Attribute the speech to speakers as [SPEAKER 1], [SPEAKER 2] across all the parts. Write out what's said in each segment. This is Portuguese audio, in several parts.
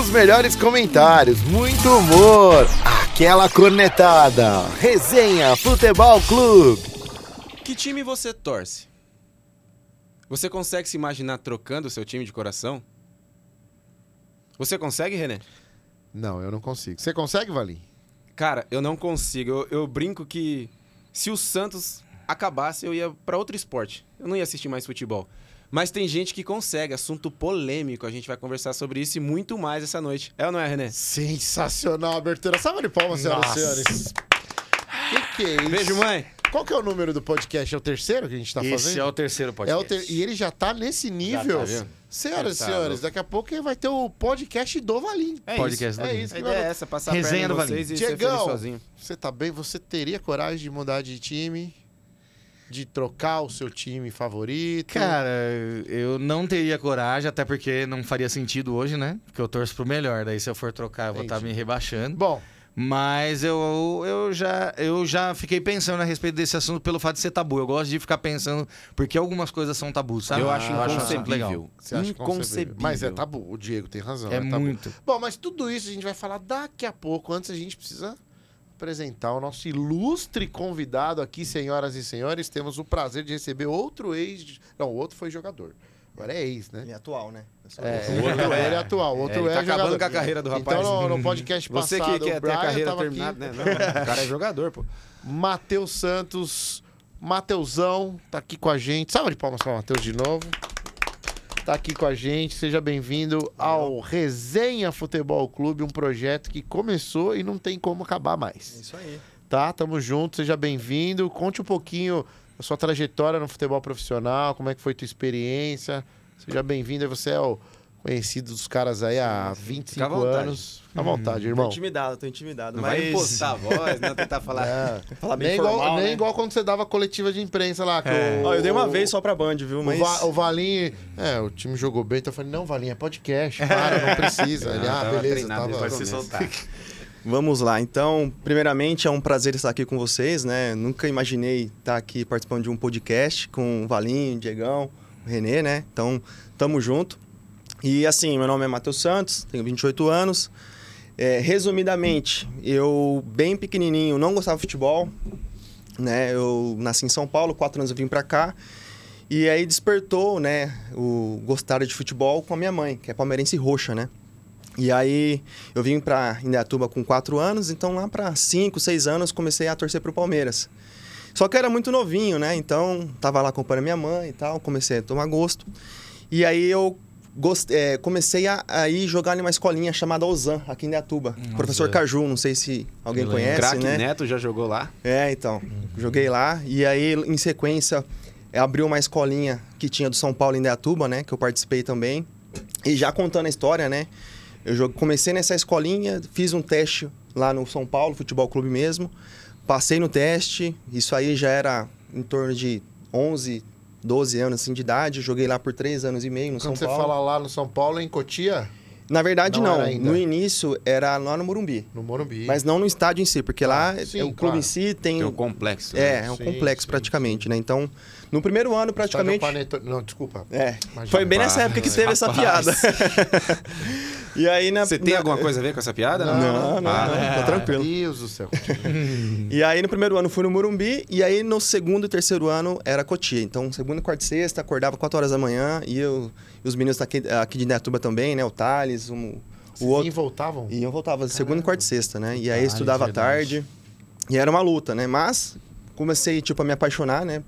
[SPEAKER 1] Os melhores comentários, muito humor, aquela cornetada, resenha, futebol clube.
[SPEAKER 2] Que time você torce? Você consegue se imaginar trocando o seu time de coração? Você consegue, René?
[SPEAKER 3] Não, eu não consigo. Você consegue, Valim?
[SPEAKER 2] Cara, eu não consigo. Eu, eu brinco que se o Santos acabasse, eu ia pra outro esporte. Eu não ia assistir mais futebol. Mas tem gente que consegue, assunto polêmico. A gente vai conversar sobre isso e muito mais essa noite. É ou não é, René?
[SPEAKER 3] Sensacional a abertura. Salva de palmas, senhoras e
[SPEAKER 1] Nossa.
[SPEAKER 3] senhores. Que que é isso?
[SPEAKER 2] Beijo, mãe!
[SPEAKER 3] Qual que é o número do podcast? É o terceiro que a gente tá
[SPEAKER 4] Esse
[SPEAKER 3] fazendo?
[SPEAKER 4] é o terceiro
[SPEAKER 3] É
[SPEAKER 4] podcast.
[SPEAKER 3] o ter- E ele já tá nesse nível.
[SPEAKER 4] tá, viu?
[SPEAKER 3] Senhoras e
[SPEAKER 4] Tá
[SPEAKER 3] senhores,
[SPEAKER 4] louco.
[SPEAKER 3] daqui a pouco ele vai ter o podcast do Valim.
[SPEAKER 2] É
[SPEAKER 4] Podcast
[SPEAKER 2] isso.
[SPEAKER 4] do
[SPEAKER 2] É
[SPEAKER 4] Valim.
[SPEAKER 2] isso que
[SPEAKER 3] A
[SPEAKER 2] vai
[SPEAKER 3] ideia é
[SPEAKER 2] é essa, passar
[SPEAKER 4] a Resenha
[SPEAKER 2] a
[SPEAKER 4] perna do em
[SPEAKER 2] vocês
[SPEAKER 4] vocês
[SPEAKER 2] e ser feliz
[SPEAKER 3] Diegão,
[SPEAKER 2] sozinho.
[SPEAKER 3] você tá bem? Você teria coragem de mudar de time? De trocar o seu time favorito?
[SPEAKER 4] Cara, eu não teria coragem, até porque não faria sentido hoje, né? Porque eu torço pro melhor. Daí se eu for trocar, eu vou estar
[SPEAKER 3] Entendi.
[SPEAKER 4] me rebaixando.
[SPEAKER 3] Bom,
[SPEAKER 4] Mas eu, eu, já, eu já fiquei pensando a respeito desse assunto pelo fato de ser tabu. Eu gosto de ficar pensando porque algumas coisas são tabus, sabe?
[SPEAKER 2] Eu acho
[SPEAKER 4] um assunto
[SPEAKER 2] inconcebível.
[SPEAKER 3] você acha
[SPEAKER 2] inconcebível.
[SPEAKER 3] Mas é tabu. O Diego tem razão.
[SPEAKER 4] É
[SPEAKER 3] tabu.
[SPEAKER 4] muito.
[SPEAKER 3] Bom, mas tudo isso a gente vai falar daqui a pouco. Antes a gente precisa apresentar o nosso ilustre convidado aqui, senhoras e senhores. Temos o prazer de receber outro ex. Não, o outro foi jogador. Agora é ex, né?
[SPEAKER 5] Ele é atual, né? Eu sou-
[SPEAKER 3] É, o outro é. Ele é atual, o outro é,
[SPEAKER 2] ele tá
[SPEAKER 3] jogador.
[SPEAKER 2] acabando com a carreira do rapaz.
[SPEAKER 3] Então, no, no podcast
[SPEAKER 2] Você
[SPEAKER 3] passado,
[SPEAKER 2] que quer
[SPEAKER 3] o
[SPEAKER 2] ter
[SPEAKER 3] Brian
[SPEAKER 2] a carreira
[SPEAKER 3] tava aqui.
[SPEAKER 2] terminada, né? Não, o cara é jogador, pô.
[SPEAKER 3] Matheus Santos, Mateusão, tá aqui com a gente. Salve de palmas para Matheus de novo. Tá aqui com a gente. Seja bem-vindo ao Resenha Futebol Clube, um projeto que começou e não tem como acabar
[SPEAKER 5] É
[SPEAKER 3] mais.
[SPEAKER 5] isso aí.
[SPEAKER 3] Tá? Tamo junto, seja bem-vindo. Conte um pouquinho da sua trajetória no futebol profissional, como é que foi tua experiência. Seja bem-vindo. E Você é o conhecido dos caras aí há 25
[SPEAKER 2] Fica à vontade. Hum,
[SPEAKER 3] anos. Fica à vontade,
[SPEAKER 5] Tô
[SPEAKER 3] irmão.
[SPEAKER 5] intimidado, tô intimidado.
[SPEAKER 2] Não
[SPEAKER 5] mas
[SPEAKER 2] vai impostar a voz, não tentar falar.
[SPEAKER 5] É, falar bem
[SPEAKER 3] É. Nem,
[SPEAKER 5] formal,
[SPEAKER 3] igual,
[SPEAKER 5] né? É.
[SPEAKER 3] nem igual quando você dava coletiva de imprensa lá. que o-
[SPEAKER 5] Ó, eu dei uma vez só pra Band, viu?
[SPEAKER 3] O,
[SPEAKER 5] Mas
[SPEAKER 3] Va- o Valim, é, o time jogou bem, então eu falei, não, Valim, é podcast, para, não precisa. Ele, ah,
[SPEAKER 2] tava
[SPEAKER 3] beleza,
[SPEAKER 2] treinado
[SPEAKER 3] tava...
[SPEAKER 4] Vai
[SPEAKER 2] desde
[SPEAKER 4] se
[SPEAKER 2] o começo.
[SPEAKER 4] soltar.
[SPEAKER 5] vamos lá. Então, primeiramente, é um prazer estar aqui com vocês, né? Nunca imaginei estar aqui participando de um podcast com o Valinho, o Diegão, o Renê, né? Então, tamo junto. E assim, meu nome é Matheus Santos, tenho 28 anos. É, resumidamente, eu, bem pequenininho, não gostava de futebol, né? Eu nasci em São Paulo, quatro anos eu vim pra cá. E aí despertou, né, o gostar de futebol com a minha mãe, que é palmeirense roxa, né? E aí eu vim pra Indaiatuba com quatro anos, então lá pra cinco, seis anos comecei a torcer pro Palmeiras. Só que eu era muito novinho, né? Então tava lá acompanhando minha mãe e tal, comecei a tomar gosto. E aí eu gost- eh, comecei a, a ir jogar em uma escolinha chamada Ozan, aqui em Indaiatuba. Professor Caju, não sei se alguém
[SPEAKER 4] Eu lembro.
[SPEAKER 5] conhece,
[SPEAKER 2] Craque
[SPEAKER 5] né?
[SPEAKER 2] Neto já jogou lá.
[SPEAKER 5] É, então. Joguei lá e aí, em sequência, eh, abriu uma escolinha que tinha do São Paulo em Deatuba, né? Que eu participei também. E já contando a história, né? Eu jo- comecei nessa escolinha, fiz um teste lá no São Paulo, futebol clube mesmo. Passei no teste, isso aí já era em torno de 11, 12 anos assim, de idade. Joguei lá por 3 anos e meio no
[SPEAKER 3] Quando
[SPEAKER 5] São
[SPEAKER 3] você
[SPEAKER 5] Paulo.
[SPEAKER 3] fala lá no São Paulo, é em Cotia,
[SPEAKER 5] Na verdade,
[SPEAKER 3] Não
[SPEAKER 5] não.
[SPEAKER 3] era ainda.
[SPEAKER 5] No início era lá no Morumbi.
[SPEAKER 3] no Morumbi. tá
[SPEAKER 5] Mas não no estádio em si, porque lá
[SPEAKER 3] Ah, sim,
[SPEAKER 5] é o clube
[SPEAKER 3] claro.
[SPEAKER 5] em si tem
[SPEAKER 2] Tem um complexo.
[SPEAKER 5] é,
[SPEAKER 2] né?
[SPEAKER 5] é um
[SPEAKER 3] Sim,
[SPEAKER 5] complexo
[SPEAKER 3] sim,
[SPEAKER 5] praticamente, né? Então, no primeiro ano, praticamente.
[SPEAKER 3] Estádio Paneto- Não, desculpa.
[SPEAKER 5] É.
[SPEAKER 3] Imagina.
[SPEAKER 5] Foi bem
[SPEAKER 2] Rapaz,
[SPEAKER 5] nessa época que teve essa
[SPEAKER 2] rapaz.
[SPEAKER 5] piada. e aí, na.
[SPEAKER 2] Você tem
[SPEAKER 5] na-
[SPEAKER 2] alguma coisa a ver com essa piada?
[SPEAKER 5] Não, não, não,
[SPEAKER 2] Ah,
[SPEAKER 5] não, tá
[SPEAKER 3] Meu
[SPEAKER 5] tranquilo.
[SPEAKER 3] Deus do céu.
[SPEAKER 5] E aí, no primeiro ano, fui no Morumbi. E aí, no segundo e terceiro ano, era Cotia. Então, segunda, quarta e sexta, acordava 4 horas da manhã. E, eu, e os meninos aqui, aqui de Netuba também, né? O Thales, um- o
[SPEAKER 3] Vocês
[SPEAKER 5] outro.
[SPEAKER 3] nem voltavam?
[SPEAKER 5] E eu voltava segunda, quarta e sexta, né? E aí
[SPEAKER 4] Caralho,
[SPEAKER 5] estudava à
[SPEAKER 4] verdade.
[SPEAKER 5] tarde. E era uma luta, né? Mas comecei, tipo, a me apaixonar, né?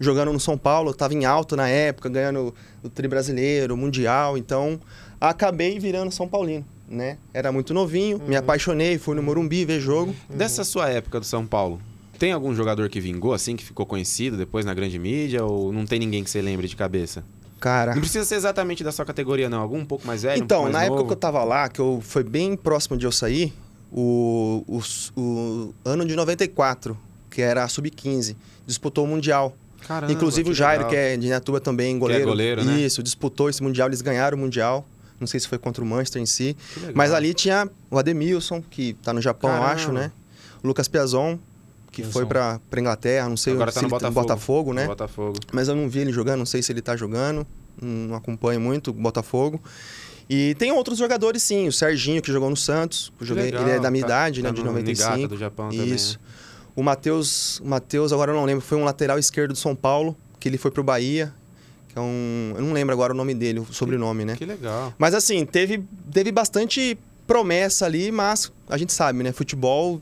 [SPEAKER 5] Jogando no São Paulo, eu tava em alto na época, ganhando o tri brasileiro, o mundial. Então, acabei virando São Paulino, né? Era muito novinho, me apaixonei, fui no Morumbi ver jogo.
[SPEAKER 2] Dessa sua época do São Paulo, tem algum jogador que vingou assim, que ficou conhecido depois na grande mídia? Ou não tem ninguém que você lembre de cabeça?
[SPEAKER 5] Cara.
[SPEAKER 2] Não precisa ser exatamente da sua categoria, não. Algum um pouco mais velho, um
[SPEAKER 5] Ah. Então,
[SPEAKER 2] pouco
[SPEAKER 5] na
[SPEAKER 2] mais
[SPEAKER 5] época que
[SPEAKER 2] novo?
[SPEAKER 5] eu tava lá, que eu foi bem próximo de eu sair, o, o, o ano de 94, que era a sub-15, disputou o Mundial.
[SPEAKER 2] Caramba,
[SPEAKER 5] Inclusive o
[SPEAKER 2] que
[SPEAKER 5] Jairo,
[SPEAKER 2] legal.
[SPEAKER 5] que é de Natuba também, goleiro.
[SPEAKER 2] goleiro, né?
[SPEAKER 5] Isso, disputou esse Mundial, eles ganharam o Mundial. Não sei se foi contra o Manchester em si.
[SPEAKER 2] Que legal.
[SPEAKER 5] Mas ali tinha o Ademilson, que tá no Japão, eu
[SPEAKER 2] Caramba.
[SPEAKER 5] acho, né? O Lucas Piazon, que
[SPEAKER 4] Piazon.
[SPEAKER 5] foi pra, pra Inglaterra, não sei
[SPEAKER 2] Agora tá
[SPEAKER 5] se
[SPEAKER 2] no
[SPEAKER 5] ele
[SPEAKER 2] Botafogo.
[SPEAKER 5] Botafogo, né?
[SPEAKER 2] No Botafogo.
[SPEAKER 5] Mas eu não vi ele jogando, não sei se ele tá jogando. Não acompanho muito o Botafogo. E tem outros jogadores, sim. O Serginho, que jogou no Santos. que eu joguei-
[SPEAKER 2] Legal,
[SPEAKER 5] ele é da minha
[SPEAKER 2] tá-
[SPEAKER 5] idade, né?
[SPEAKER 2] tá
[SPEAKER 5] de
[SPEAKER 2] no
[SPEAKER 5] 95.
[SPEAKER 2] Niigata do Japão também, né?
[SPEAKER 5] Isso. O Matheus, o Matheus, agora eu não lembro, foi um lateral esquerdo do São Paulo, que ele foi pro Bahia. Que é um. Eu não lembro agora o nome dele, o sobrenome, né?
[SPEAKER 2] Que legal.
[SPEAKER 5] Mas assim, teve, teve bastante promessa ali, mas a gente sabe, né? Futebol,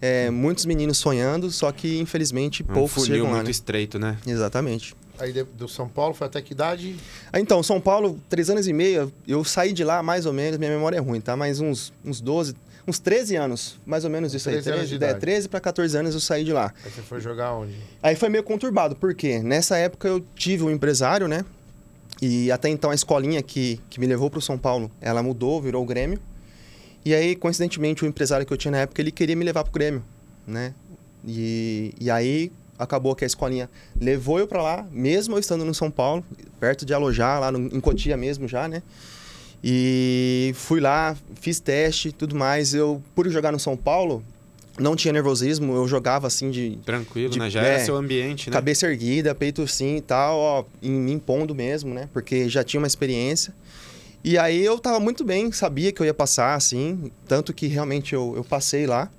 [SPEAKER 5] é, muitos meninos sonhando, só que infelizmente
[SPEAKER 2] É um
[SPEAKER 5] poucos
[SPEAKER 2] funil
[SPEAKER 5] chegam lá,
[SPEAKER 2] muito
[SPEAKER 5] né?
[SPEAKER 2] estreito, né?
[SPEAKER 5] Exatamente.
[SPEAKER 3] Aí de- do São Paulo foi até que idade?
[SPEAKER 5] Ah, Então, São Paulo, três anos e meio, eu saí de lá mais ou menos, minha memória é ruim, tá? Mas uns, uns 12, uns 13 anos, mais ou menos isso aí.
[SPEAKER 3] 13 anos de
[SPEAKER 5] 13, é,
[SPEAKER 3] idade.
[SPEAKER 5] 13 para 14 anos eu saí de lá.
[SPEAKER 3] Aí você foi jogar onde?
[SPEAKER 5] Aí foi meio conturbado, porque nessa época eu tive um empresário, né? E até então a escolinha que, que me levou para o São Paulo, ela mudou, virou o Grêmio. E aí, coincidentemente, o empresário que eu tinha na época, ele queria me levar para o Grêmio, né? E, e aí acabou que a escolinha levou eu para lá, mesmo eu estando no São Paulo, perto de alojar, lá no, em Cotia mesmo já, né? E fui lá, fiz teste e tudo mais. Eu, por jogar no São Paulo, não tinha nervosismo, eu jogava assim de,
[SPEAKER 2] Tranquilo,
[SPEAKER 5] De-
[SPEAKER 2] né? Já
[SPEAKER 5] é,
[SPEAKER 2] era seu ambiente, né?
[SPEAKER 5] Cabeça erguida, peito assim e tal, ó, em- me impondo mesmo, né? Porque já tinha uma experiência. E aí eu tava muito bem, sabia que eu ia passar, assim, tanto que realmente eu, eu passei lá.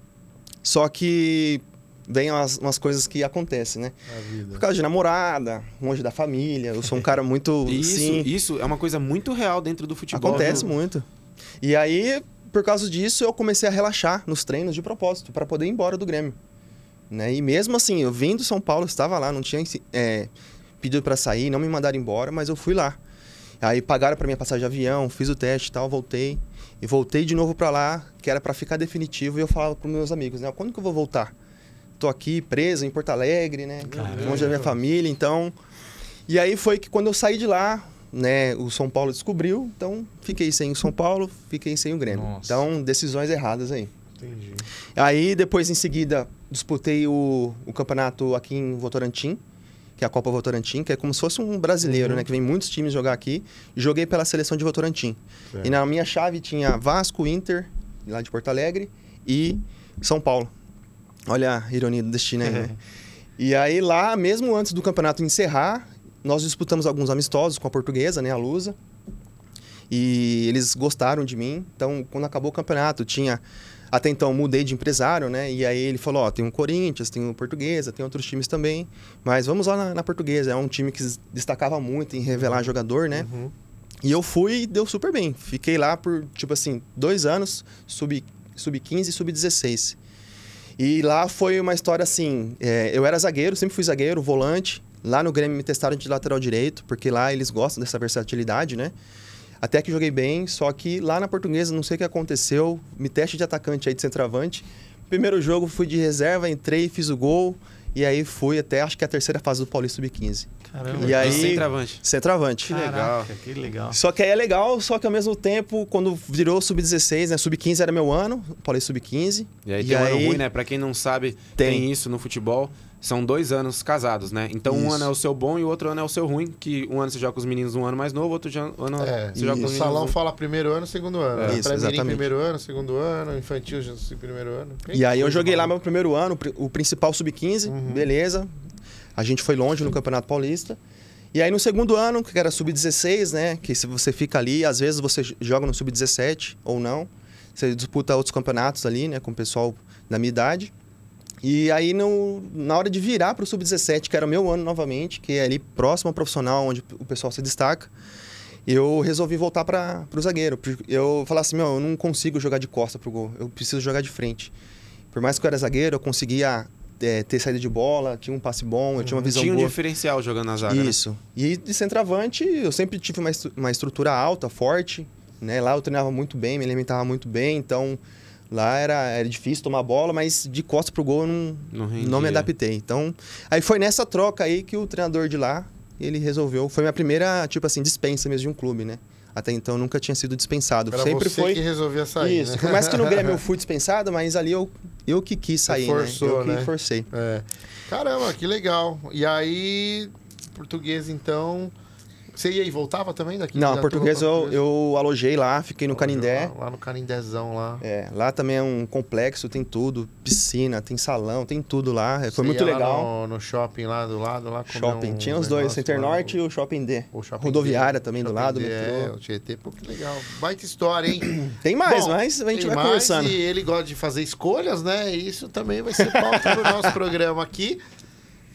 [SPEAKER 5] Só que vem umas, umas coisas que acontecem, né?
[SPEAKER 3] Na
[SPEAKER 5] Por
[SPEAKER 3] vida.
[SPEAKER 5] causa de namorada, longe da família, eu sou um cara muito.
[SPEAKER 2] Isso,
[SPEAKER 5] sim,
[SPEAKER 2] isso é uma coisa muito real dentro do futebol.
[SPEAKER 5] acontece
[SPEAKER 2] viu?
[SPEAKER 5] muito. E aí, por causa disso, eu comecei a relaxar nos treinos de propósito, para poder ir embora do Grêmio. Né? E mesmo assim, eu vim do São Paulo, estava lá, não tinha é, pedido para sair, não me mandaram embora, mas eu fui lá. Aí pagaram para minha passagem de avião, fiz o teste e tal, voltei. E voltei de novo para lá, que era para ficar definitivo, e eu falava para meus amigos, né? Quando que eu vou voltar? Tô aqui preso em Porto Alegre, né? Longe da minha família, então. E aí foi que quando eu saí de lá, né, o São Paulo descobriu, então fiquei sem o São Paulo, fiquei sem o Grêmio.
[SPEAKER 4] Nossa.
[SPEAKER 5] Então, decisões erradas aí.
[SPEAKER 3] Entendi.
[SPEAKER 5] Aí depois, em seguida, disputei o, o campeonato aqui em Votorantim, que é a Copa Votorantim, que é como se fosse um brasileiro, né? Que vem muitos times jogar aqui. Joguei pela seleção de Votorantim.
[SPEAKER 3] Certo.
[SPEAKER 5] E na minha chave tinha Vasco, Inter, lá de Porto Alegre, e São Paulo. Olha a ironia do destino aí, né? E aí lá, mesmo antes do campeonato encerrar, nós disputamos alguns amistosos com a portuguesa, né? A Lusa. E eles gostaram de mim. Então, quando acabou o campeonato, tinha... Até então, mudei de empresário, né? E aí ele falou, ó, tem o Corinthians, tem o Portuguesa, tem outros times também. Mas vamos lá na, na Portuguesa. É um time que se destacava muito em revelar jogador, né?
[SPEAKER 3] Uhum.
[SPEAKER 5] E eu fui e deu super bem. Fiquei lá por, tipo assim, dois anos, sub- sub-15 e sub-16. E lá foi uma história assim, é, eu era zagueiro, sempre fui zagueiro, volante. Lá no Grêmio me testaram de lateral direito, porque lá eles gostam dessa versatilidade, né? Até que joguei bem, só que lá na portuguesa, não sei o que aconteceu, me teste de atacante aí de centroavante. Primeiro jogo fui de reserva, entrei, fiz o gol, e aí fui até acho que a terceira fase do Paulista Sub-15.
[SPEAKER 4] Caramba.
[SPEAKER 5] E aí-
[SPEAKER 2] De É um centroavante.
[SPEAKER 5] Centroavante.
[SPEAKER 4] Caraca, que legal.
[SPEAKER 5] Só que aí é legal, só que ao mesmo tempo, quando virou sub-16, né? Sub-15 era meu ano, falei sub-15.
[SPEAKER 2] E aí
[SPEAKER 5] E
[SPEAKER 2] tem um ano
[SPEAKER 5] aí-
[SPEAKER 2] ruim, né? Pra quem não sabe, tem.
[SPEAKER 5] Tem.
[SPEAKER 2] isso no futebol. São dois anos casados, né? Então um
[SPEAKER 5] Isso.
[SPEAKER 2] ano é o seu bom e o outro ano é o seu ruim. Que um ano você joga com os meninos um ano mais novo, outro já- ano
[SPEAKER 3] É,
[SPEAKER 2] você joga com
[SPEAKER 3] o
[SPEAKER 2] os meninos.
[SPEAKER 3] salão
[SPEAKER 2] um-
[SPEAKER 3] fala primeiro ano, segundo ano.
[SPEAKER 5] É.
[SPEAKER 3] né?
[SPEAKER 5] Isso,
[SPEAKER 3] Pré-mirim,
[SPEAKER 5] exatamente.
[SPEAKER 3] primeiro ano, segundo ano, infantil, já- primeiro ano.
[SPEAKER 5] E aí eu joguei lá meu primeiro ano, o pri- o principal sub-15, beleza. A gente foi longe no Campeonato Paulista. E aí no segundo ano, que era sub-16, né? Que se você fica ali, às vezes você j- joga no sub-17 ou não. Você disputa outros campeonatos ali, né? Com o pessoal da minha idade. E aí, no- na hora de virar para o Sub-17, que era o meu ano novamente, que é ali próximo ao profissional, onde o pessoal se destaca, eu resolvi voltar para o zagueiro. Porque Eu falei assim, meu, eu não consigo jogar de costa pro gol, eu preciso jogar de frente. Por mais que eu era zagueiro, eu conseguia é, ter saída de bola, tinha um passe bom, eu tinha uma visão
[SPEAKER 2] Tinha um
[SPEAKER 5] boa.
[SPEAKER 2] diferencial jogando na zaga. né?
[SPEAKER 5] Isso. E de centroavante, eu sempre tive uma, estru- uma estrutura alta, forte. Né? Lá eu treinava muito bem, me alimentava muito bem, então lá era, era difícil tomar bola, mas de costa pro gol eu não,
[SPEAKER 2] Não rendia.
[SPEAKER 5] não me adaptei. Então, aí foi nessa troca aí que o treinador de lá, ele resolveu. Foi minha primeira, tipo assim, dispensa mesmo de um clube, né? Até então eu nunca tinha sido dispensado.
[SPEAKER 3] Era
[SPEAKER 5] sempre
[SPEAKER 3] você
[SPEAKER 5] foi.
[SPEAKER 3] que resolvia sair,
[SPEAKER 5] Isso.
[SPEAKER 3] né?
[SPEAKER 5] Por mais que no Grêmio eu fui dispensado, mas ali eu, eu que quis sair,
[SPEAKER 3] forçou,
[SPEAKER 5] né? Eu que
[SPEAKER 3] né?
[SPEAKER 5] forcei.
[SPEAKER 3] É. Caramba, que legal. E aí, português, então, Você ia e voltava também daqui?
[SPEAKER 5] Não,
[SPEAKER 3] Da
[SPEAKER 5] português
[SPEAKER 3] turma,
[SPEAKER 5] eu,
[SPEAKER 3] portuguesa?
[SPEAKER 5] eu alojei lá, fiquei no Canindé.
[SPEAKER 3] Lá, lá no Canindézão lá.
[SPEAKER 5] É, lá também é um complexo, tem tudo. Piscina, tem salão, tem tudo lá. É, Foi
[SPEAKER 3] Você
[SPEAKER 5] muito
[SPEAKER 3] ia é lá
[SPEAKER 5] legal.
[SPEAKER 3] No, no shopping lá do lado, lá comer
[SPEAKER 5] Shopping.
[SPEAKER 3] um
[SPEAKER 5] Tinha os
[SPEAKER 3] negócio
[SPEAKER 5] dois, Center
[SPEAKER 3] lá,
[SPEAKER 5] Norte e o Shopping D.
[SPEAKER 3] o shopping
[SPEAKER 5] Rodoviária
[SPEAKER 3] D,
[SPEAKER 5] também do
[SPEAKER 3] shopping
[SPEAKER 5] lado,
[SPEAKER 3] D, É,
[SPEAKER 5] metrô.
[SPEAKER 3] o Tietê, pô, que legal. Baita história, hein?
[SPEAKER 5] Tem mais,
[SPEAKER 3] Bom,
[SPEAKER 5] mas a gente
[SPEAKER 3] Tem
[SPEAKER 5] vai
[SPEAKER 3] mais,
[SPEAKER 5] conversando.
[SPEAKER 3] E ele gosta de fazer escolhas, né? E isso também vai ser pauta do nosso programa aqui.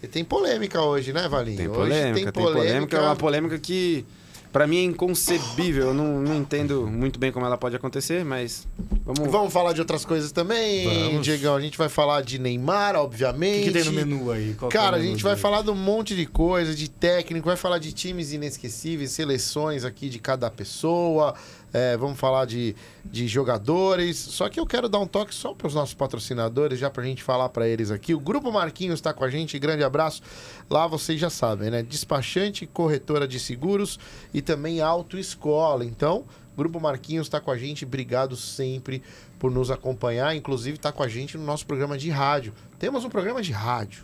[SPEAKER 3] E tem polêmica hoje, né, Valinho?
[SPEAKER 2] Tem
[SPEAKER 3] Hoje
[SPEAKER 2] polêmica, tem polêmica. É uma polêmica que, pra mim, é inconcebível. Eu não, não entendo muito bem como ela pode acontecer, mas vamos...
[SPEAKER 3] Vamos falar de outras coisas também,
[SPEAKER 4] Vamos.
[SPEAKER 3] Diegão. A gente vai falar de Neymar, obviamente.
[SPEAKER 4] aí? Qual que é o
[SPEAKER 3] Cara, a
[SPEAKER 4] menu
[SPEAKER 3] gente vai
[SPEAKER 4] do-
[SPEAKER 3] falar de um monte de coisa, de técnico, vai falar de times inesquecíveis, seleções aqui de cada pessoa, é, vamos falar de, de jogadores. Só que eu quero dar um toque só para os nossos patrocinadores, já para a gente falar para eles aqui. O Grupo Marquinhos está com a gente, grande abraço. Lá vocês já sabem, né? Despachante, corretora de seguros e também autoescola. Então, Grupo Marquinhos está com a gente, obrigado sempre por nos acompanhar. Inclusive, está com a gente no nosso programa de rádio. Temos um programa de rádio.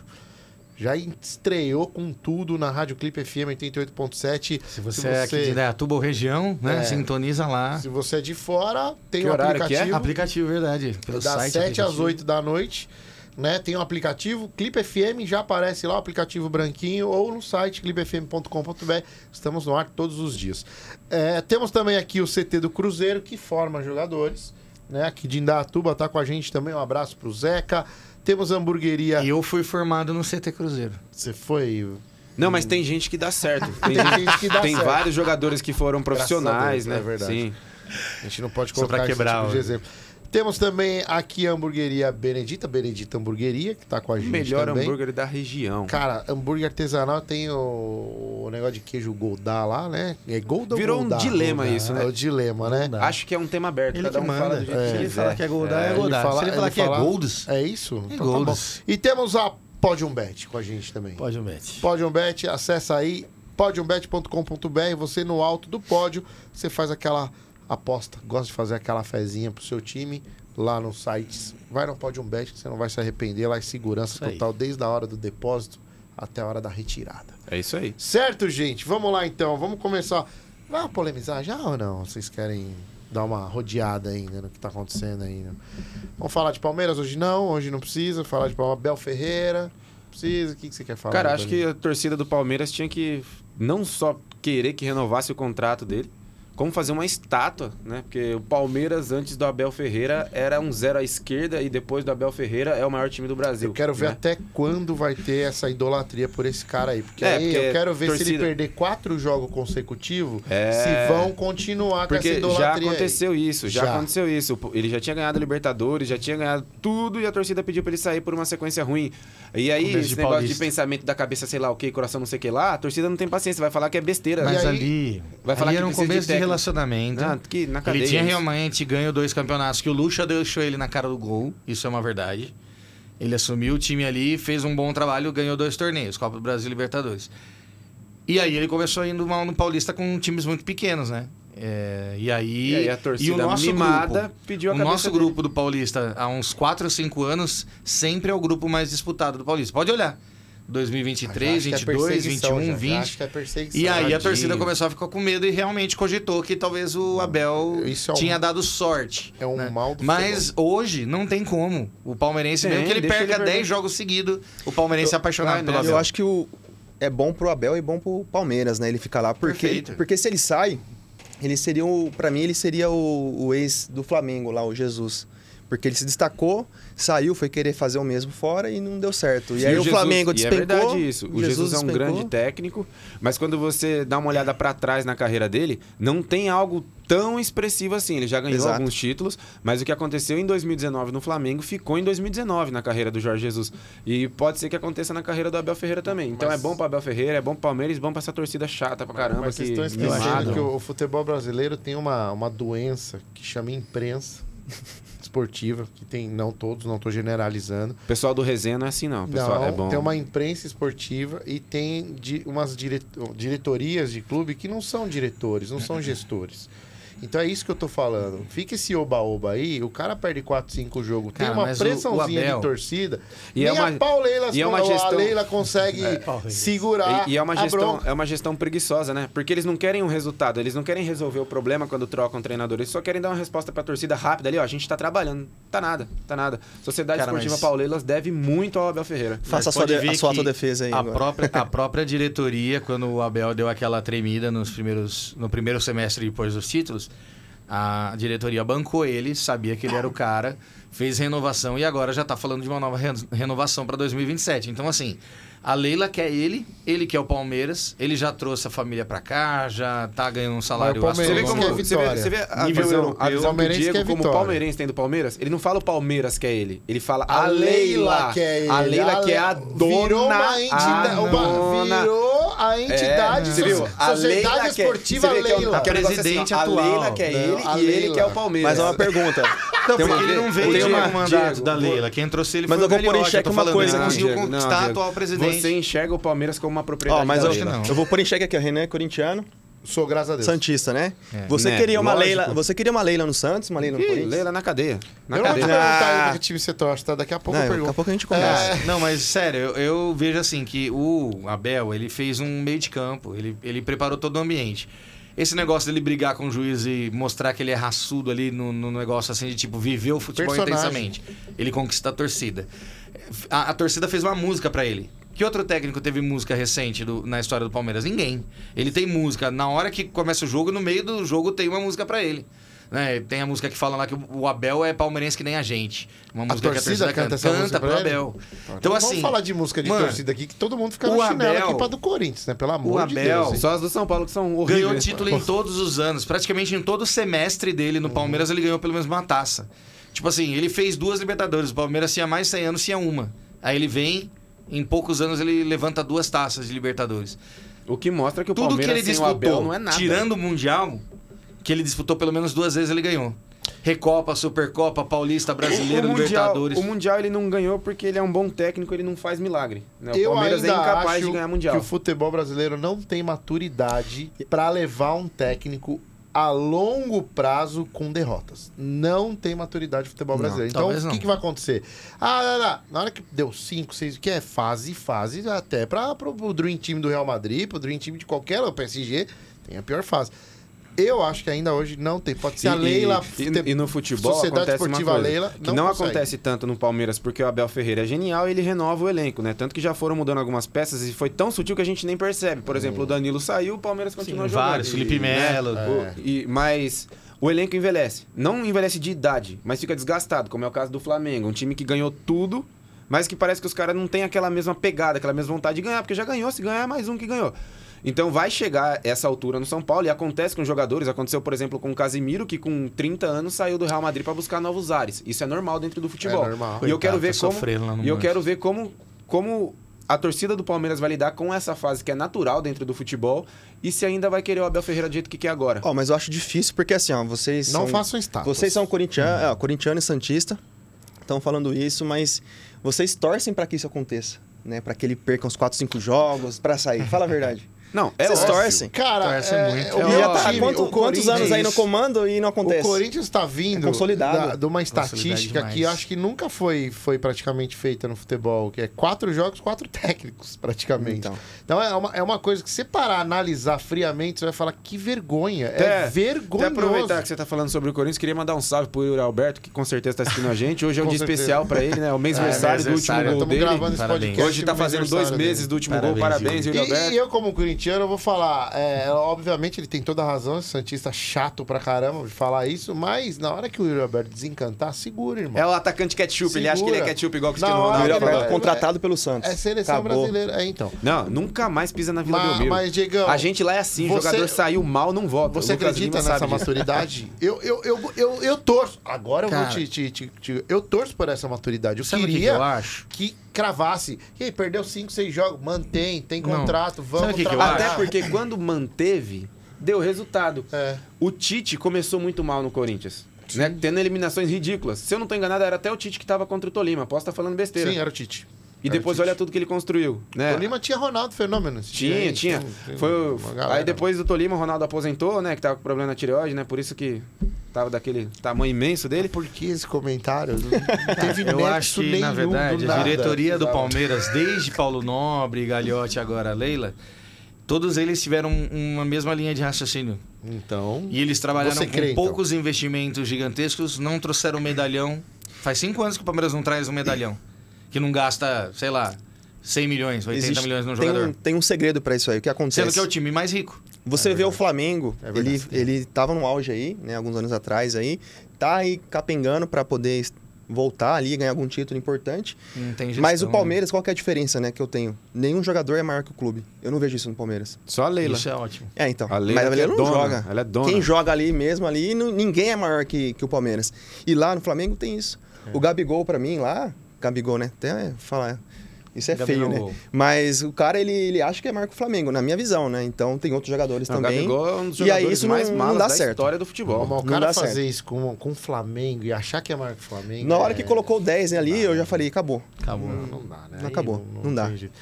[SPEAKER 3] Já estreou com tudo na Rádio Clipe FM 88.7.
[SPEAKER 4] Se você,
[SPEAKER 3] Se
[SPEAKER 4] é aqui
[SPEAKER 3] você- É.
[SPEAKER 4] de Dayatuba ou região, né? Sintoniza lá.
[SPEAKER 3] Se você é de fora, tem
[SPEAKER 2] Que
[SPEAKER 3] o
[SPEAKER 2] horário que é?
[SPEAKER 3] aplicativo.
[SPEAKER 4] Aplicativo, verdade. Pelo
[SPEAKER 3] das
[SPEAKER 4] site,
[SPEAKER 3] 7 às
[SPEAKER 4] aplicativo.
[SPEAKER 3] 8 da noite. Né? Tem um aplicativo, Clipe FM, já aparece lá o aplicativo branquinho ou no site clipefm.com.br. Estamos no ar todos os dias. É, temos também aqui o CT do Cruzeiro, que forma jogadores. Né? Aqui de Indatuba tá com a gente também. Um abraço pro Zeca. Temos a hamburgueria.
[SPEAKER 4] E eu fui formado no CT Cruzeiro.
[SPEAKER 3] Você foi.
[SPEAKER 2] Não, mas tem gente que dá certo. Tem,
[SPEAKER 3] Tem
[SPEAKER 2] gente-
[SPEAKER 3] gente que dá
[SPEAKER 2] tem
[SPEAKER 3] certo.
[SPEAKER 2] vários jogadores que foram profissionais,
[SPEAKER 3] Graças a Deus,
[SPEAKER 2] né?
[SPEAKER 3] é verdade.
[SPEAKER 2] Sim.
[SPEAKER 3] A gente não pode
[SPEAKER 4] Só pra
[SPEAKER 3] colocar esse
[SPEAKER 4] quebrar,
[SPEAKER 3] tipo de
[SPEAKER 4] ó.
[SPEAKER 3] exemplo. Temos também aqui a hamburgueria Benedita, Benedita Hamburgueria, que tá com a gente
[SPEAKER 2] Melhor
[SPEAKER 3] também.
[SPEAKER 2] hambúrguer da região.
[SPEAKER 3] Cara, hambúrguer artesanal tem o, o negócio de queijo Goldar lá, né? É Golda ou
[SPEAKER 2] Virou um
[SPEAKER 3] Goldar?
[SPEAKER 2] dilema
[SPEAKER 3] Goldar,
[SPEAKER 2] isso,
[SPEAKER 3] É
[SPEAKER 2] né?
[SPEAKER 3] o dilema, né?
[SPEAKER 4] Goldar.
[SPEAKER 2] Acho que é um tema aberto.
[SPEAKER 4] Ele
[SPEAKER 2] cada
[SPEAKER 4] que
[SPEAKER 2] um
[SPEAKER 4] manda.
[SPEAKER 2] fala do jeito
[SPEAKER 4] Se
[SPEAKER 2] que
[SPEAKER 4] ele
[SPEAKER 2] ele
[SPEAKER 4] falar que é Goldar, é,
[SPEAKER 3] ele
[SPEAKER 4] Goldar.
[SPEAKER 3] fala-
[SPEAKER 4] Se ele falar
[SPEAKER 3] ele
[SPEAKER 4] que é
[SPEAKER 3] fala-
[SPEAKER 4] Golds,
[SPEAKER 3] É isso? Então tá
[SPEAKER 4] Golds.
[SPEAKER 3] bom. E temos a Podium Bet com a gente também.
[SPEAKER 4] pode um bet.
[SPEAKER 3] Podium Bet, acessa aí podiumbet.com.br, você no alto do pódio, você faz aquela aposta, gosta de fazer aquela fezinha pro seu time lá no site. Vai no Podium Bet que você não vai se arrepender, lá é segurança
[SPEAKER 4] Isso aí.
[SPEAKER 3] total desde a hora do depósito até a hora da retirada.
[SPEAKER 2] É isso aí.
[SPEAKER 3] Certo, gente? Vamos lá então, vamos começar. Vai polemizar já ou não? Vocês querem dar uma rodeada ainda no que tá acontecendo ainda? Vamos falar de Palmeiras hoje não, hoje não precisa. Falar de Palmeiras, Bel Ferreira, precisa. O que, que você quer falar?
[SPEAKER 2] Cara, acho
[SPEAKER 3] Danilo?
[SPEAKER 2] que a torcida do Palmeiras tinha que não só querer que renovasse o contrato dele, como fazer uma estátua, né? Porque o Palmeiras, antes do Abel Ferreira, era um zero à esquerda e depois do Abel Ferreira é o maior time do Brasil.
[SPEAKER 3] Eu quero ver
[SPEAKER 2] né?
[SPEAKER 3] até quando vai ter essa idolatria por esse cara aí. Porque,
[SPEAKER 2] É,
[SPEAKER 3] aí
[SPEAKER 2] porque
[SPEAKER 3] eu quero ver se ele
[SPEAKER 2] torcida-
[SPEAKER 3] perder quatro jogos consecutivos,
[SPEAKER 2] É.
[SPEAKER 3] se vão continuar com essa
[SPEAKER 2] Porque já
[SPEAKER 3] idolatria. aí.
[SPEAKER 2] aconteceu isso, já,
[SPEAKER 3] Já.
[SPEAKER 2] aconteceu isso. Ele já tinha ganhado a Libertadores, já tinha ganhado tudo e a torcida pediu pra ele sair por uma sequência ruim. E aí,
[SPEAKER 4] Começo de
[SPEAKER 2] esse negócio de
[SPEAKER 4] Paulista.
[SPEAKER 2] pensamento da cabeça, sei lá o que, coração não sei o que lá, a torcida não tem paciência, vai falar que é besteira.
[SPEAKER 4] Mas
[SPEAKER 3] E aí-
[SPEAKER 4] ali.
[SPEAKER 2] Vai falar
[SPEAKER 4] ali
[SPEAKER 2] que
[SPEAKER 4] era
[SPEAKER 2] precisa
[SPEAKER 4] um
[SPEAKER 2] de
[SPEAKER 4] começo de,
[SPEAKER 2] técnico.
[SPEAKER 4] relacionamento.
[SPEAKER 2] Ah, que na cadeia.
[SPEAKER 4] Ele tinha
[SPEAKER 2] isso.
[SPEAKER 4] realmente ganho dois campeonatos que o Lucha deixou ele na cara do gol, isso é uma verdade. Ele assumiu o time ali, fez um bom trabalho, ganhou dois torneios, Copa do Brasil e Libertadores. E aí ele começou indo mal no Paulista com times muito pequenos, né? É, e aí,
[SPEAKER 2] E aí a torcida
[SPEAKER 4] e o nosso
[SPEAKER 2] mimada
[SPEAKER 4] grupo,
[SPEAKER 2] pediu a
[SPEAKER 4] O
[SPEAKER 2] cabeça
[SPEAKER 4] nosso
[SPEAKER 2] dele.
[SPEAKER 4] grupo do Paulista, há uns 4 ou 5 anos, sempre é o grupo mais disputado do Paulista. Pode olhar.
[SPEAKER 3] Ah, já
[SPEAKER 4] 2023,
[SPEAKER 3] acho que é
[SPEAKER 4] 22,
[SPEAKER 3] perseguição,
[SPEAKER 4] 21,
[SPEAKER 3] já, já
[SPEAKER 4] 20.
[SPEAKER 3] acho que é perseguição.
[SPEAKER 4] E aí a
[SPEAKER 2] Tadinho.
[SPEAKER 4] torcida começou a ficar com medo e realmente cogitou que talvez o Abel
[SPEAKER 3] isso é um-
[SPEAKER 4] tinha dado sorte.
[SPEAKER 3] é um
[SPEAKER 4] né?
[SPEAKER 3] mal do
[SPEAKER 4] Mas hoje não tem como. O palmeirense,
[SPEAKER 2] Tem,
[SPEAKER 4] mesmo que ele
[SPEAKER 2] deixa ele
[SPEAKER 4] perca
[SPEAKER 2] perder.
[SPEAKER 4] 10 jogos seguidos, o palmeirense é apaixonado
[SPEAKER 2] vai,
[SPEAKER 4] pelo
[SPEAKER 2] né?
[SPEAKER 4] Abel.
[SPEAKER 5] Eu acho que o, é bom pro Abel e bom pro Palmeiras, né? Ele ficar lá. Porque,
[SPEAKER 4] Perfeito.
[SPEAKER 5] porque se ele sai, ele seria o. Pra mim, ele seria o, o ex do Flamengo lá, o Jesus. Porque ele se destacou, saiu, foi querer fazer o mesmo fora e não deu certo. E, aí o
[SPEAKER 2] Jesus-
[SPEAKER 5] Flamengo
[SPEAKER 2] e
[SPEAKER 5] despencou.
[SPEAKER 2] É verdade isso. O Jesus, é um
[SPEAKER 5] despencou.
[SPEAKER 2] grande técnico, mas quando você dá uma olhada pra trás na carreira dele, não tem algo tão expressivo assim. Ele já ganhou
[SPEAKER 5] Exato.
[SPEAKER 2] alguns títulos, mas o que aconteceu em 2019 no Flamengo ficou em 2019 na carreira do Jorge Jesus. E pode ser que aconteça na carreira do Abel Ferreira também. Então
[SPEAKER 3] Mas-
[SPEAKER 2] é bom pro Abel Ferreira, é bom pro Palmeiras, bom pra essa torcida chata pra caramba
[SPEAKER 3] Mas vocês
[SPEAKER 2] que
[SPEAKER 3] estão
[SPEAKER 2] mimada.
[SPEAKER 3] esquecendo que o futebol brasileiro tem uma, uma doença que chama imprensa esportiva, que tem, não todos, não estou generalizando.
[SPEAKER 2] O pessoal do Resenha não é assim não, pessoal,
[SPEAKER 3] não,
[SPEAKER 2] é bom.
[SPEAKER 3] tem uma imprensa esportiva e oh, tem di- umas dire- diretorias de clube que não são diretores, não são gestores. Então é isso que eu tô falando. Fica esse oba-oba aí, o cara perde 4, 5 jogos. Tem
[SPEAKER 4] Cara,
[SPEAKER 3] uma
[SPEAKER 4] mas o-
[SPEAKER 3] pressãozinha
[SPEAKER 4] o Abel-
[SPEAKER 3] de torcida.
[SPEAKER 2] E
[SPEAKER 3] nem
[SPEAKER 2] é uma-
[SPEAKER 3] a Paul Leila,
[SPEAKER 2] e é uma gestão- É.
[SPEAKER 3] a Leila consegue segurar
[SPEAKER 2] E, e é, uma
[SPEAKER 3] a
[SPEAKER 2] gestão,
[SPEAKER 3] bronca.
[SPEAKER 2] é uma gestão preguiçosa, né? Porque eles não querem um resultado, eles não querem resolver o problema quando trocam treinador, eles só querem dar uma resposta pra torcida rápida ali, ó, a gente tá trabalhando. Tá nada, tá nada. Sociedade
[SPEAKER 4] Cara,
[SPEAKER 2] Esportiva
[SPEAKER 4] mas-
[SPEAKER 2] Pauleiras deve muito ao Abel Ferreira.
[SPEAKER 5] Faça a
[SPEAKER 4] Mas
[SPEAKER 5] sua,
[SPEAKER 4] pode
[SPEAKER 5] de- a
[SPEAKER 4] ver
[SPEAKER 5] sua
[SPEAKER 4] que
[SPEAKER 5] autodefesa aí.
[SPEAKER 4] A
[SPEAKER 5] agora.
[SPEAKER 4] própria, a própria diretoria, quando o Abel deu aquela tremida nos primeiros, no primeiro semestre depois dos títulos, a diretoria bancou ele, sabia que ele era o cara, fez renovação e agora já está falando de uma nova ren- renovação para 2027. Então, assim, a Leila quer ele, ele quer o Palmeiras, ele já trouxe a família para cá, já tá ganhando um salário
[SPEAKER 3] Mas o Palmeiras
[SPEAKER 2] Você vê,
[SPEAKER 3] Palmeiras
[SPEAKER 2] como, é
[SPEAKER 3] quer
[SPEAKER 2] você vê,
[SPEAKER 3] vitória.
[SPEAKER 2] você vê a
[SPEAKER 3] Nível
[SPEAKER 2] visão,
[SPEAKER 3] europeu,
[SPEAKER 2] a visão do é
[SPEAKER 3] palmeirense
[SPEAKER 2] Diego
[SPEAKER 3] quer
[SPEAKER 2] como o
[SPEAKER 3] vitória.
[SPEAKER 2] palmeirense tem do Palmeiras. Ele não fala o Palmeiras que é ele. Ele fala a,
[SPEAKER 3] A Leila
[SPEAKER 2] Leila.
[SPEAKER 3] que é ele.
[SPEAKER 2] A Leila que é a dona.
[SPEAKER 3] Virou uma
[SPEAKER 2] a
[SPEAKER 3] entidade. uma-
[SPEAKER 2] dona.
[SPEAKER 3] virou a entidade.
[SPEAKER 2] É, você viu?
[SPEAKER 3] so-
[SPEAKER 2] A
[SPEAKER 3] Sociedade
[SPEAKER 2] Leila que é-
[SPEAKER 3] Esportiva
[SPEAKER 2] você vê que é um-
[SPEAKER 3] Leila.
[SPEAKER 2] que é um negócio assim, ó,
[SPEAKER 4] Presidente
[SPEAKER 2] a
[SPEAKER 4] atual.
[SPEAKER 2] Leila que é
[SPEAKER 3] Não,
[SPEAKER 2] ele
[SPEAKER 3] a
[SPEAKER 2] e ele
[SPEAKER 3] Leila.
[SPEAKER 2] que é o Palmeiras.
[SPEAKER 5] Mas é uma pergunta. Não,
[SPEAKER 2] Tem
[SPEAKER 4] Porque
[SPEAKER 2] uma-
[SPEAKER 4] ele não
[SPEAKER 2] o
[SPEAKER 4] veio
[SPEAKER 2] Diego-
[SPEAKER 4] o mandato
[SPEAKER 2] Diego,
[SPEAKER 4] da
[SPEAKER 2] vou-
[SPEAKER 4] Leila. Quem trouxe ele
[SPEAKER 5] Mas
[SPEAKER 4] foi
[SPEAKER 5] eu vou
[SPEAKER 4] o
[SPEAKER 5] pôr em
[SPEAKER 4] Gagliotti, eu
[SPEAKER 5] xeque
[SPEAKER 4] tô
[SPEAKER 5] uma
[SPEAKER 4] falando, né?
[SPEAKER 5] coisa
[SPEAKER 4] Ele
[SPEAKER 5] aqui.
[SPEAKER 4] conseguiu
[SPEAKER 2] Não, Diego, não,
[SPEAKER 4] conquistar a
[SPEAKER 2] Diego.
[SPEAKER 4] atual presidente.
[SPEAKER 2] Você enxerga o Palmeiras como uma propriedade.
[SPEAKER 5] Ó, mas
[SPEAKER 2] da
[SPEAKER 5] eu,
[SPEAKER 4] acho que
[SPEAKER 2] Leila.
[SPEAKER 4] não.
[SPEAKER 5] eu vou pôr em xeque aqui, o Renan é corintiano,
[SPEAKER 3] Sou, graças a Deus.
[SPEAKER 5] Santista, né?
[SPEAKER 4] É.
[SPEAKER 5] Você,
[SPEAKER 2] Né,
[SPEAKER 5] queria uma
[SPEAKER 2] lógico.
[SPEAKER 5] Leila, você queria uma Leila no Santos, uma Leila no
[SPEAKER 2] Ih,
[SPEAKER 5] Corinthians?
[SPEAKER 2] Leila na cadeia. Na
[SPEAKER 3] Eu não vou te
[SPEAKER 2] cadeia.
[SPEAKER 3] perguntar
[SPEAKER 5] Ah.
[SPEAKER 3] aí que time você torce, tá? Daqui a pouco
[SPEAKER 5] Não,
[SPEAKER 3] eu
[SPEAKER 5] daqui a
[SPEAKER 3] pergunto.
[SPEAKER 5] pouco a gente conversa.
[SPEAKER 3] É.
[SPEAKER 4] Não, mas sério, eu, eu vejo assim que o Abel, ele fez um meio de campo, ele, ele preparou todo o ambiente. Esse negócio dele brigar com o juiz e mostrar que ele é raçudo ali no, no negócio assim de tipo viver o futebol
[SPEAKER 3] Personagem.
[SPEAKER 4] intensamente. Ele conquista a torcida. A, a torcida fez uma música pra ele. Que outro técnico teve música recente do- na história do Palmeiras? Ninguém. Ele tem música na hora que começa o jogo, no meio do jogo tem uma música pra ele. Né? Tem a música que fala lá que o Abel é palmeirense que nem a gente. Uma música que a
[SPEAKER 3] torcida
[SPEAKER 4] torcida canta,
[SPEAKER 3] canta essa música pra
[SPEAKER 4] pro
[SPEAKER 3] ele?
[SPEAKER 4] Abel. Então,
[SPEAKER 3] Vamos
[SPEAKER 4] assim.
[SPEAKER 3] falar de música de
[SPEAKER 4] mano,
[SPEAKER 3] torcida aqui, que todo mundo fica
[SPEAKER 4] o
[SPEAKER 3] no chinelo
[SPEAKER 4] Abel-
[SPEAKER 3] aqui pra do Corinthians, né? Pelo amor
[SPEAKER 4] O
[SPEAKER 3] de
[SPEAKER 4] Abel-
[SPEAKER 3] Deus. hein?
[SPEAKER 2] Só as do São Paulo que são horríveis.
[SPEAKER 4] Ganhou título em todos os anos. Praticamente em todo o semestre dele no Palmeiras, ele ganhou pelo menos uma taça. Tipo assim, ele fez duas Libertadores. O Palmeiras tinha mais 100 anos, tinha uma. Aí ele vem, em poucos anos, ele levanta duas taças de Libertadores.
[SPEAKER 2] O que mostra que o
[SPEAKER 4] Tudo que
[SPEAKER 2] Palmeiras
[SPEAKER 4] ele
[SPEAKER 2] sem o Abel
[SPEAKER 4] disputou,
[SPEAKER 2] não é nada.
[SPEAKER 4] tirando o Mundial, que ele disputou pelo menos duas vezes, ele ganhou. Recopa, Supercopa, Paulista, Brasileiro,
[SPEAKER 2] o mundial,
[SPEAKER 4] Libertadores.
[SPEAKER 2] o mundial ele não ganhou porque ele é um bom técnico, ele não faz milagre. né? O
[SPEAKER 3] Eu
[SPEAKER 2] Palmeiras
[SPEAKER 3] ainda
[SPEAKER 2] é incapaz
[SPEAKER 3] acho
[SPEAKER 2] de ganhar mundial.
[SPEAKER 3] que o futebol brasileiro não tem maturidade pra levar um técnico a longo prazo com derrotas. Não tem maturidade o futebol
[SPEAKER 4] Não,
[SPEAKER 3] brasileiro. Então,
[SPEAKER 4] talvez
[SPEAKER 3] o que,
[SPEAKER 4] não.
[SPEAKER 3] que vai acontecer? Ah, lá, lá, na hora que deu 5, 6, que é fase, fase, até para o Dream Team do Real Madrid, pro Dream Team de qualquer, o PSG, tem a pior fase. Eu acho que ainda hoje não tem. Pode ser a
[SPEAKER 2] E-
[SPEAKER 3] Leila...
[SPEAKER 2] e,
[SPEAKER 3] fute-
[SPEAKER 2] e no futebol
[SPEAKER 3] Sociedade
[SPEAKER 2] acontece uma
[SPEAKER 3] Esportiva
[SPEAKER 2] coisa
[SPEAKER 3] Leila
[SPEAKER 2] que
[SPEAKER 3] não
[SPEAKER 2] não,
[SPEAKER 3] consegue.
[SPEAKER 2] acontece tanto no Palmeiras porque o Abel Ferreira é genial e ele renova o elenco, né? Tanto que já foram mudando algumas peças e foi tão sutil que a gente nem percebe. Por exemplo, o Danilo saiu, o Palmeiras continua jogando.
[SPEAKER 4] vários,
[SPEAKER 2] E,
[SPEAKER 4] Felipe
[SPEAKER 2] né,
[SPEAKER 4] Melo.
[SPEAKER 2] o- e- mas o elenco envelhece. Não envelhece de idade, mas fica desgastado, como é o caso do Flamengo. Um time que ganhou tudo, mas que parece que os caras não têm aquela mesma pegada, aquela mesma vontade de ganhar, porque já ganhou, se ganhar é mais um que ganhou. Então vai chegar essa altura no São Paulo e acontece com jogadores. Aconteceu, por exemplo, com o Casimiro, que com 30 anos saiu do Real Madrid para buscar novos ares. Isso é normal dentro do futebol.
[SPEAKER 3] É normal.
[SPEAKER 2] E eu quero
[SPEAKER 4] Coitado,
[SPEAKER 2] ver
[SPEAKER 4] tá
[SPEAKER 2] como.
[SPEAKER 4] sofrendo lá no
[SPEAKER 2] E eu
[SPEAKER 4] Manchester.
[SPEAKER 2] quero ver como, como a torcida do Palmeiras vai lidar com essa fase que é natural dentro do futebol e se ainda vai querer o Abel Ferreira do jeito que quer agora.
[SPEAKER 5] Ó, mas eu acho difícil porque assim, ó, vocês
[SPEAKER 3] Não
[SPEAKER 5] são...
[SPEAKER 3] façam estátua.
[SPEAKER 5] Vocês são corintiano, é, ó, corintiano e santista, estão falando isso, mas vocês torcem pra que isso aconteça, né? Para que ele perca uns 4, 5 jogos pra sair. Fala a verdade.
[SPEAKER 2] Não, é
[SPEAKER 5] vocês
[SPEAKER 2] óbvio.
[SPEAKER 5] torcem.
[SPEAKER 3] Cara,
[SPEAKER 4] Torce
[SPEAKER 3] é,
[SPEAKER 4] muito.
[SPEAKER 3] o
[SPEAKER 5] E
[SPEAKER 2] É
[SPEAKER 3] meu
[SPEAKER 5] já tá há
[SPEAKER 3] time,
[SPEAKER 5] quanto-
[SPEAKER 3] o
[SPEAKER 5] quantos anos aí no
[SPEAKER 3] Corinthians-
[SPEAKER 5] comando e não
[SPEAKER 3] O
[SPEAKER 5] acontece?
[SPEAKER 3] Corinthians está vindo
[SPEAKER 5] É consolidado.
[SPEAKER 3] da- de uma estatística
[SPEAKER 4] Consolidado
[SPEAKER 3] que
[SPEAKER 4] demais.
[SPEAKER 3] acho que nunca foi, foi praticamente feita no futebol, que é quatro jogos, quatro técnicos, praticamente. Então,
[SPEAKER 5] Então.
[SPEAKER 3] é, uma, é uma coisa que você parar, analisar friamente, você vai falar que vergonha. É,
[SPEAKER 2] Até- Até
[SPEAKER 3] vergonhoso.
[SPEAKER 2] aproveitar que você tá falando sobre o Corinthians, queria mandar um salve pro Yuri Alberto, que com certeza tá assistindo a gente. Hoje é um
[SPEAKER 3] Com
[SPEAKER 2] dia
[SPEAKER 3] certeza.
[SPEAKER 2] especial pra ele, né? O mês
[SPEAKER 4] É,
[SPEAKER 2] aniversário do último gol
[SPEAKER 4] mêsversário.
[SPEAKER 3] Estamos
[SPEAKER 2] dele.
[SPEAKER 3] gravando esse
[SPEAKER 4] Parabéns.
[SPEAKER 3] podcast.
[SPEAKER 2] Hoje tá
[SPEAKER 3] no
[SPEAKER 2] fazendo dois
[SPEAKER 3] aniversário
[SPEAKER 2] meses
[SPEAKER 3] dele.
[SPEAKER 2] do último gol.
[SPEAKER 4] Parabéns,
[SPEAKER 2] Parabéns, Yuri
[SPEAKER 3] E,
[SPEAKER 2] Alberto.
[SPEAKER 3] e eu, como corintiano, eu vou falar. é, obviamente, ele tem toda a razão, esse Santista chato pra caramba de falar isso, mas na hora que o Yuri Alberto desencantar, segura, irmão.
[SPEAKER 2] É o atacante ketchup, ele acha que ele é
[SPEAKER 3] Segura.
[SPEAKER 2] ketchup igual que
[SPEAKER 3] Na
[SPEAKER 2] o
[SPEAKER 3] hora
[SPEAKER 5] Yuri
[SPEAKER 2] Ronaldo.
[SPEAKER 5] Alberto
[SPEAKER 3] é-
[SPEAKER 5] contratado pelo Santos.
[SPEAKER 3] É seleção
[SPEAKER 5] Acabou.
[SPEAKER 3] brasileira. É, então.
[SPEAKER 2] Não, nunca mais pisa na Vila
[SPEAKER 3] Mas-
[SPEAKER 2] Belmiro.
[SPEAKER 3] mas, Diegão,
[SPEAKER 2] a gente lá é assim, o
[SPEAKER 3] você-
[SPEAKER 2] jogador saiu mal, não volta.
[SPEAKER 3] Você
[SPEAKER 2] O Lucas
[SPEAKER 3] acredita
[SPEAKER 2] Lima
[SPEAKER 3] nessa
[SPEAKER 2] sabe disso.
[SPEAKER 3] maturidade? eu, eu, eu, eu, eu torço. Agora eu
[SPEAKER 4] Cara.
[SPEAKER 3] vou te, te- te- te- Eu torço por essa maturidade. Eu
[SPEAKER 4] Sabe o que que
[SPEAKER 3] queria
[SPEAKER 4] eu acho?
[SPEAKER 3] que cravasse. E aí, perdeu 5, 6 jogos. Mantém, tem
[SPEAKER 4] Não.
[SPEAKER 3] contrato,
[SPEAKER 4] o
[SPEAKER 3] vamos
[SPEAKER 4] que que eu
[SPEAKER 3] trabalhar.
[SPEAKER 2] Até porque quando manteve, deu resultado.
[SPEAKER 3] É.
[SPEAKER 2] O Tite começou muito mal no Corinthians. Né? Tendo eliminações ridículas. Se eu não tô enganado, era até o Tite que tava contra o Tolima. Posso estar falando besteira.
[SPEAKER 3] Sim, era o Tite.
[SPEAKER 2] E depois olha tudo que ele construiu,
[SPEAKER 4] É.
[SPEAKER 2] né?
[SPEAKER 3] O Lima tinha Ronaldo Fenômeno. esse
[SPEAKER 2] Tinha,
[SPEAKER 3] time aí,
[SPEAKER 2] tinha.
[SPEAKER 3] tem- um- tem
[SPEAKER 2] Foi o-
[SPEAKER 3] uma galera.
[SPEAKER 2] Aí depois do Tolima, o Ronaldo aposentou, né? Que tava com problema na tireoide, né? Por isso que tava daquele tamanho imenso dele.
[SPEAKER 3] Por que esse comentário? Não teve
[SPEAKER 4] Eu acho
[SPEAKER 3] nexo
[SPEAKER 4] que,
[SPEAKER 3] nenhum
[SPEAKER 4] na verdade,
[SPEAKER 3] do
[SPEAKER 4] a
[SPEAKER 3] nada.
[SPEAKER 4] diretoria do Palmeiras, desde Paulo Nobre, Galhote, agora Leila, todos eles tiveram uma mesma linha de raciocínio.
[SPEAKER 3] Então,
[SPEAKER 4] E eles trabalharam
[SPEAKER 3] Você
[SPEAKER 4] com
[SPEAKER 3] crê, então?
[SPEAKER 4] poucos investimentos gigantescos, não trouxeram medalhão. Faz cinco anos que o Palmeiras não traz um medalhão. Que não gasta, sei lá, 100 milhões, 80
[SPEAKER 5] Existe-
[SPEAKER 4] milhões num
[SPEAKER 5] tem,
[SPEAKER 4] jogador.
[SPEAKER 5] um, tem um segredo pra isso aí. O que acontece?
[SPEAKER 4] Sendo que é o time mais rico.
[SPEAKER 5] Você vê o Flamengo,
[SPEAKER 3] É
[SPEAKER 5] ele,
[SPEAKER 3] verdade.
[SPEAKER 5] ele tava no auge aí, né, alguns anos atrás aí, tá aí capengando pra poder es- voltar ali, ganhar algum título importante.
[SPEAKER 4] Não tem gestão,
[SPEAKER 5] Mas o
[SPEAKER 4] né?
[SPEAKER 5] Palmeiras, qual que é a diferença, né, que eu tenho? Nenhum jogador é maior que o clube. Eu não vejo isso no Palmeiras.
[SPEAKER 2] Só a Leila.
[SPEAKER 4] Isso é ótimo.
[SPEAKER 5] É, então.
[SPEAKER 2] A Leila
[SPEAKER 5] mas a
[SPEAKER 2] que
[SPEAKER 5] Leila
[SPEAKER 2] é
[SPEAKER 5] não
[SPEAKER 2] dona,
[SPEAKER 5] joga.
[SPEAKER 2] ela é dona.
[SPEAKER 5] Quem joga ali mesmo ali, não- ninguém é maior que, que o Palmeiras. E lá no Flamengo tem isso.
[SPEAKER 2] É.
[SPEAKER 5] O Gabigol pra mim lá, Gabigol, né? Até falar isso é
[SPEAKER 4] Gabigol.
[SPEAKER 5] feio, né? Mas o cara, ele, ele acha que é maior que o Flamengo, na minha visão, né? Então tem outros jogadores
[SPEAKER 2] O
[SPEAKER 5] também.
[SPEAKER 2] Gabigol é um dos
[SPEAKER 5] E aí
[SPEAKER 2] jogadores
[SPEAKER 5] isso não-
[SPEAKER 2] mais
[SPEAKER 5] não
[SPEAKER 2] malas
[SPEAKER 5] dá
[SPEAKER 2] da
[SPEAKER 5] certo.
[SPEAKER 2] história do futebol.
[SPEAKER 3] mas o
[SPEAKER 5] Não
[SPEAKER 3] cara
[SPEAKER 5] dá
[SPEAKER 3] fazer
[SPEAKER 5] certo.
[SPEAKER 3] isso com, com o Flamengo e achar que é maior que o Flamengo.
[SPEAKER 5] Na hora
[SPEAKER 3] é-
[SPEAKER 5] que colocou o 10 ali, eu
[SPEAKER 2] Ah.
[SPEAKER 5] já falei, acabou.
[SPEAKER 4] Acabou.
[SPEAKER 3] Não, não dá, né? Aí
[SPEAKER 5] Acabou, não dá.
[SPEAKER 3] tem jeito.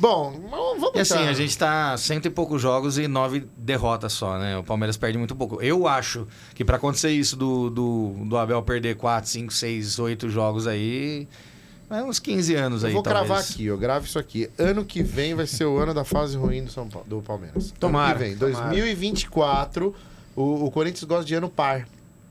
[SPEAKER 3] Bom, vamos
[SPEAKER 4] E assim,
[SPEAKER 3] entrar.
[SPEAKER 4] a gente tá cento e poucos jogos e nove derrotas só, né? O Palmeiras perde muito pouco. Eu acho que pra acontecer isso do, do, do Abel perder 4, 5, 6, 8 jogos aí, é uns 15 anos
[SPEAKER 3] Eu
[SPEAKER 4] aí,
[SPEAKER 3] vou
[SPEAKER 4] talvez.
[SPEAKER 3] cravar aqui, eu gravo isso aqui. Ano que vem vai ser o ano da fase ruim do, São Paulo, do Palmeiras. Ano
[SPEAKER 2] Tomara,
[SPEAKER 3] que vem,
[SPEAKER 2] tomara.
[SPEAKER 3] 2024, o, o Corinthians gosta de ano par.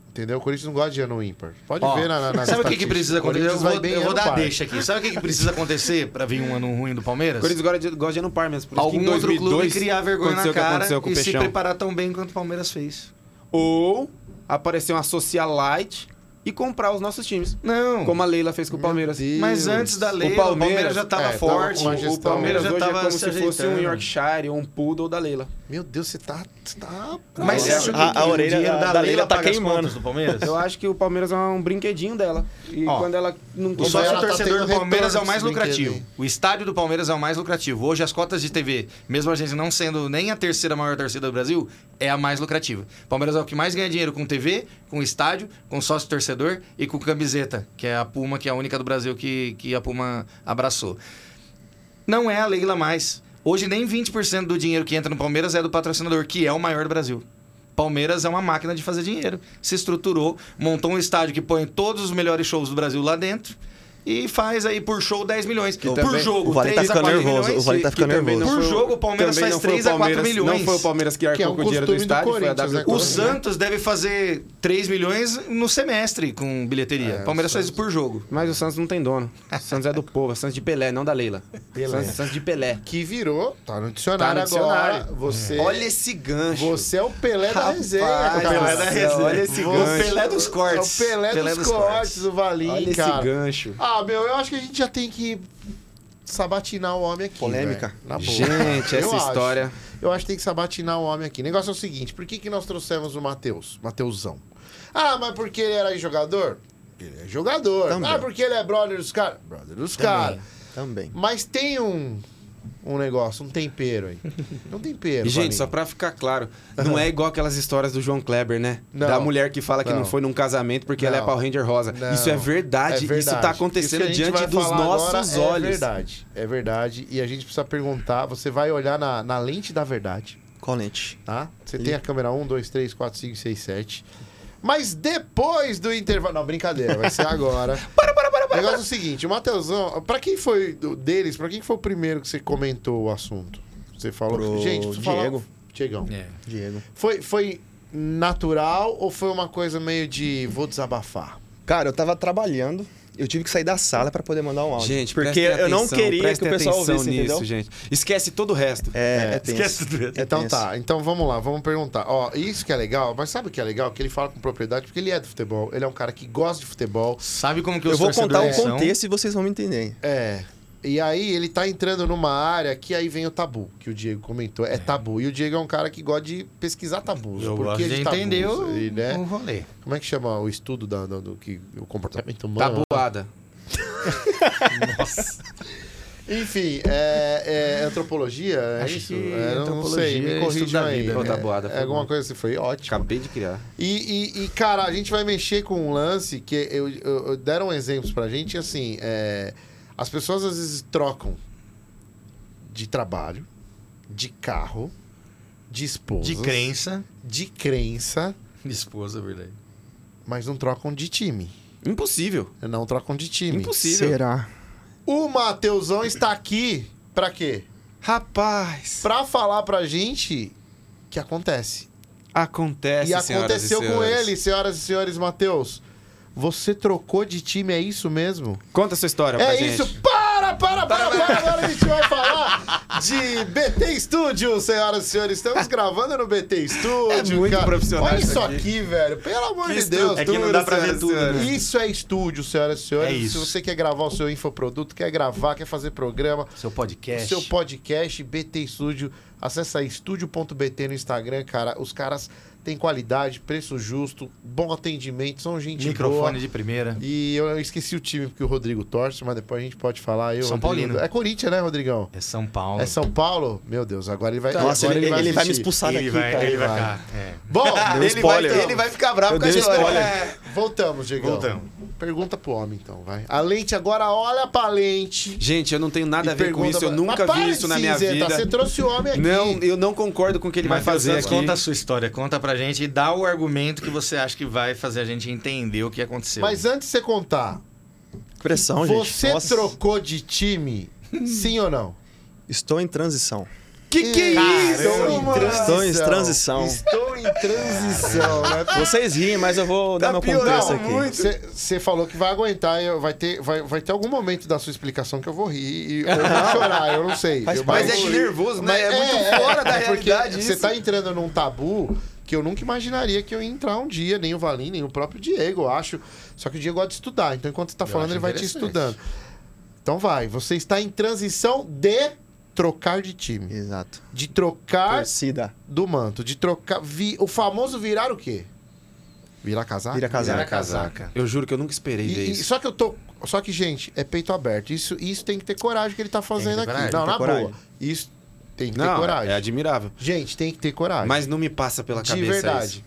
[SPEAKER 3] Entendeu? O Corinthians não gosta de ano ímpar. Pode
[SPEAKER 4] Ó,
[SPEAKER 3] ver na, na nas
[SPEAKER 4] Sabe o que, que
[SPEAKER 3] estatísticas.
[SPEAKER 4] precisa acontecer? Eu
[SPEAKER 3] Corinthians
[SPEAKER 4] vou,
[SPEAKER 3] vai bem
[SPEAKER 4] eu vou
[SPEAKER 3] ano
[SPEAKER 4] dar a
[SPEAKER 3] par.
[SPEAKER 4] deixa aqui. Sabe o que, que precisa acontecer pra vir um ano ruim do
[SPEAKER 2] O
[SPEAKER 4] Palmeiras?
[SPEAKER 2] Corinthians agora de- gosta de ano par mesmo. Por isso que em
[SPEAKER 4] Algum outro
[SPEAKER 2] 2002
[SPEAKER 4] clube criar vergonha
[SPEAKER 2] aconteceu
[SPEAKER 4] na
[SPEAKER 2] o que
[SPEAKER 4] cara
[SPEAKER 2] aconteceu com o
[SPEAKER 4] e se
[SPEAKER 2] Peixão.
[SPEAKER 4] preparar tão bem quanto o Palmeiras fez.
[SPEAKER 2] Ou aparecer uma socialite e comprar os nossos times.
[SPEAKER 4] Não.
[SPEAKER 2] Como a Leila fez com o Palmeiras.
[SPEAKER 4] Mas
[SPEAKER 2] Deus.
[SPEAKER 4] antes da lei, o
[SPEAKER 2] Palmeiras-
[SPEAKER 4] Palmeiras, já tava
[SPEAKER 3] é, tava
[SPEAKER 4] forte.
[SPEAKER 3] com uma
[SPEAKER 2] O
[SPEAKER 3] gestão-
[SPEAKER 2] Palmeiras
[SPEAKER 4] já
[SPEAKER 2] hoje é
[SPEAKER 4] tava
[SPEAKER 2] como
[SPEAKER 4] se
[SPEAKER 2] se fosse um
[SPEAKER 4] ajeitando.
[SPEAKER 2] Yorkshire ou um Poodle da Leila.
[SPEAKER 3] Meu Deus, você tá. você tá
[SPEAKER 4] Mas você
[SPEAKER 5] a-
[SPEAKER 4] acha que
[SPEAKER 5] a
[SPEAKER 4] o
[SPEAKER 5] orelha
[SPEAKER 4] dinheiro
[SPEAKER 5] da- da Leila tá
[SPEAKER 4] paga as
[SPEAKER 5] queimando.
[SPEAKER 4] contas do Palmeiras?
[SPEAKER 2] Eu acho que o Palmeiras é um brinquedinho dela. E
[SPEAKER 4] Ó,
[SPEAKER 2] quando ela não
[SPEAKER 4] O
[SPEAKER 2] tem
[SPEAKER 3] Só-
[SPEAKER 4] sócio
[SPEAKER 3] Ela tá
[SPEAKER 4] torcedor
[SPEAKER 3] tendo
[SPEAKER 4] do Palmeiras é o
[SPEAKER 3] retorno
[SPEAKER 4] mais
[SPEAKER 3] desse brinquedo
[SPEAKER 4] lucrativo. O estádio do Palmeiras é o mais lucrativo. Hoje, as cotas de TV, mesmo a gente não sendo nem a terceira maior torcida do Brasil, é a mais lucrativa. O Palmeiras é o que mais ganha dinheiro com TV, com estádio, com sócio torcedor e com camiseta, que é a Puma, que é a única do Brasil que, que a Puma abraçou. Não é a Leila mais. Hoje, nem 20% do dinheiro que entra no Palmeiras é do patrocinador, que é o maior do Brasil. Palmeiras é uma máquina de fazer dinheiro. Se estruturou, montou um estádio que põe todos os melhores shows do Brasil lá dentro e faz aí por show 10 milhões. por
[SPEAKER 5] também-
[SPEAKER 4] jogo,
[SPEAKER 5] o Vale tá
[SPEAKER 4] 3 a
[SPEAKER 5] ficando
[SPEAKER 4] 4
[SPEAKER 5] nervoso,
[SPEAKER 4] milhões.
[SPEAKER 5] o Vale tá
[SPEAKER 4] que-
[SPEAKER 5] ficando
[SPEAKER 4] que também não foi
[SPEAKER 5] nervoso.
[SPEAKER 4] o- Por jogo, o Palmeiras
[SPEAKER 2] também
[SPEAKER 4] faz
[SPEAKER 2] não foi
[SPEAKER 4] 3
[SPEAKER 2] o
[SPEAKER 4] a 4
[SPEAKER 2] Palmeiras-
[SPEAKER 4] milhões.
[SPEAKER 2] Não foi o Palmeiras que arcou
[SPEAKER 3] é um
[SPEAKER 2] com o dinheiro do
[SPEAKER 3] costume do
[SPEAKER 2] estádio, foi a
[SPEAKER 3] Corinthians,
[SPEAKER 2] W.
[SPEAKER 3] né?
[SPEAKER 4] O
[SPEAKER 3] Agora, né?
[SPEAKER 4] Santos deve fazer 3 milhões no semestre com bilheteria.
[SPEAKER 5] É,
[SPEAKER 4] O Palmeiras faz isso por jogo.
[SPEAKER 2] Mas o Santos não tem dono. O Santos é do povo, é Santos de Pelé, não da Leila. Santos, Santos de Pelé.
[SPEAKER 3] Que virou. Tá no dicionário,
[SPEAKER 2] Tá no dicionário.
[SPEAKER 3] agora. Você,
[SPEAKER 2] Olha esse gancho.
[SPEAKER 3] você é o
[SPEAKER 5] Tá
[SPEAKER 3] Pelé da
[SPEAKER 2] Rapaz,
[SPEAKER 3] resenha.
[SPEAKER 2] o
[SPEAKER 3] cara.
[SPEAKER 5] é
[SPEAKER 2] Pelé da resenha. Olha esse
[SPEAKER 3] Você-
[SPEAKER 2] gancho. é
[SPEAKER 4] O Pelé dos cortes.
[SPEAKER 3] É o Pelé,
[SPEAKER 4] Pelé
[SPEAKER 3] dos,
[SPEAKER 4] dos
[SPEAKER 3] cortes,
[SPEAKER 4] cortes.
[SPEAKER 3] o Valim,
[SPEAKER 2] Olha
[SPEAKER 3] cara.
[SPEAKER 2] esse gancho.
[SPEAKER 3] Ah, meu, eu acho que a gente já tem que sabatinar o homem aqui.
[SPEAKER 5] Polêmica.
[SPEAKER 3] velho. Na boa.
[SPEAKER 2] Gente,
[SPEAKER 3] Eu
[SPEAKER 2] essa
[SPEAKER 3] acho.
[SPEAKER 2] história.
[SPEAKER 3] Eu acho que tem que sabatinar o homem aqui. O negócio é o seguinte: por que, que nós trouxemos o Matheus? Mateusão. Ah, mas porque ele era jogador? Ele é jogador.
[SPEAKER 5] Também.
[SPEAKER 3] Ah, porque ele é brother dos caras? Brother dos caras.
[SPEAKER 5] Também.
[SPEAKER 3] Mas tem um, um negócio, um tempero aí. Um tempero.
[SPEAKER 2] E, gente,
[SPEAKER 3] Valim.
[SPEAKER 2] só pra ficar claro, não é igual aquelas histórias do João Kleber, né?
[SPEAKER 3] Não.
[SPEAKER 2] da mulher que fala que não,
[SPEAKER 3] Não.
[SPEAKER 2] foi num casamento porque ela é
[SPEAKER 3] Não.
[SPEAKER 2] Power Ranger rosa.
[SPEAKER 3] Não.
[SPEAKER 2] Isso é
[SPEAKER 3] É
[SPEAKER 2] verdade, isso tá acontecendo
[SPEAKER 3] Isso que a gente
[SPEAKER 2] diante
[SPEAKER 3] vai
[SPEAKER 2] dos
[SPEAKER 3] falar
[SPEAKER 2] nossos
[SPEAKER 3] agora É
[SPEAKER 2] olhos.
[SPEAKER 3] verdade, é verdade. E a gente precisa perguntar, você vai olhar na, na lente da verdade,
[SPEAKER 5] Qual lente?
[SPEAKER 3] tá? Você tem a câmera 1, 2, 3, 4, 5, 6, 7. Mas depois do intervalo... Não, brincadeira, vai ser agora. para, para, para, para. O negócio é o seguinte, o Matheusão, pra quem foi do- deles, pra quem foi o primeiro que você comentou o assunto? Você falou...
[SPEAKER 5] Pro
[SPEAKER 3] gente, preciso falar-
[SPEAKER 5] Diego.
[SPEAKER 3] Diegão.
[SPEAKER 4] É.
[SPEAKER 5] Diego.
[SPEAKER 3] Foi, foi natural ou foi uma coisa meio de vou desabafar?
[SPEAKER 5] Cara, eu tava trabalhando, eu tive que sair da sala pra poder mandar um áudio.
[SPEAKER 2] Gente,
[SPEAKER 5] porque
[SPEAKER 2] prestem
[SPEAKER 5] eu não
[SPEAKER 2] atenção,
[SPEAKER 5] queria que
[SPEAKER 2] prestem
[SPEAKER 5] o pessoal
[SPEAKER 2] atenção
[SPEAKER 5] ouvisse,
[SPEAKER 2] nisso,
[SPEAKER 5] entendeu?
[SPEAKER 2] gente. Esquece todo o resto.
[SPEAKER 5] É, é tenso.
[SPEAKER 4] Esquece tudo.
[SPEAKER 5] É
[SPEAKER 3] Então
[SPEAKER 5] tenso.
[SPEAKER 3] tá, então vamos lá, vamos perguntar. Ó, isso que é legal, mas sabe o que é legal? Que ele fala com propriedade, porque ele é do futebol, ele é um cara que gosta de futebol.
[SPEAKER 4] Sabe como que
[SPEAKER 5] Eu
[SPEAKER 4] os
[SPEAKER 5] vou contar o
[SPEAKER 4] torcedores são?
[SPEAKER 5] contexto e vocês vão me entender.
[SPEAKER 3] É. E aí ele tá entrando numa área que aí vem o tabu, que o Diego comentou. É, tabu. E o Diego é um cara que gosta de pesquisar tabus.
[SPEAKER 4] Eu
[SPEAKER 3] por
[SPEAKER 4] gosto
[SPEAKER 3] que tá
[SPEAKER 4] de
[SPEAKER 3] tabus,
[SPEAKER 4] entender o,
[SPEAKER 3] e, né?
[SPEAKER 4] o rolê.
[SPEAKER 3] Como é que chama o estudo da, da- do, que, o comportamento humano?
[SPEAKER 2] Tá Tabuada.
[SPEAKER 3] Enfim, é, é antropologia? É
[SPEAKER 4] Acho
[SPEAKER 3] isso?
[SPEAKER 4] que
[SPEAKER 3] É, não
[SPEAKER 4] antropologia
[SPEAKER 3] sei,
[SPEAKER 4] é
[SPEAKER 3] me
[SPEAKER 4] estudo
[SPEAKER 3] corrijam
[SPEAKER 4] da
[SPEAKER 3] aí.
[SPEAKER 4] vida,
[SPEAKER 2] né?
[SPEAKER 3] É,
[SPEAKER 2] Tabuada,
[SPEAKER 3] é
[SPEAKER 2] foi
[SPEAKER 3] alguma
[SPEAKER 2] bom.
[SPEAKER 3] coisa assim, foi ótimo.
[SPEAKER 2] Acabei de criar.
[SPEAKER 3] E, e- e, cara, a gente vai mexer com um lance que eu, eu- eu- deram exemplos pra gente, assim, é, As pessoas às vezes trocam de trabalho, de carro, de esposa,
[SPEAKER 4] De crença.
[SPEAKER 3] de crença,
[SPEAKER 4] De esposa, é verdade.
[SPEAKER 3] mas não trocam de time.
[SPEAKER 2] Impossível.
[SPEAKER 3] Não trocam de time.
[SPEAKER 2] Impossível.
[SPEAKER 5] Será?
[SPEAKER 3] O Mateusão está aqui pra quê?
[SPEAKER 2] Rapaz,
[SPEAKER 3] Pra falar pra gente que acontece.
[SPEAKER 2] acontece,
[SPEAKER 3] e
[SPEAKER 2] senhoras
[SPEAKER 3] aconteceu com
[SPEAKER 2] senhores.
[SPEAKER 3] ele, senhoras e senhores, Matheus. Você trocou de time, é isso mesmo?
[SPEAKER 2] Conta Tá a sua história pra
[SPEAKER 3] É
[SPEAKER 2] gente. Tá
[SPEAKER 3] isso! Para, para, para, para! Agora a gente vai falar de BT Studio, senhoras e senhores. Estamos gravando no BT Studio.
[SPEAKER 2] É muito
[SPEAKER 3] cara.
[SPEAKER 2] profissional
[SPEAKER 3] Olha
[SPEAKER 2] isso
[SPEAKER 3] isso
[SPEAKER 2] aqui.
[SPEAKER 3] aqui, velho. Pelo amor
[SPEAKER 2] Que
[SPEAKER 3] de Deus.
[SPEAKER 2] estrutura, É que não dá pra ver
[SPEAKER 3] senhoras e
[SPEAKER 2] tudo, né?
[SPEAKER 3] senhores. Isso é estúdio, senhoras e senhores.
[SPEAKER 4] É isso.
[SPEAKER 3] Se você quer gravar o seu infoproduto, quer gravar, quer fazer programa,
[SPEAKER 4] Seu podcast.
[SPEAKER 3] seu podcast, BT Studio. Acessa aí estúdio.bt no Instagram, cara. Os caras têm qualidade, preço justo, bom atendimento, são gente
[SPEAKER 4] Microfone
[SPEAKER 3] boa.
[SPEAKER 4] de primeira.
[SPEAKER 3] E eu esqueci o time porque o Rodrigo torce, mas depois a gente pode falar. Eu,
[SPEAKER 4] São
[SPEAKER 3] Rodrigo-
[SPEAKER 4] Paulino.
[SPEAKER 3] É Corinthians, né, Rodrigão?
[SPEAKER 4] É São Paulo.
[SPEAKER 3] É São Paulo? Meu Deus, agora ele vai.
[SPEAKER 5] Nossa,
[SPEAKER 3] agora
[SPEAKER 5] Tá, ele, ele vai me
[SPEAKER 3] assistir.
[SPEAKER 5] expulsar
[SPEAKER 4] ele
[SPEAKER 5] daqui,
[SPEAKER 4] vai,
[SPEAKER 5] cara. Ah,
[SPEAKER 4] ele vai
[SPEAKER 3] vai.
[SPEAKER 4] cá. É.
[SPEAKER 3] Bom,
[SPEAKER 5] Deu
[SPEAKER 2] ele, vai,
[SPEAKER 5] spoiler.
[SPEAKER 2] ele vai ficar bravo
[SPEAKER 5] Eu
[SPEAKER 2] com a
[SPEAKER 5] dei
[SPEAKER 2] história.
[SPEAKER 5] spoiler.
[SPEAKER 2] É.
[SPEAKER 3] voltamos, Diego.
[SPEAKER 4] Voltamos.
[SPEAKER 3] Pergunta pro homem, então, vai. A lente agora olha pra lente.
[SPEAKER 2] Gente, eu não tenho nada a
[SPEAKER 3] e
[SPEAKER 2] ver com
[SPEAKER 3] pergunta
[SPEAKER 2] isso, eu
[SPEAKER 3] pra-
[SPEAKER 2] nunca
[SPEAKER 3] Mas para
[SPEAKER 2] vi
[SPEAKER 3] de
[SPEAKER 2] isso na minha
[SPEAKER 3] cinzenta, Você
[SPEAKER 2] vida.
[SPEAKER 3] trouxe o homem aqui.
[SPEAKER 2] Não, eu não concordo com o que ele vai
[SPEAKER 4] Matheus
[SPEAKER 2] fazer
[SPEAKER 4] Santos,
[SPEAKER 2] aqui.
[SPEAKER 4] Conta a sua história, conta pra gente e dá o argumento que você acha que vai fazer a gente entender o que aconteceu.
[SPEAKER 3] Mas é antes de você contar,
[SPEAKER 5] Pressão, gente.
[SPEAKER 3] você
[SPEAKER 5] Nossa.
[SPEAKER 3] trocou de time? Sim ou não?
[SPEAKER 5] Estou em transição.
[SPEAKER 2] Que que é isso,
[SPEAKER 3] Caramba.
[SPEAKER 2] mano?
[SPEAKER 5] Estou em transição.
[SPEAKER 3] Estou em
[SPEAKER 2] é
[SPEAKER 3] transição, né?
[SPEAKER 5] Ah. Vocês riem, mas eu vou
[SPEAKER 2] Tá
[SPEAKER 5] dar meu
[SPEAKER 2] piorando
[SPEAKER 5] contexto aqui.
[SPEAKER 2] muito.
[SPEAKER 3] Você falou que vai aguentar, eu- vai ter, vai, vai ter algum momento da sua explicação que eu vou rir e, ou vou chorar, eu não sei.
[SPEAKER 5] Faz
[SPEAKER 3] Eu-
[SPEAKER 5] parte.
[SPEAKER 2] Mas é que nervoso, né? É, muito
[SPEAKER 3] é,
[SPEAKER 2] fora da
[SPEAKER 3] é porque
[SPEAKER 2] realidade
[SPEAKER 3] Você
[SPEAKER 2] isso.
[SPEAKER 3] tá entrando num tabu que eu nunca imaginaria que eu ia entrar um dia, nem o Valim, nem o próprio Diego, eu acho. Só que o Diego gosta de estudar, então enquanto você tá falando,
[SPEAKER 4] acho
[SPEAKER 3] ele vai te
[SPEAKER 4] interessante.
[SPEAKER 3] estudando. Então vai, você está em transição de trocar de time,
[SPEAKER 5] Exato.
[SPEAKER 3] de trocar
[SPEAKER 5] Torcida.
[SPEAKER 3] do manto, de trocar. vi- o famoso virar o quê? Virar casaca?
[SPEAKER 5] Vira casaca.
[SPEAKER 4] Era casaca.
[SPEAKER 2] Eu juro que eu nunca esperei ver
[SPEAKER 3] E- e-
[SPEAKER 2] isso.
[SPEAKER 3] só que eu tô. Só que, gente, é peito aberto. Isso, isso tem que ter coragem que ele tá fazendo
[SPEAKER 4] ter
[SPEAKER 3] aqui.
[SPEAKER 4] coragem,
[SPEAKER 3] não,
[SPEAKER 5] tem
[SPEAKER 3] na
[SPEAKER 5] que ter coragem.
[SPEAKER 3] boa. Isso tem que ter
[SPEAKER 2] Não,
[SPEAKER 3] coragem.
[SPEAKER 2] é admirável.
[SPEAKER 3] Gente, tem que ter coragem.
[SPEAKER 2] Mas não me passa pela
[SPEAKER 3] De
[SPEAKER 2] cabeça é
[SPEAKER 3] verdade.
[SPEAKER 2] isso.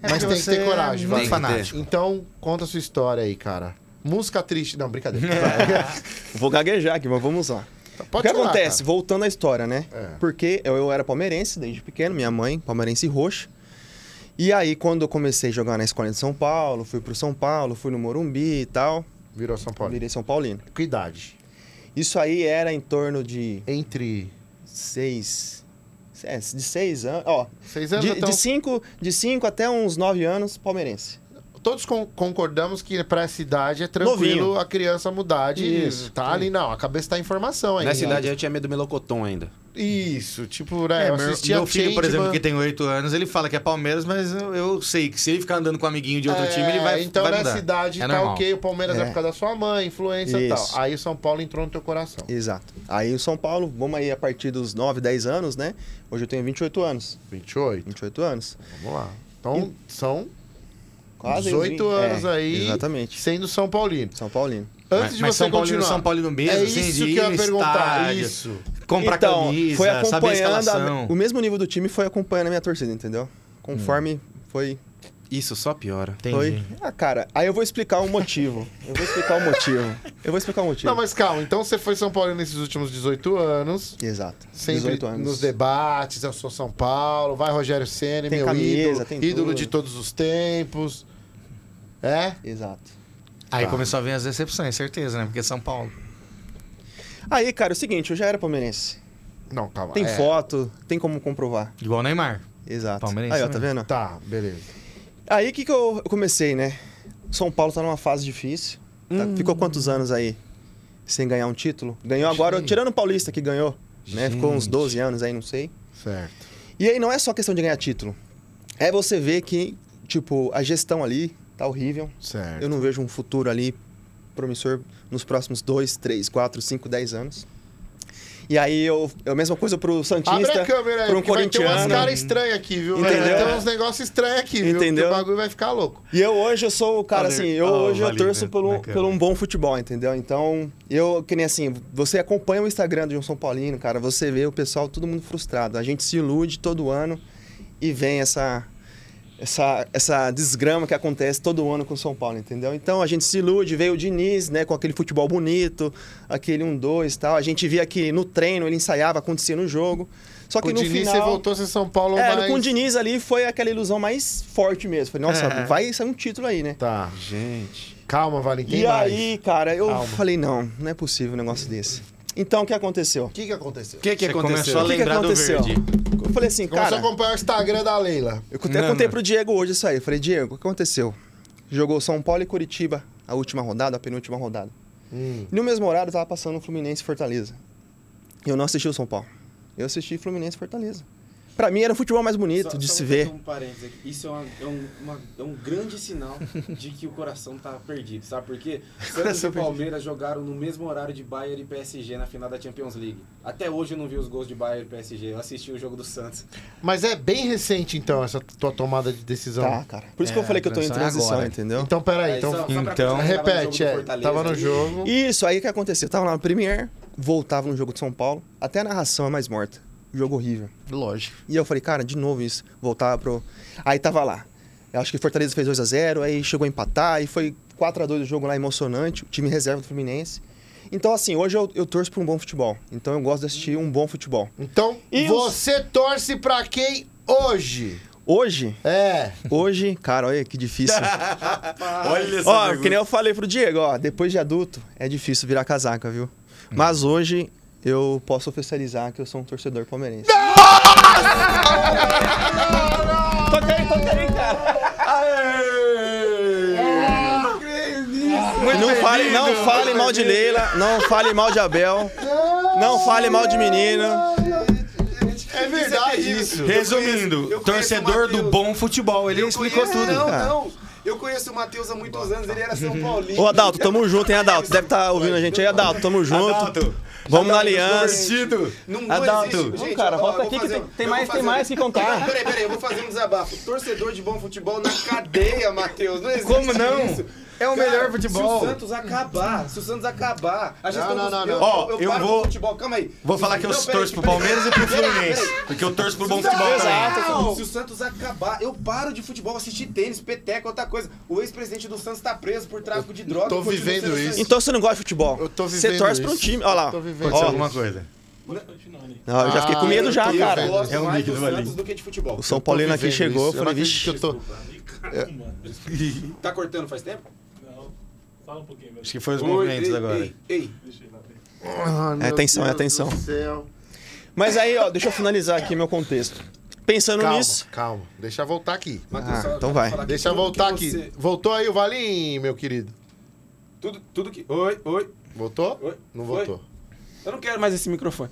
[SPEAKER 3] Mas tem que
[SPEAKER 4] É você
[SPEAKER 3] ter coragem,
[SPEAKER 4] é
[SPEAKER 3] vai.
[SPEAKER 4] muito fanático.
[SPEAKER 3] Então, conta a sua história aí, cara. Música triste. Não, brincadeira.
[SPEAKER 5] Vou gaguejar aqui, mas vamos lá. o
[SPEAKER 3] Pode
[SPEAKER 5] que
[SPEAKER 3] chorar,
[SPEAKER 5] acontece?
[SPEAKER 3] cara.
[SPEAKER 5] Voltando à história, né?
[SPEAKER 3] É.
[SPEAKER 5] Porque eu, eu era palmeirense desde pequeno, minha mãe, palmeirense roxa. E aí, quando eu comecei a jogar na escola de São Paulo, fui pro São Paulo, fui no Morumbi e tal,
[SPEAKER 3] Virou São Paulo.
[SPEAKER 5] virei São Paulino.
[SPEAKER 3] Com idade.
[SPEAKER 5] Isso aí era em torno de
[SPEAKER 3] Entre
[SPEAKER 5] seis. É, de seis anos. Ó,
[SPEAKER 3] seis anos
[SPEAKER 5] de,
[SPEAKER 3] então,
[SPEAKER 5] de, cinco, de cinco até uns nove anos, palmeirense.
[SPEAKER 3] Todos con- concordamos que pra essa idade é tranquilo
[SPEAKER 5] Novinho.
[SPEAKER 3] a criança mudar de.
[SPEAKER 5] Isso.
[SPEAKER 3] tá ali, não. A cabeça tá em formação ainda.
[SPEAKER 2] Nessa idade aí eu tinha medo do melocotom ainda.
[SPEAKER 3] Isso, tipo, né?
[SPEAKER 4] É,
[SPEAKER 3] eu
[SPEAKER 4] meu,
[SPEAKER 3] assistia
[SPEAKER 4] meu filho, por
[SPEAKER 3] Changeman.
[SPEAKER 4] exemplo, que tem 8 anos, ele fala que é Palmeiras, mas eu, eu sei que se ele ficar andando com um amiguinho de outro
[SPEAKER 3] É,
[SPEAKER 4] time, ele vai,
[SPEAKER 3] Então,
[SPEAKER 4] vai
[SPEAKER 3] nessa
[SPEAKER 4] mudar.
[SPEAKER 3] idade
[SPEAKER 4] É
[SPEAKER 3] tá
[SPEAKER 4] normal.
[SPEAKER 3] ok, o Palmeiras
[SPEAKER 5] É.
[SPEAKER 3] é por causa da sua mãe, influência e tal.
[SPEAKER 5] Isso.
[SPEAKER 3] Aí o São Paulo entrou no teu coração.
[SPEAKER 5] Exato. Aí o São Paulo, vamos aí a partir dos nove, dez anos, né? Hoje eu tenho 28 anos.
[SPEAKER 3] 28,
[SPEAKER 5] 28 anos.
[SPEAKER 3] vamos lá. Então, são
[SPEAKER 5] Quase
[SPEAKER 3] 18
[SPEAKER 5] vinte-
[SPEAKER 3] anos
[SPEAKER 5] é,
[SPEAKER 3] aí.
[SPEAKER 5] Exatamente.
[SPEAKER 3] sendo São Paulino.
[SPEAKER 5] São Paulino.
[SPEAKER 3] Antes
[SPEAKER 4] Mas-
[SPEAKER 3] de
[SPEAKER 4] mas
[SPEAKER 3] você
[SPEAKER 4] São Paulo
[SPEAKER 3] continuar.
[SPEAKER 4] São Paulo no mesmo,
[SPEAKER 3] é
[SPEAKER 4] assim, de
[SPEAKER 3] isso que
[SPEAKER 4] ir
[SPEAKER 3] eu
[SPEAKER 4] no
[SPEAKER 3] ia perguntar.
[SPEAKER 4] estádio, tipo.
[SPEAKER 3] Isso.
[SPEAKER 4] comprar
[SPEAKER 5] então,
[SPEAKER 4] camisa,
[SPEAKER 5] foi
[SPEAKER 4] saber a
[SPEAKER 5] acompanhando
[SPEAKER 4] escalação.
[SPEAKER 5] a- o mesmo nível do time foi acompanhando a minha torcida, entendeu? Conforme foi,
[SPEAKER 2] Isso só piora.
[SPEAKER 5] foi.
[SPEAKER 4] Entendi.
[SPEAKER 5] Ah, cara, aí eu vou explicar o motivo. Eu vou explicar o motivo. Eu vou explicar o motivo.
[SPEAKER 3] Não, mas calma. Então você foi São Paulo nesses últimos 18 anos.
[SPEAKER 5] Exato.
[SPEAKER 3] Sempre
[SPEAKER 5] 18 anos.
[SPEAKER 3] nos debates, eu sou São Paulo, vai Rogério Ceni,
[SPEAKER 5] Tem
[SPEAKER 3] meu
[SPEAKER 5] camisa,
[SPEAKER 3] ídolo,
[SPEAKER 5] tem
[SPEAKER 3] ídolo
[SPEAKER 5] tudo.
[SPEAKER 3] de todos os tempos. É?
[SPEAKER 5] Exato.
[SPEAKER 4] Aí
[SPEAKER 3] Tá.
[SPEAKER 4] começou a vir as decepções, certeza, né? Porque é São Paulo.
[SPEAKER 5] Aí, cara, é o seguinte, eu já era palmeirense.
[SPEAKER 3] Não, calma.
[SPEAKER 5] Tem
[SPEAKER 3] é.
[SPEAKER 5] foto, tem como comprovar.
[SPEAKER 4] Igual o Neymar.
[SPEAKER 5] Exato.
[SPEAKER 4] Palmeirense né?
[SPEAKER 5] aí, ó, tá
[SPEAKER 4] mesmo.
[SPEAKER 5] vendo?
[SPEAKER 3] Tá, beleza.
[SPEAKER 5] Aí, o que que eu eu comecei, né? São Paulo tá numa fase difícil. Tá-
[SPEAKER 4] Hum.
[SPEAKER 5] Ficou quantos anos aí sem ganhar um título? Ganhou agora,
[SPEAKER 3] Gente.
[SPEAKER 5] tirando o Paulista que ganhou, né? Ficou uns 12 anos aí, não sei.
[SPEAKER 3] Certo.
[SPEAKER 5] E aí não é só questão de ganhar título. É você ver que, tipo, a gestão ali tá horrível.
[SPEAKER 3] Certo.
[SPEAKER 5] Eu não vejo um futuro ali promissor nos próximos 2, 3, 4, 5, 10 anos. E aí eu, eu a mesma coisa pro
[SPEAKER 3] Abre a
[SPEAKER 5] Santista,
[SPEAKER 3] câmera aí,
[SPEAKER 5] pra um
[SPEAKER 3] porque vai ter umas
[SPEAKER 5] corintiano.
[SPEAKER 3] caras estranhas aqui, viu? velho?
[SPEAKER 5] Entendeu?
[SPEAKER 3] Vai ter uns negócios estranhos aqui, viu?
[SPEAKER 5] Entendeu?
[SPEAKER 3] Porque O bagulho vai ficar louco.
[SPEAKER 5] E eu hoje eu sou o
[SPEAKER 4] Olha,
[SPEAKER 5] cara assim, eu
[SPEAKER 4] ó,
[SPEAKER 5] hoje eu
[SPEAKER 4] Valinho,
[SPEAKER 5] torço
[SPEAKER 4] né,
[SPEAKER 5] pelo,
[SPEAKER 4] na câmera.
[SPEAKER 5] pelo um bom futebol, entendeu? Então, eu, que nem assim, você acompanha o Instagram de um São Paulino, cara, você vê o pessoal, todo mundo frustrado. A gente se ilude todo ano e vem essa essa, essa desgrama que acontece todo ano com o São Paulo, entendeu? Então a gente se ilude, veio o Diniz, né, com aquele futebol bonito, aquele 1-2 e tal. A gente via que no treino ele ensaiava, acontecia no jogo. Só
[SPEAKER 3] Com
[SPEAKER 5] que
[SPEAKER 3] o
[SPEAKER 5] no
[SPEAKER 3] Diniz
[SPEAKER 5] final...
[SPEAKER 3] você voltou a ser São Paulo
[SPEAKER 5] É,
[SPEAKER 3] mais...
[SPEAKER 5] com o Diniz ali foi aquela ilusão mais forte mesmo. Falei, nossa,
[SPEAKER 4] É.
[SPEAKER 5] vai sair um título aí, né?
[SPEAKER 3] Tá. Gente. Calma, Valentim.
[SPEAKER 5] e aí, cara, eu
[SPEAKER 3] Calma.
[SPEAKER 5] falei, não, não é possível um negócio desse. Então, o que aconteceu?
[SPEAKER 3] O que, que aconteceu?
[SPEAKER 2] O que, que
[SPEAKER 4] Você começou
[SPEAKER 2] aconteceu?
[SPEAKER 4] a
[SPEAKER 5] O que que
[SPEAKER 4] lembrar do
[SPEAKER 5] aconteceu?
[SPEAKER 4] verde.
[SPEAKER 5] Eu falei assim,
[SPEAKER 3] Começou
[SPEAKER 5] cara...
[SPEAKER 3] a acompanhar o Instagram da Leila.
[SPEAKER 5] Eu até
[SPEAKER 4] Não,
[SPEAKER 5] contei
[SPEAKER 4] não.
[SPEAKER 5] pro Diego hoje isso aí. Eu falei, Diego, o que aconteceu? Jogou São Paulo e Curitiba, a última rodada, a penúltima rodada.
[SPEAKER 3] Hum.
[SPEAKER 5] E no mesmo horário tava passando o Fluminense e Fortaleza. E eu não assisti o São Paulo. Eu assisti Fluminense e Fortaleza. Pra mim era o futebol mais bonito
[SPEAKER 2] Só-
[SPEAKER 5] de
[SPEAKER 2] só
[SPEAKER 5] se
[SPEAKER 2] vou
[SPEAKER 5] ver.
[SPEAKER 2] fazer um parênteses aqui. Isso é, uma- é um, uma- é um grande sinal de que o coração tá perdido, sabe por quê? Santos e Palmeiras jogaram no mesmo horário de Bayern e PSG na final da Champions League. Até hoje eu não vi os gols de Bayern e PSG. Eu assisti o jogo do Santos.
[SPEAKER 3] Mas é bem recente, então, essa tua tomada de decisão.
[SPEAKER 5] Tá, cara. Por isso que
[SPEAKER 4] É,
[SPEAKER 5] eu falei que eu tô em
[SPEAKER 4] transição é
[SPEAKER 5] transição,
[SPEAKER 4] agora.
[SPEAKER 5] entendeu?
[SPEAKER 3] Então, peraí.
[SPEAKER 2] Aí,
[SPEAKER 3] Então,
[SPEAKER 2] É, só- só pra
[SPEAKER 4] então,
[SPEAKER 2] constar, tava no jogo
[SPEAKER 3] repete.
[SPEAKER 2] do
[SPEAKER 3] é,
[SPEAKER 2] Fortaleza
[SPEAKER 3] tava no
[SPEAKER 2] ali.
[SPEAKER 3] jogo.
[SPEAKER 5] Isso, aí o que aconteceu? Eu tava lá no Premier, voltava no jogo de São Paulo, até a narração é mais morta. Jogo horrível.
[SPEAKER 4] Lógico.
[SPEAKER 5] E eu falei, cara, de novo isso. Voltava pro. Aí tava lá. Eu acho que Fortaleza fez 2 a 0 aí chegou a empatar, aí foi 4 a 2 o jogo lá emocionante, o time reserva do Fluminense. Então, assim, hoje eu, eu torço pra um bom futebol. Então eu gosto de assistir um bom futebol.
[SPEAKER 3] Então,
[SPEAKER 5] E os-
[SPEAKER 3] você torce pra quem hoje?
[SPEAKER 5] Hoje,
[SPEAKER 3] É.
[SPEAKER 5] hoje, cara, olha que difícil. né?
[SPEAKER 4] Ah, Olha essa
[SPEAKER 5] ó, que
[SPEAKER 4] pergunta.
[SPEAKER 5] nem eu falei pro Diego, ó, depois de adulto é difícil virar casaca, viu? Mas hoje eu posso oficializar que eu sou um torcedor palmeirense. Toca aí, toca aí, cara. Não fale, não fale mal de Leila, não fale mal de Abel, não fale mal de menina.
[SPEAKER 3] É verdade isso.
[SPEAKER 4] Resumindo,
[SPEAKER 2] Eu conheço- eu conheço o
[SPEAKER 4] torcedor
[SPEAKER 2] Matheus.
[SPEAKER 4] do bom futebol. Ele explicou tudo.
[SPEAKER 2] Não,
[SPEAKER 3] Ah.
[SPEAKER 5] cara.
[SPEAKER 2] não. Eu conheço o Matheus há muitos anos, ele era
[SPEAKER 3] Uhum.
[SPEAKER 2] São Paulino.
[SPEAKER 5] Ô Adalto, tamo junto, hein, Adalto? Deve estar ouvindo a gente aí, Adalto, tamo junto. Vamos na aliança.
[SPEAKER 2] Não, não
[SPEAKER 4] Adalto.
[SPEAKER 2] existe.
[SPEAKER 5] Não,
[SPEAKER 2] Gente,
[SPEAKER 5] cara,
[SPEAKER 2] ó, eu
[SPEAKER 5] volta
[SPEAKER 2] vou
[SPEAKER 5] aqui que
[SPEAKER 2] fazer
[SPEAKER 5] tem-
[SPEAKER 2] um-
[SPEAKER 5] tem
[SPEAKER 2] eu
[SPEAKER 5] mais-
[SPEAKER 2] vou
[SPEAKER 5] tem
[SPEAKER 2] fazer
[SPEAKER 5] mais que contar.
[SPEAKER 2] Peraí, peraí, eu vou fazer um desabafo. Torcedor de bom futebol na cadeia, Matheus. Não existe
[SPEAKER 4] Como não?
[SPEAKER 2] isso.
[SPEAKER 4] É o melhor futebol.
[SPEAKER 2] Se o Santos acabar, se o Santos acabar, a gestão
[SPEAKER 3] não,
[SPEAKER 2] do-
[SPEAKER 3] não, não.
[SPEAKER 2] Eu,
[SPEAKER 4] Ó,
[SPEAKER 2] eu,
[SPEAKER 4] eu
[SPEAKER 2] paro
[SPEAKER 4] vou-
[SPEAKER 2] com o futebol, calma aí.
[SPEAKER 4] Vou falar que eu
[SPEAKER 2] Não, peraí,
[SPEAKER 4] torço pro
[SPEAKER 2] peraí.
[SPEAKER 4] Palmeiras e pro Fluminense. Porque eu torço pro bom futebol também.
[SPEAKER 2] Se o Santos acabar, eu paro de futebol, assistir tênis, peteca, outra coisa. O ex-presidente do Santos tá preso por tráfico de drogas.
[SPEAKER 3] tô
[SPEAKER 2] continua
[SPEAKER 3] vivendo
[SPEAKER 2] sendo
[SPEAKER 3] isso.
[SPEAKER 5] Então você não gosta de futebol?
[SPEAKER 3] Eu tô
[SPEAKER 5] Você
[SPEAKER 3] vivendo
[SPEAKER 5] torce pra um
[SPEAKER 3] isso.
[SPEAKER 5] time. Olha lá.
[SPEAKER 3] Tô vivendo
[SPEAKER 4] Aconteceu
[SPEAKER 5] Ó,
[SPEAKER 4] alguma coisa.
[SPEAKER 5] não, eu já fiquei com
[SPEAKER 3] Ah,
[SPEAKER 5] medo já,
[SPEAKER 3] eu tô
[SPEAKER 5] cara.
[SPEAKER 2] Eu gosto
[SPEAKER 4] É um
[SPEAKER 2] mais do
[SPEAKER 4] líquido ali.
[SPEAKER 2] Santos do que de futebol.
[SPEAKER 5] O São Paulino aqui
[SPEAKER 3] vivendo
[SPEAKER 5] chegou,
[SPEAKER 3] isso,
[SPEAKER 5] eu
[SPEAKER 3] eu não
[SPEAKER 5] falei,
[SPEAKER 3] acredito
[SPEAKER 5] vixe.
[SPEAKER 3] que eu tô-
[SPEAKER 2] Tá cortando faz tempo?
[SPEAKER 4] Acho que foi os movimentos
[SPEAKER 2] ei,
[SPEAKER 4] agora.
[SPEAKER 2] Ei, ei.
[SPEAKER 3] Ah, meu
[SPEAKER 5] atenção, é
[SPEAKER 3] Deus
[SPEAKER 5] atenção.
[SPEAKER 3] do céu.
[SPEAKER 5] Mas aí, ó, deixa eu finalizar aqui meu contexto. Pensando
[SPEAKER 3] Calma,
[SPEAKER 5] nisso.
[SPEAKER 3] calma. Deixa eu voltar aqui.
[SPEAKER 2] Matheus,
[SPEAKER 5] Ah,
[SPEAKER 2] só quero
[SPEAKER 5] então vai.
[SPEAKER 2] falar que
[SPEAKER 3] Deixa eu
[SPEAKER 2] tá tudo que
[SPEAKER 3] voltar
[SPEAKER 2] você-
[SPEAKER 3] aqui. Voltou aí o Valim, meu querido.
[SPEAKER 2] Tudo, tudo que. Oi, oi.
[SPEAKER 3] Voltou?
[SPEAKER 2] Oi?
[SPEAKER 3] Não
[SPEAKER 2] Foi?
[SPEAKER 3] voltou.
[SPEAKER 2] Eu não quero mais esse microfone.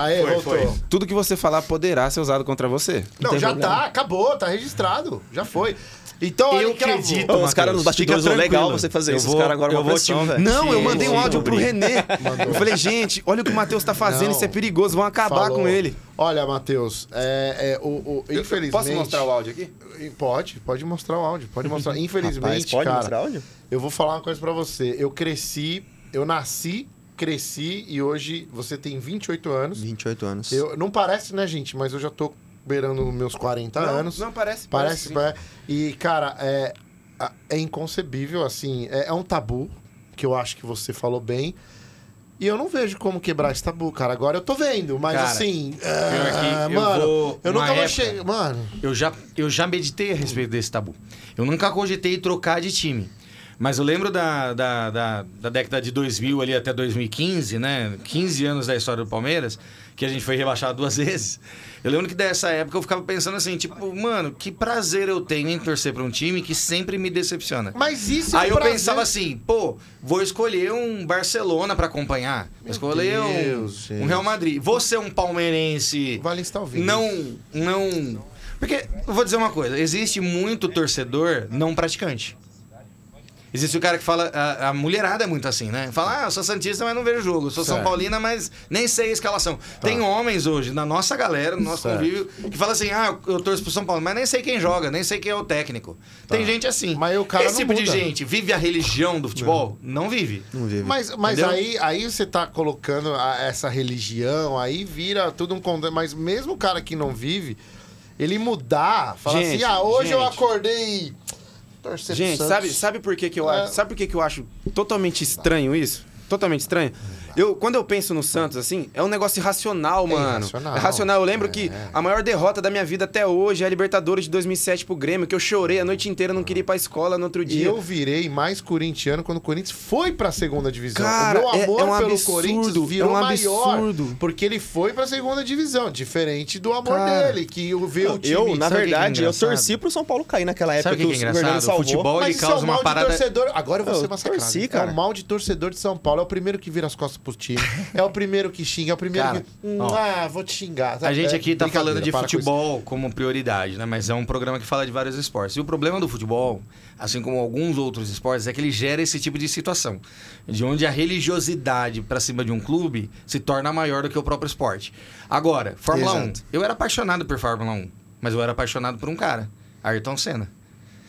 [SPEAKER 3] Aê,
[SPEAKER 4] Foi,
[SPEAKER 3] voltou.
[SPEAKER 4] foi.
[SPEAKER 2] tudo que você falar poderá ser usado contra você.
[SPEAKER 3] Não,
[SPEAKER 5] tem
[SPEAKER 3] já
[SPEAKER 5] problema.
[SPEAKER 3] tá, acabou, tá registrado. Já foi. Então, olha
[SPEAKER 4] Eu
[SPEAKER 3] que cravou.
[SPEAKER 4] acredito.
[SPEAKER 5] Ô, os caras nos
[SPEAKER 4] Matheus,
[SPEAKER 5] bastidores
[SPEAKER 4] fica
[SPEAKER 5] são legal
[SPEAKER 4] tranquilo.
[SPEAKER 5] você fazer
[SPEAKER 4] Eu
[SPEAKER 5] isso.
[SPEAKER 4] vou-
[SPEAKER 5] os caras agora
[SPEAKER 4] eu
[SPEAKER 5] vão
[SPEAKER 4] vou
[SPEAKER 5] pressão,
[SPEAKER 4] te-
[SPEAKER 5] velho.
[SPEAKER 2] Não, eu
[SPEAKER 4] Sim,
[SPEAKER 2] mandei um
[SPEAKER 4] sim,
[SPEAKER 2] áudio pro
[SPEAKER 4] Rodrigo.
[SPEAKER 2] Renê.
[SPEAKER 3] Mandou.
[SPEAKER 2] Eu falei, gente, olha o que o Matheus tá fazendo,
[SPEAKER 3] Não.
[SPEAKER 2] isso é perigoso, vão acabar
[SPEAKER 3] Falou.
[SPEAKER 2] com ele.
[SPEAKER 3] Olha, Matheus, é, é, o, o- infelizmente...
[SPEAKER 2] Posso mostrar o áudio aqui?
[SPEAKER 3] E Pode, pode mostrar o áudio, pode mostrar.
[SPEAKER 5] Rapaz,
[SPEAKER 3] Infelizmente,
[SPEAKER 5] pode
[SPEAKER 3] cara,
[SPEAKER 5] mostrar áudio?
[SPEAKER 3] eu vou falar uma coisa pra você. Eu cresci, eu nasci, cresci e hoje você tem 28 anos.
[SPEAKER 5] 28 anos.
[SPEAKER 3] Eu, não parece, né, gente? Mas eu já tô beirando meus 40
[SPEAKER 2] não,
[SPEAKER 3] Tá anos.
[SPEAKER 2] Não, parece.
[SPEAKER 3] Parece,
[SPEAKER 2] sim.
[SPEAKER 3] parece. E, cara, é, a- é inconcebível, assim. É, é um tabu, que eu acho que você falou bem. E eu não vejo como quebrar esse tabu, cara. Agora eu tô vendo, mas
[SPEAKER 4] Cara,
[SPEAKER 3] assim. ah,
[SPEAKER 4] Pior que
[SPEAKER 3] mano,
[SPEAKER 4] eu vou.
[SPEAKER 3] eu
[SPEAKER 4] uma
[SPEAKER 3] nunca vou
[SPEAKER 4] época,
[SPEAKER 3] chegar. Mano,
[SPEAKER 4] Eu já, eu já meditei a respeito desse tabu. Eu nunca cogitei trocar de time. Mas eu lembro da, da, da, da década de 2000 ali até 2015, né? 15 anos da história do Palmeiras, que a gente foi rebaixado duas vezes. Eu lembro que dessa época eu ficava pensando assim, tipo, mano, que prazer eu tenho em torcer pra um time que sempre me decepciona.
[SPEAKER 3] mas isso é
[SPEAKER 4] Aí
[SPEAKER 3] um
[SPEAKER 4] eu
[SPEAKER 3] prazer.
[SPEAKER 4] pensava assim, pô, vou escolher um Barcelona pra acompanhar. Vou escolher um-
[SPEAKER 3] Deus,
[SPEAKER 4] um,
[SPEAKER 3] gente.
[SPEAKER 4] Real Madrid. Vou ser um palmeirense.
[SPEAKER 3] Vale está ouvindo.
[SPEAKER 4] Não, não. Porque, eu vou dizer uma coisa: existe muito torcedor não praticante. Existe o cara que fala. A, a mulherada é muito assim, né? Fala, ah, eu sou Santista, mas não vejo jogo. Eu sou São
[SPEAKER 3] Certo. Tá.
[SPEAKER 4] Paulina, mas nem sei a escalação. Tem homens hoje, na nossa galera, no nosso
[SPEAKER 3] Certo.
[SPEAKER 4] convívio, que fala assim: ah, eu, eu torço pro São Paulo, mas nem sei quem joga, nem sei quem é o técnico. Tem gente assim.
[SPEAKER 3] Tá. Mas o cara
[SPEAKER 4] Esse
[SPEAKER 3] não
[SPEAKER 4] tipo de
[SPEAKER 3] muda.
[SPEAKER 4] gente vive a religião do futebol? Não, vive.
[SPEAKER 5] Não vive.
[SPEAKER 3] Mas, mas
[SPEAKER 4] Entendeu?
[SPEAKER 3] aí, aí você tá colocando a- essa religião, aí vira tudo um conde... Mas mesmo o cara que não vive, Ele mudar, falar
[SPEAKER 2] Gente,
[SPEAKER 3] assim, ah, hoje eu
[SPEAKER 2] gente.
[SPEAKER 3] acordei. Torcer pro
[SPEAKER 2] Gente,
[SPEAKER 3] Santos.
[SPEAKER 2] sabe, sabe por que, que eu
[SPEAKER 3] É.
[SPEAKER 2] acho? Sabe por que, que eu acho totalmente estranho isso? Totalmente estranho. Eu, quando eu penso no Santos, assim, é um negócio irracional, mano.
[SPEAKER 3] irracional.
[SPEAKER 2] É racional. Eu lembro que
[SPEAKER 4] É.
[SPEAKER 2] a maior derrota da minha vida até hoje é a Libertadores de 2007 pro Grêmio, que eu chorei a noite inteira, não queria ir pra escola no outro
[SPEAKER 3] E
[SPEAKER 2] um dia.
[SPEAKER 3] eu virei mais corintiano quando o Corinthians foi pra segunda divisão.
[SPEAKER 2] Cara,
[SPEAKER 3] o meu
[SPEAKER 2] é-
[SPEAKER 3] amor
[SPEAKER 2] é um
[SPEAKER 3] pelo
[SPEAKER 2] absurdo,
[SPEAKER 3] Corinthians virou
[SPEAKER 2] é um
[SPEAKER 3] maior.
[SPEAKER 2] absurdo.
[SPEAKER 3] Porque ele foi pra segunda divisão, diferente do amor
[SPEAKER 5] Cara.
[SPEAKER 3] dele, que eu vi o time.
[SPEAKER 5] Eu, na
[SPEAKER 4] sabe o que que é
[SPEAKER 5] verdade, eu
[SPEAKER 4] engraçado?
[SPEAKER 5] torci pro São Paulo cair naquela época
[SPEAKER 4] Sabe o que, que é
[SPEAKER 5] o Fernando
[SPEAKER 4] engraçado? O
[SPEAKER 5] salvou.
[SPEAKER 4] futebol ele
[SPEAKER 3] Mas isso é
[SPEAKER 4] causa
[SPEAKER 3] o mal
[SPEAKER 4] uma
[SPEAKER 3] de
[SPEAKER 4] parada.
[SPEAKER 3] torcedor. Agora eu vou
[SPEAKER 5] Eu
[SPEAKER 3] ser massacrado.
[SPEAKER 5] torci,
[SPEAKER 3] É
[SPEAKER 5] cara.
[SPEAKER 3] o mal de torcedor de São Paulo. É o primeiro que vira as costas pro time. é o primeiro que xinga. É o primeiro
[SPEAKER 4] Cara,
[SPEAKER 3] que. Hum,
[SPEAKER 4] ó.
[SPEAKER 3] ah, vou te xingar.
[SPEAKER 4] A gente
[SPEAKER 3] É
[SPEAKER 4] aqui tá
[SPEAKER 3] brincadeira,
[SPEAKER 4] falando de
[SPEAKER 3] para com isso.
[SPEAKER 4] futebol como prioridade, né? Mas é um programa que fala de vários esportes. E o problema do futebol, assim como alguns outros esportes, é que ele gera esse tipo de situação. De onde a religiosidade pra cima de um clube se torna maior do que o próprio esporte. Agora, Fórmula
[SPEAKER 5] Exato.
[SPEAKER 4] 1. Eu era apaixonado por Fórmula 1, mas eu era apaixonado por um cara, Ayrton Senna.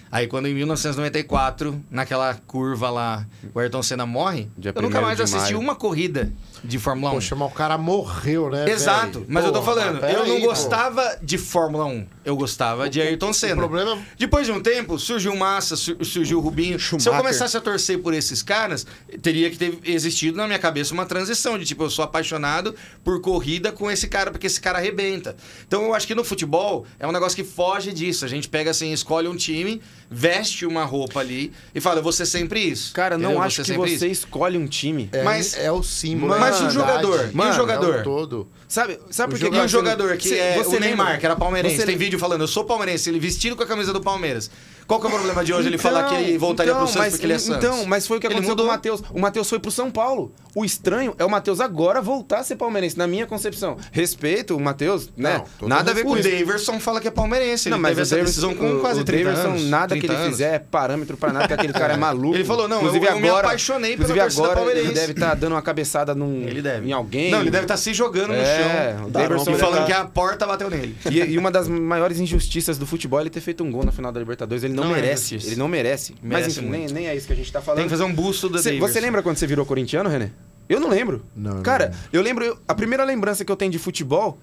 [SPEAKER 4] Aí quando em 1994, naquela curva lá, o Ayrton Senna morre,
[SPEAKER 2] Dia
[SPEAKER 4] eu nunca
[SPEAKER 2] 1º
[SPEAKER 4] mais
[SPEAKER 2] de
[SPEAKER 4] assisti
[SPEAKER 2] maio.
[SPEAKER 4] uma corrida de Fórmula 1.
[SPEAKER 3] Poxa, mas o cara morreu, né?
[SPEAKER 4] Exato,
[SPEAKER 3] velho?
[SPEAKER 4] mas eu tô
[SPEAKER 3] Porra,
[SPEAKER 4] falando,
[SPEAKER 3] pera
[SPEAKER 4] eu não
[SPEAKER 3] aí, pô.
[SPEAKER 4] gostava de Fórmula 1, eu gostava de Ayrton Senna.
[SPEAKER 3] problema-
[SPEAKER 4] Depois de um tempo, surgiu Massa, sur- surgiu Rubinho. Se eu
[SPEAKER 5] Schumacher.
[SPEAKER 4] começasse a torcer por esses caras, teria que ter existido na minha cabeça uma transição de tipo, eu sou apaixonado por corrida com esse cara, porque esse cara arrebenta. Então eu acho que no futebol é um negócio que foge disso. A gente pega assim, escolhe um time, veste uma roupa ali e fala, eu vou ser sempre isso.
[SPEAKER 2] Cara, não
[SPEAKER 4] Entendeu? Eu vou
[SPEAKER 2] acho
[SPEAKER 4] ser
[SPEAKER 2] que
[SPEAKER 4] sempre
[SPEAKER 2] você escolhe um time.
[SPEAKER 3] É,
[SPEAKER 4] Mas-
[SPEAKER 3] é o símbolo.
[SPEAKER 2] Mano,
[SPEAKER 3] é a
[SPEAKER 2] mas e o
[SPEAKER 3] identidade,
[SPEAKER 4] jogador? E o
[SPEAKER 3] é
[SPEAKER 4] jogador?
[SPEAKER 3] todo.
[SPEAKER 2] Sabe, sabe por
[SPEAKER 4] Porque
[SPEAKER 2] que que
[SPEAKER 4] e o é um
[SPEAKER 2] você-
[SPEAKER 4] jogador que
[SPEAKER 2] você-
[SPEAKER 4] é
[SPEAKER 2] você
[SPEAKER 4] o Neymar,
[SPEAKER 2] lembra?
[SPEAKER 4] que era palmeirense,
[SPEAKER 2] Você
[SPEAKER 4] tem
[SPEAKER 2] lembra-
[SPEAKER 4] vídeo falando, eu sou palmeirense, ele vestido com a camisa do Palmeiras. Qual que é o problema de hoje ele
[SPEAKER 2] Então,
[SPEAKER 4] falar que ele voltaria
[SPEAKER 2] então,
[SPEAKER 4] pro Santos
[SPEAKER 2] mas-
[SPEAKER 4] porque ele é Santos?
[SPEAKER 2] Então, mas foi o que
[SPEAKER 4] Ele
[SPEAKER 2] aconteceu com o
[SPEAKER 4] mudou.
[SPEAKER 2] Matheus. O Matheus foi pro São Paulo. O estranho é o Matheus agora voltar a ser palmeirense, na minha concepção. Respeito o Matheus, né?
[SPEAKER 3] Não, todo
[SPEAKER 2] nada a ver com
[SPEAKER 4] o
[SPEAKER 2] isso.
[SPEAKER 4] Daverson fala que é palmeirense, ele teve essa
[SPEAKER 2] Davidson-
[SPEAKER 4] decisão com
[SPEAKER 2] o-
[SPEAKER 4] quase
[SPEAKER 2] o
[SPEAKER 4] 30
[SPEAKER 2] Davidson,
[SPEAKER 4] anos.
[SPEAKER 2] nada que
[SPEAKER 4] 30
[SPEAKER 2] ele
[SPEAKER 4] anos.
[SPEAKER 2] fizer é parâmetro pra nada, porque aquele cara é maluco.
[SPEAKER 4] Ele falou, não, eu-
[SPEAKER 2] inclusive
[SPEAKER 4] eu me
[SPEAKER 2] agora,
[SPEAKER 4] apaixonei pela
[SPEAKER 2] Inclusive
[SPEAKER 4] torcida
[SPEAKER 2] agora, ele
[SPEAKER 4] palmeirense.
[SPEAKER 2] deve estar dando uma cabeçada num,
[SPEAKER 4] Ele deve.
[SPEAKER 2] em alguém.
[SPEAKER 4] Não, ele deve tá- estar se jogando
[SPEAKER 2] É,
[SPEAKER 4] no chão.
[SPEAKER 2] o Daverson
[SPEAKER 4] e falando
[SPEAKER 2] deve
[SPEAKER 4] que
[SPEAKER 2] tá-
[SPEAKER 4] a porta bateu nele.
[SPEAKER 2] E, e uma das maiores injustiças do futebol é ele ter feito um gol na final da Libertadores. Ele não,
[SPEAKER 4] Não é
[SPEAKER 2] merece.
[SPEAKER 4] injustiça.
[SPEAKER 2] ele não merece. Mas
[SPEAKER 4] Merece
[SPEAKER 2] enfim, nem,
[SPEAKER 4] muito.
[SPEAKER 2] nem é isso que a gente tá falando.
[SPEAKER 4] Tem que fazer um busto do
[SPEAKER 2] Cê-
[SPEAKER 4] Daverson.
[SPEAKER 2] você lembra quando você virou corintiano, René? Eu não lembro.
[SPEAKER 3] Não, eu
[SPEAKER 2] Cara, eu lembro. eu- a primeira lembrança que eu tenho de futebol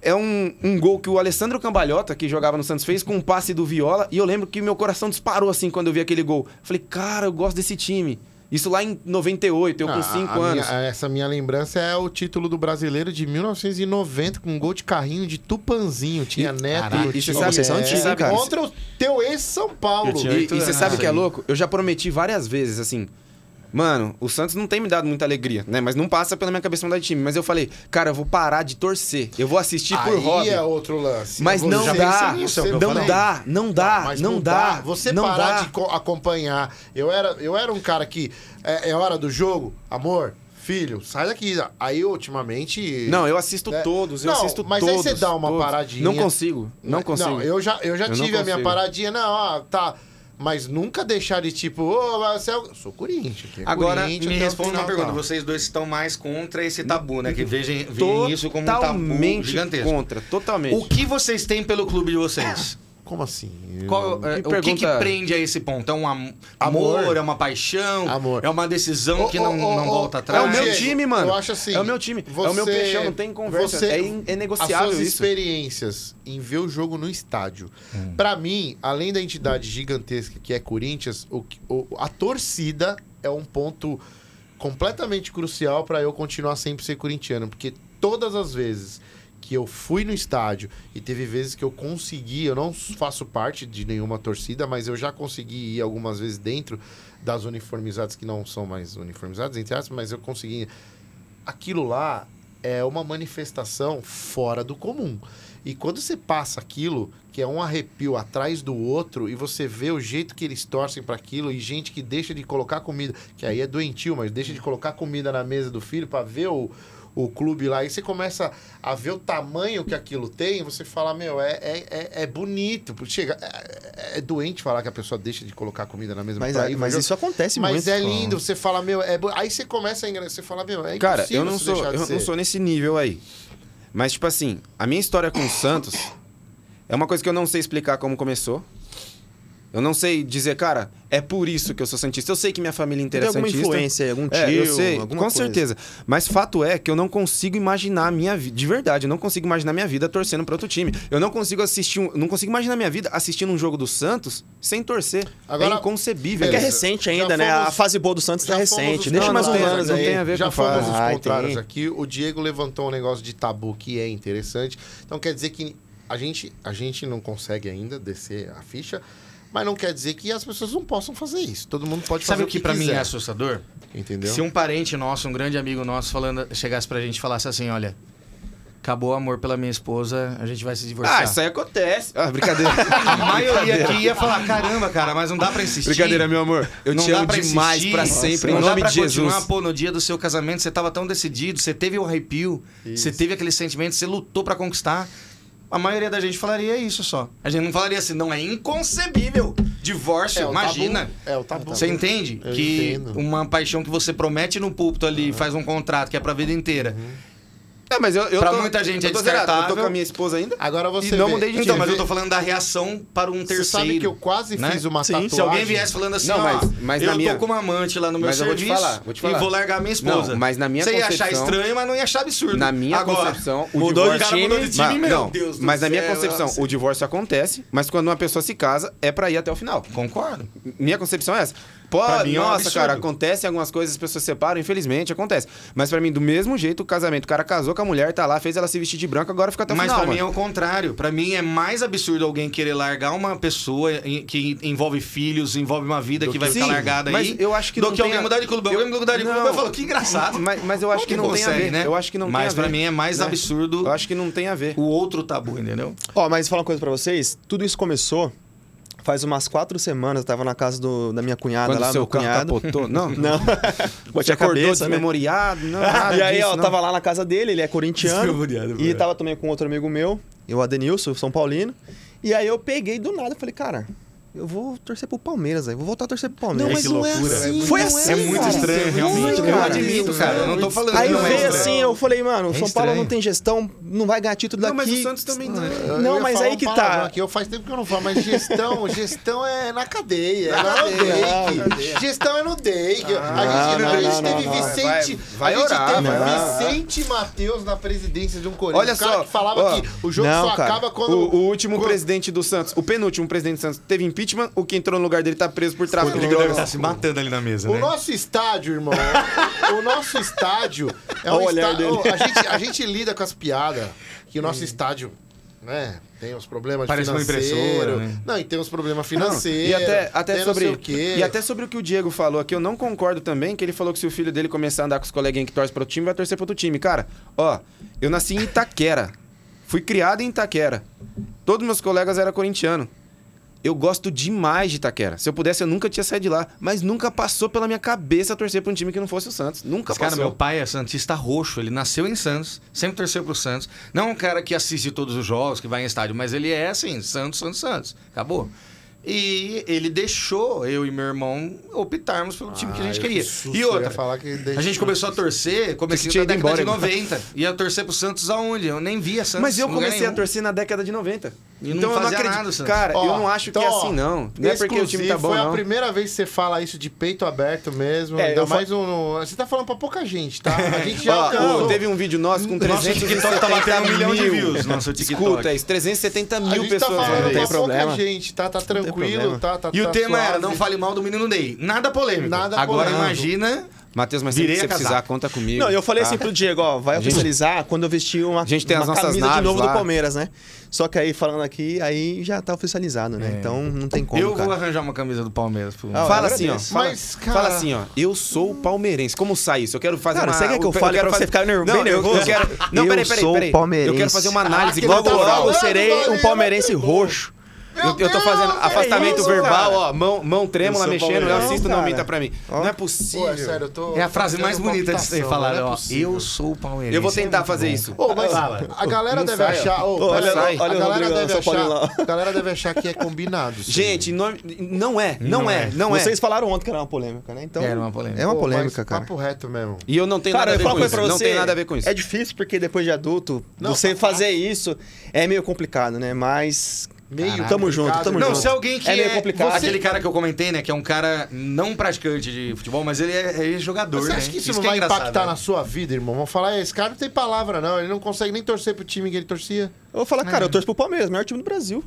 [SPEAKER 2] é um, um gol que o Alessandro Cambalhota, que jogava no Santos, fez com um passe do Viola. E eu lembro que meu coração disparou assim quando eu vi aquele gol. Falei, cara, eu gosto desse time. Isso lá em 98, eu
[SPEAKER 3] Ah,
[SPEAKER 2] com 5
[SPEAKER 3] a minha-
[SPEAKER 2] anos.
[SPEAKER 3] essa minha lembrança é o título do brasileiro de 1990, com um gol de carrinho de Tupanzinho. Tinha neto.
[SPEAKER 2] caraca,
[SPEAKER 3] no
[SPEAKER 2] e
[SPEAKER 4] é
[SPEAKER 2] você
[SPEAKER 3] time.
[SPEAKER 2] sabe-
[SPEAKER 5] vocês são antigos, hein, cara?
[SPEAKER 3] Contra o teu ex-São Paulo.
[SPEAKER 4] Eu tinha
[SPEAKER 2] E,
[SPEAKER 4] oito
[SPEAKER 2] e você
[SPEAKER 4] anos,
[SPEAKER 2] sabe o que é
[SPEAKER 4] aí.
[SPEAKER 2] louco? Eu já prometi várias vezes, assim. Mano, o Santos não tem me dado muita alegria, né? Mas não passa pela minha cabeça mudar de time. Mas eu falei, cara, eu vou parar de torcer. Eu vou assistir por
[SPEAKER 3] Aí
[SPEAKER 2] Tipo hobby.
[SPEAKER 3] é outro lance.
[SPEAKER 2] Mas não
[SPEAKER 3] Você-
[SPEAKER 2] dá,
[SPEAKER 3] você- você-
[SPEAKER 2] não dá, não dá,
[SPEAKER 3] mas
[SPEAKER 2] não dá.
[SPEAKER 3] Você
[SPEAKER 2] não
[SPEAKER 3] parar
[SPEAKER 2] dá.
[SPEAKER 3] de co- acompanhar. Eu era, eu era um cara que é, é hora do jogo, amor, filho, sai daqui. Aí ultimamente
[SPEAKER 2] Não, eu assisto
[SPEAKER 3] É.
[SPEAKER 2] todos, eu
[SPEAKER 3] Não,
[SPEAKER 2] assisto
[SPEAKER 3] mas aí
[SPEAKER 2] todos.
[SPEAKER 3] você dá uma
[SPEAKER 2] todos.
[SPEAKER 3] paradinha.
[SPEAKER 2] Não consigo, não consigo.
[SPEAKER 3] né, eu já, eu já
[SPEAKER 2] Eu não
[SPEAKER 3] tive a minha
[SPEAKER 2] consigo.
[SPEAKER 3] paradinha, não, ó, tá. Mas nunca deixar de tipo, ô, Marcelo. eu Sou Corinthians. que é
[SPEAKER 4] Agora, me
[SPEAKER 3] Corinthians até o
[SPEAKER 4] responda
[SPEAKER 3] final,
[SPEAKER 4] uma pergunta.
[SPEAKER 3] tá.
[SPEAKER 4] Vocês dois estão mais contra esse tabu, né? Que vejam, veem
[SPEAKER 2] totalmente
[SPEAKER 4] isso como um tabu gigantesco.
[SPEAKER 2] contra, totalmente.
[SPEAKER 4] O que vocês têm pelo clube de vocês?
[SPEAKER 3] Como assim?
[SPEAKER 4] Qual- é,
[SPEAKER 2] me
[SPEAKER 4] O que, que
[SPEAKER 2] pergunta-
[SPEAKER 4] prende a esse ponto? É um am-
[SPEAKER 3] Amor.
[SPEAKER 4] amor, é uma paixão,
[SPEAKER 3] Amor.
[SPEAKER 4] é uma decisão
[SPEAKER 3] Ô,
[SPEAKER 4] que não,
[SPEAKER 3] ô, ô,
[SPEAKER 4] não
[SPEAKER 3] ô,
[SPEAKER 4] volta
[SPEAKER 3] ô,
[SPEAKER 4] atrás?
[SPEAKER 2] É o meu
[SPEAKER 3] Diego,
[SPEAKER 2] time, mano.
[SPEAKER 3] Eu acho assim.
[SPEAKER 2] É o meu time, é o meu peixão, não tem conversa, é in- é negociável
[SPEAKER 3] As suas
[SPEAKER 2] isso.
[SPEAKER 3] experiências em ver o jogo no estádio. Pra mim, além da entidade gigantesca que é Corinthians, o, que- o- a torcida é um ponto completamente crucial pra eu continuar sempre ser corintiano, porque todas as vezes que eu fui no estádio e teve vezes que eu consegui, eu não faço parte de nenhuma torcida, mas eu já consegui ir algumas vezes dentro das uniformizadas que não são mais uniformizadas, entre aspas, mas eu consegui aquilo lá é uma manifestação fora do comum. E quando você passa aquilo, que é um arrepio atrás do outro, e você vê o jeito que eles torcem para aquilo, e gente que deixa de colocar comida, que aí é doentio, mas deixa de colocar comida na mesa do filho para ver o, o clube lá, e você começa a ver o tamanho que aquilo tem, e você fala, meu, é, é, é- é bonito. Porque Chega, é, é- é doente falar que a pessoa deixa de colocar comida na mesa
[SPEAKER 5] Mas, é,
[SPEAKER 3] pra ir
[SPEAKER 5] mas
[SPEAKER 3] ver
[SPEAKER 5] isso acontece
[SPEAKER 3] mas
[SPEAKER 5] muito.
[SPEAKER 3] é lindo, você fala, meu, é bo- aí você começa a engraçar, você fala, meu, é
[SPEAKER 2] Cara,
[SPEAKER 3] impossível
[SPEAKER 2] eu não
[SPEAKER 3] você
[SPEAKER 2] sou,
[SPEAKER 3] deixar de
[SPEAKER 2] eu
[SPEAKER 3] ser.
[SPEAKER 2] não sou nesse nível aí. Mas tipo assim, a minha história com o Santos é uma coisa que eu não sei explicar como começou. Eu não sei dizer, cara, é por isso que eu sou santista. Eu sei que minha família inteira
[SPEAKER 5] Tem
[SPEAKER 2] é
[SPEAKER 5] alguma
[SPEAKER 2] santista.
[SPEAKER 5] influência, algum um tio,
[SPEAKER 2] É, eu sei, com
[SPEAKER 5] alguma coisa.
[SPEAKER 2] certeza. Mas fato é que eu não consigo imaginar a minha vida, de verdade, eu não consigo imaginar a minha vida torcendo para outro time. Eu não consigo assistir, um, não consigo imaginar a minha vida assistindo um jogo do Santos sem torcer.
[SPEAKER 3] Agora-
[SPEAKER 2] é inconcebível.
[SPEAKER 5] É que é
[SPEAKER 3] Beleza.
[SPEAKER 5] recente
[SPEAKER 3] Já
[SPEAKER 5] ainda, né? A
[SPEAKER 3] fomos-
[SPEAKER 5] fase boa do Santos
[SPEAKER 3] já
[SPEAKER 5] tá
[SPEAKER 3] fomos
[SPEAKER 5] recente.
[SPEAKER 3] os-
[SPEAKER 5] Deixa
[SPEAKER 3] não,
[SPEAKER 5] mais
[SPEAKER 3] não,
[SPEAKER 5] uns
[SPEAKER 3] não,
[SPEAKER 5] anos
[SPEAKER 2] não
[SPEAKER 5] aí.
[SPEAKER 2] tem a ver
[SPEAKER 3] Já
[SPEAKER 2] com
[SPEAKER 3] fomos
[SPEAKER 2] fase.
[SPEAKER 3] os
[SPEAKER 5] Ah, tem.
[SPEAKER 3] contrários aqui. O Diego levantou um negócio de tabu que é interessante. Então quer dizer que a gente, a gente não consegue ainda descer a ficha, mas não quer dizer que as pessoas não possam fazer isso. Todo mundo pode fazer
[SPEAKER 4] Sabe o
[SPEAKER 3] o
[SPEAKER 4] que,
[SPEAKER 3] que,
[SPEAKER 4] pra mim é
[SPEAKER 3] quiser.
[SPEAKER 4] assustador?
[SPEAKER 3] Entendeu?
[SPEAKER 4] Se um parente nosso, um grande amigo nosso, falando, chegasse pra gente e falasse assim: olha, acabou o amor pela minha esposa, a gente vai se divorciar.
[SPEAKER 2] Ah, isso aí acontece. Ah, brincadeira.
[SPEAKER 4] A maioria aqui ia falar: caramba, cara, mas não dá pra insistir.
[SPEAKER 2] brincadeira, meu amor. Eu
[SPEAKER 4] Não
[SPEAKER 2] te
[SPEAKER 4] dá
[SPEAKER 2] amo
[SPEAKER 4] pra
[SPEAKER 2] demais
[SPEAKER 4] insistir.
[SPEAKER 2] para sempre,
[SPEAKER 4] não
[SPEAKER 2] em
[SPEAKER 4] dá
[SPEAKER 2] nome
[SPEAKER 4] pra
[SPEAKER 2] de Jesus.
[SPEAKER 4] continuar, Pô, no dia do seu casamento você tava tão decidido, você teve o arrepio, você teve aquele sentimento, você lutou pra conquistar. A maioria da gente falaria isso só. A gente não falaria assim, não, é inconcebível. Divórcio,
[SPEAKER 3] É, o
[SPEAKER 4] imagina.
[SPEAKER 3] tabu- é, o tabu.
[SPEAKER 4] Você entende?
[SPEAKER 3] Eu
[SPEAKER 4] que
[SPEAKER 3] entendo.
[SPEAKER 4] uma paixão que você promete no púlpito ali, faz um contrato que é pra vida inteira.
[SPEAKER 2] É, mas eu, eu
[SPEAKER 4] Pra
[SPEAKER 2] tô-
[SPEAKER 4] muita gente
[SPEAKER 2] eu
[SPEAKER 4] é
[SPEAKER 2] tô zerado. Eu tô
[SPEAKER 4] descartável.
[SPEAKER 2] com a minha esposa ainda.
[SPEAKER 3] Agora você
[SPEAKER 2] E não
[SPEAKER 3] vê,
[SPEAKER 2] mudei de
[SPEAKER 4] Então,
[SPEAKER 2] time.
[SPEAKER 4] mas eu tô falando da reação para um terceiro.
[SPEAKER 3] Você sabe que eu quase
[SPEAKER 4] né?
[SPEAKER 3] fiz uma
[SPEAKER 5] Sim, se
[SPEAKER 3] tatuagem.
[SPEAKER 4] Se alguém viesse falando assim,
[SPEAKER 2] Não,
[SPEAKER 4] ó,
[SPEAKER 2] mas- mas
[SPEAKER 4] eu
[SPEAKER 2] na
[SPEAKER 4] tô
[SPEAKER 2] minha-
[SPEAKER 4] com uma amante lá no meu
[SPEAKER 2] Mas eu vou te
[SPEAKER 4] serviço
[SPEAKER 2] falar, vou te falar.
[SPEAKER 4] e vou largar minha esposa.
[SPEAKER 2] Não, mas na minha
[SPEAKER 4] Você ia achar
[SPEAKER 2] concepção-
[SPEAKER 4] estranho, mas não ia achar absurdo.
[SPEAKER 2] Na minha
[SPEAKER 4] Agora,
[SPEAKER 2] concepção, o
[SPEAKER 5] mudou de
[SPEAKER 2] divórcio...
[SPEAKER 4] time,
[SPEAKER 2] Cara, mudou de time,
[SPEAKER 4] mas-
[SPEAKER 2] meu
[SPEAKER 4] não,
[SPEAKER 2] Deus do
[SPEAKER 4] mas
[SPEAKER 2] céu, assim.
[SPEAKER 4] na minha concepção,
[SPEAKER 2] o divórcio acontece, mas quando uma pessoa se casa, é pra ir até o final.
[SPEAKER 4] Concordo.
[SPEAKER 2] Minha concepção é essa. Pô,
[SPEAKER 4] Pra mim é um
[SPEAKER 2] nossa,
[SPEAKER 4] absurdo.
[SPEAKER 2] cara, acontece algumas coisas, as pessoas se separam, infelizmente, acontece. Mas pra mim, do mesmo jeito, o casamento, o cara casou com a mulher, tá lá, fez ela se vestir de branco, agora fica até o
[SPEAKER 4] Mas
[SPEAKER 2] final,
[SPEAKER 4] pra mim é
[SPEAKER 2] mano.
[SPEAKER 4] o contrário. Pra mim é mais absurdo alguém querer largar uma pessoa em- que envolve filhos, envolve uma vida que, vai
[SPEAKER 2] que-
[SPEAKER 4] ficar
[SPEAKER 2] Sim,
[SPEAKER 4] largada
[SPEAKER 2] mas
[SPEAKER 4] aí.
[SPEAKER 2] eu acho que
[SPEAKER 4] do
[SPEAKER 2] não
[SPEAKER 4] que
[SPEAKER 2] tem
[SPEAKER 4] alguém
[SPEAKER 2] a-
[SPEAKER 4] mudar de clube.
[SPEAKER 2] Eu-
[SPEAKER 4] Alguém mudar de clube,
[SPEAKER 2] Não.
[SPEAKER 4] eu falo, que engraçado.
[SPEAKER 2] Mas, mas eu acho
[SPEAKER 4] Como
[SPEAKER 2] que, não tem a
[SPEAKER 4] é um consegue,
[SPEAKER 2] ver,
[SPEAKER 4] né?
[SPEAKER 2] Eu acho que não
[SPEAKER 4] Mas
[SPEAKER 2] tem a
[SPEAKER 4] pra
[SPEAKER 2] ver.
[SPEAKER 4] mim é mais
[SPEAKER 2] né?
[SPEAKER 4] absurdo
[SPEAKER 2] Eu acho que não tem a ver.
[SPEAKER 4] o outro tabu, entendeu?
[SPEAKER 5] Ó, mas vou falar uma coisa pra vocês. Tudo isso começou faz umas quatro semanas. Eu tava na casa do- da minha cunhada
[SPEAKER 2] Quando
[SPEAKER 5] lá,
[SPEAKER 2] seu
[SPEAKER 5] meu
[SPEAKER 2] Tá carro
[SPEAKER 5] cunhado.
[SPEAKER 2] capotou. Não,
[SPEAKER 5] Não.
[SPEAKER 2] Você
[SPEAKER 5] Bati a
[SPEAKER 2] acordou
[SPEAKER 5] cabeça, né?
[SPEAKER 2] desmemoriado, não, nada
[SPEAKER 5] e aí,
[SPEAKER 2] disso,
[SPEAKER 5] ó,
[SPEAKER 2] não.
[SPEAKER 5] tava lá na casa dele, ele é corintiano.
[SPEAKER 4] Desmemoriado,
[SPEAKER 5] e
[SPEAKER 4] velho.
[SPEAKER 5] tava também com outro amigo meu, eu Adenilson, São Paulino. E aí eu peguei do nada, falei, cara, eu vou torcer pro Palmeiras, aí vou voltar a torcer pro Palmeiras.
[SPEAKER 4] mas não é assim,
[SPEAKER 5] Foi
[SPEAKER 4] não
[SPEAKER 5] assim,
[SPEAKER 4] É muito
[SPEAKER 5] cara.
[SPEAKER 4] estranho, realmente.
[SPEAKER 5] Foi,
[SPEAKER 4] eu
[SPEAKER 5] cara.
[SPEAKER 4] admito, cara. Eu não tô falando
[SPEAKER 5] Aí
[SPEAKER 4] que não é
[SPEAKER 5] veio
[SPEAKER 4] estranho.
[SPEAKER 5] assim, eu falei, mano, o São Paulo
[SPEAKER 4] estranho.
[SPEAKER 5] não tem gestão, não vai ganhar título
[SPEAKER 2] Não,
[SPEAKER 5] daqui. Ah.
[SPEAKER 2] mas o Santos também não.
[SPEAKER 3] Eu- eu
[SPEAKER 5] Não,
[SPEAKER 3] ia
[SPEAKER 5] mas
[SPEAKER 3] falar
[SPEAKER 5] aí
[SPEAKER 3] um
[SPEAKER 5] que tá.
[SPEAKER 3] palavrão aqui, Eu faz tempo que eu não falo, mas gestão, gestão é na cadeia. É na
[SPEAKER 5] cadeia.
[SPEAKER 3] Drake. Gestão é no Drake. a gente,
[SPEAKER 5] não,
[SPEAKER 3] a gente
[SPEAKER 5] não,
[SPEAKER 3] teve
[SPEAKER 5] não, não.
[SPEAKER 3] Vicente.
[SPEAKER 2] Vai- vai
[SPEAKER 3] a gente
[SPEAKER 2] orar,
[SPEAKER 3] teve
[SPEAKER 5] não.
[SPEAKER 3] Vicente Matheus na presidência de um Corinthians.
[SPEAKER 2] Olha
[SPEAKER 3] o cara
[SPEAKER 2] só,
[SPEAKER 3] que falava
[SPEAKER 2] ó,
[SPEAKER 3] que o jogo
[SPEAKER 5] não,
[SPEAKER 3] só
[SPEAKER 5] cara.
[SPEAKER 3] acaba quando.
[SPEAKER 2] O, o último
[SPEAKER 3] quando-
[SPEAKER 2] presidente do Santos, o penúltimo presidente do Santos, teve impeachment, o que entrou no lugar dele tá preso por tráfico de
[SPEAKER 4] Rodrigo deve
[SPEAKER 2] drogas.
[SPEAKER 4] estar assim, se matando ali na mesa,
[SPEAKER 3] O
[SPEAKER 4] né?
[SPEAKER 3] nosso estádio, irmão. é, o nosso estádio é um
[SPEAKER 5] Olha o olhar
[SPEAKER 3] estádio.
[SPEAKER 5] dele.
[SPEAKER 3] A gente, a gente lida com as piadas que o nosso estádio, né? Tem os problemas
[SPEAKER 4] Parece uma
[SPEAKER 3] financeiros.
[SPEAKER 4] impressora, né?
[SPEAKER 3] Não, e tem os problemas
[SPEAKER 2] Não,
[SPEAKER 3] financeiros.
[SPEAKER 2] E até, até
[SPEAKER 3] tem
[SPEAKER 2] sobre,
[SPEAKER 3] não sei o quê.
[SPEAKER 2] E até sobre o que o Diego falou aqui, eu não concordo também, que ele falou que se o filho dele começar a andar com os coleguinhas que torce para outro time, vai torcer para outro time. Cara, ó, eu nasci em Itaquera. fui criado em Itaquera. Todos meus colegas eram corintiano. Eu gosto demais de Itaquera. Se eu pudesse, eu nunca tinha saído de lá. Mas nunca passou pela minha cabeça torcer pra um time que não fosse o Santos. Nunca
[SPEAKER 4] Mas, cara,
[SPEAKER 2] passou.
[SPEAKER 4] meu pai é Santista roxo, ele nasceu em Santos, sempre torceu pro Santos. Não é um cara que assiste todos os jogos, que vai em estádio, mas ele é assim, Santos, Santos, Santos. Acabou. E ele deixou eu e meu irmão optarmos pelo time que a gente
[SPEAKER 3] Ai,
[SPEAKER 4] queria.
[SPEAKER 3] susto,
[SPEAKER 4] E
[SPEAKER 3] eu ia
[SPEAKER 4] outra,
[SPEAKER 3] falar que deixa-
[SPEAKER 4] a gente começou a torcer, comecei
[SPEAKER 2] tinha
[SPEAKER 4] na
[SPEAKER 2] ido
[SPEAKER 4] década de
[SPEAKER 2] embora,
[SPEAKER 4] 90. Ia torcer pro Santos aonde? Eu nem via Santos.
[SPEAKER 2] Mas eu
[SPEAKER 4] em lugar
[SPEAKER 2] comecei a
[SPEAKER 4] nenhum.
[SPEAKER 2] torcer na década de 90.
[SPEAKER 4] E não
[SPEAKER 2] então eu não
[SPEAKER 4] fazia
[SPEAKER 2] acredito.
[SPEAKER 4] nada o Santos.
[SPEAKER 2] cara,
[SPEAKER 3] Ó,
[SPEAKER 2] eu não acho
[SPEAKER 3] então,
[SPEAKER 2] que é
[SPEAKER 3] ó,
[SPEAKER 2] assim, não. Não é porque o time tá
[SPEAKER 3] exclusivo,
[SPEAKER 2] bom,
[SPEAKER 3] Foi a
[SPEAKER 2] não.
[SPEAKER 3] primeira vez que você fala isso de peito aberto mesmo.
[SPEAKER 5] É,
[SPEAKER 3] ainda
[SPEAKER 5] eu fa-
[SPEAKER 3] mais um, no- Você tá falando pra pouca gente, tá? A gente já
[SPEAKER 2] Ó,
[SPEAKER 3] alcançou.
[SPEAKER 2] o- teve um vídeo nosso com
[SPEAKER 4] Nosso
[SPEAKER 2] 370
[SPEAKER 4] TikTok tá batendo um milhão de
[SPEAKER 2] mil.
[SPEAKER 4] views. Nosso TikTok.
[SPEAKER 2] Escuta isso, 370
[SPEAKER 3] A
[SPEAKER 2] mil
[SPEAKER 3] gente tá
[SPEAKER 2] pessoas.
[SPEAKER 3] falando
[SPEAKER 5] não
[SPEAKER 3] pra
[SPEAKER 5] tem problema.
[SPEAKER 3] pouca gente, tá? Tá tranquilo,
[SPEAKER 5] problema.
[SPEAKER 3] tá, tá
[SPEAKER 4] E o
[SPEAKER 3] tá
[SPEAKER 4] tema
[SPEAKER 3] suave.
[SPEAKER 4] era, não fale mal do menino Ney. Nada polêmico.
[SPEAKER 3] Nada
[SPEAKER 4] Agora
[SPEAKER 3] polêmico.
[SPEAKER 4] imagina...
[SPEAKER 2] Matheus, mas sempre que
[SPEAKER 4] Virei
[SPEAKER 2] você
[SPEAKER 4] a casaca.
[SPEAKER 2] precisar, conta comigo.
[SPEAKER 5] Não, eu falei
[SPEAKER 2] tá?
[SPEAKER 5] assim pro Diego, ó, vai
[SPEAKER 2] gente-
[SPEAKER 5] oficializar quando eu vestir uma,
[SPEAKER 2] A gente tem
[SPEAKER 5] uma
[SPEAKER 2] as nossas
[SPEAKER 5] camisa de
[SPEAKER 2] naves
[SPEAKER 5] novo
[SPEAKER 2] lá.
[SPEAKER 5] do Palmeiras, né? Só que aí, falando aqui, aí já tá oficializado, né?
[SPEAKER 2] É.
[SPEAKER 5] Então não tem como,
[SPEAKER 4] eu vou
[SPEAKER 5] cara.
[SPEAKER 4] arranjar uma camisa do Palmeiras. pro-
[SPEAKER 5] Ah,
[SPEAKER 2] Fala
[SPEAKER 5] eu
[SPEAKER 2] assim, ó.
[SPEAKER 5] agradeço.
[SPEAKER 2] Fala,
[SPEAKER 3] Mas, cara-
[SPEAKER 2] fala assim, ó. Eu sou palmeirense. Como sai isso? Eu quero fazer
[SPEAKER 5] Cara,
[SPEAKER 2] uma...
[SPEAKER 5] você quer que eu
[SPEAKER 2] eu
[SPEAKER 5] fale
[SPEAKER 2] quero
[SPEAKER 5] pra você ficar nervo- bem
[SPEAKER 2] Não, eu-
[SPEAKER 5] nervoso?
[SPEAKER 2] Eu quero... Não,
[SPEAKER 5] Eu
[SPEAKER 2] peraí, peraí,
[SPEAKER 5] sou
[SPEAKER 2] peraí. Eu quero
[SPEAKER 5] palmeirense.
[SPEAKER 2] fazer uma análise.
[SPEAKER 3] Caraca, ele
[SPEAKER 5] Logo,
[SPEAKER 3] tá
[SPEAKER 2] corporal.
[SPEAKER 5] logo
[SPEAKER 3] falando, tá
[SPEAKER 5] serei um
[SPEAKER 3] Valeu,
[SPEAKER 5] palmeirense roxo.
[SPEAKER 2] Eu, eu tô fazendo afastamento
[SPEAKER 5] isso,
[SPEAKER 2] verbal,
[SPEAKER 5] cara?
[SPEAKER 2] ó, mão, mão trêmula,
[SPEAKER 5] Eu sou
[SPEAKER 2] mexendo, eu
[SPEAKER 5] palmeirense.
[SPEAKER 2] assisto,
[SPEAKER 5] Não,
[SPEAKER 2] não
[SPEAKER 5] cara.
[SPEAKER 2] minta pra mim. Não é possível.
[SPEAKER 3] Pô, é sério, eu tô.
[SPEAKER 4] É a frase
[SPEAKER 3] tô
[SPEAKER 4] mais
[SPEAKER 3] tendo
[SPEAKER 4] bonita de
[SPEAKER 3] palpitação,
[SPEAKER 4] ser falada,
[SPEAKER 3] não
[SPEAKER 4] ó.
[SPEAKER 3] é possível.
[SPEAKER 4] Eu sou o Palmeirense.
[SPEAKER 2] Eu vou tentar fazer isso. é
[SPEAKER 3] Ô, mas a galera
[SPEAKER 2] Não
[SPEAKER 3] deve
[SPEAKER 2] sai, ó.
[SPEAKER 3] achar. ô,
[SPEAKER 5] Olha,
[SPEAKER 3] pera-
[SPEAKER 2] sai.
[SPEAKER 3] a
[SPEAKER 5] Olha o
[SPEAKER 3] galera
[SPEAKER 5] Rodrigo,
[SPEAKER 3] deve
[SPEAKER 5] São Paulino
[SPEAKER 3] achar-
[SPEAKER 5] lá.
[SPEAKER 3] a galera deve achar que é combinado. sim.
[SPEAKER 2] Gente, não, não é, não,
[SPEAKER 4] Não
[SPEAKER 2] é,
[SPEAKER 4] é.
[SPEAKER 2] não é.
[SPEAKER 5] Vocês falaram ontem que era uma polêmica, né? Então,
[SPEAKER 4] Era uma polêmica.
[SPEAKER 5] É uma
[SPEAKER 3] Pô, mas
[SPEAKER 5] polêmica, cara.
[SPEAKER 3] Papo reto mesmo.
[SPEAKER 2] E eu não tenho
[SPEAKER 5] Cara, eu
[SPEAKER 2] nada a ver
[SPEAKER 5] falo
[SPEAKER 2] com
[SPEAKER 5] pra
[SPEAKER 2] isso.
[SPEAKER 5] você.
[SPEAKER 2] Não tem nada a ver com isso.
[SPEAKER 5] É difícil porque depois de adulto,
[SPEAKER 3] Não,
[SPEAKER 5] você
[SPEAKER 3] tá fácil.
[SPEAKER 5] fazer isso é meio complicado, né? Mas
[SPEAKER 3] Meio
[SPEAKER 5] Caraca. Tamo junto,
[SPEAKER 3] complicado,
[SPEAKER 5] tamo
[SPEAKER 3] né?
[SPEAKER 4] Não,
[SPEAKER 5] junto.
[SPEAKER 4] se alguém que
[SPEAKER 6] É
[SPEAKER 4] é,
[SPEAKER 6] meio complicado.
[SPEAKER 4] aquele cara que eu comentei, né, que é um cara não praticante de futebol, mas ele é, é jogador,
[SPEAKER 3] Você
[SPEAKER 4] né?
[SPEAKER 3] acha que isso, não
[SPEAKER 4] é
[SPEAKER 3] vai
[SPEAKER 4] engraçado,
[SPEAKER 3] impactar
[SPEAKER 4] né?
[SPEAKER 3] na sua vida, irmão? Vão falar, esse cara não tem palavra, não. Ele não consegue nem torcer pro time que ele torcia.
[SPEAKER 5] Eu vou falar, cara, eu torço pro Palmeiras, melhor time do Brasil.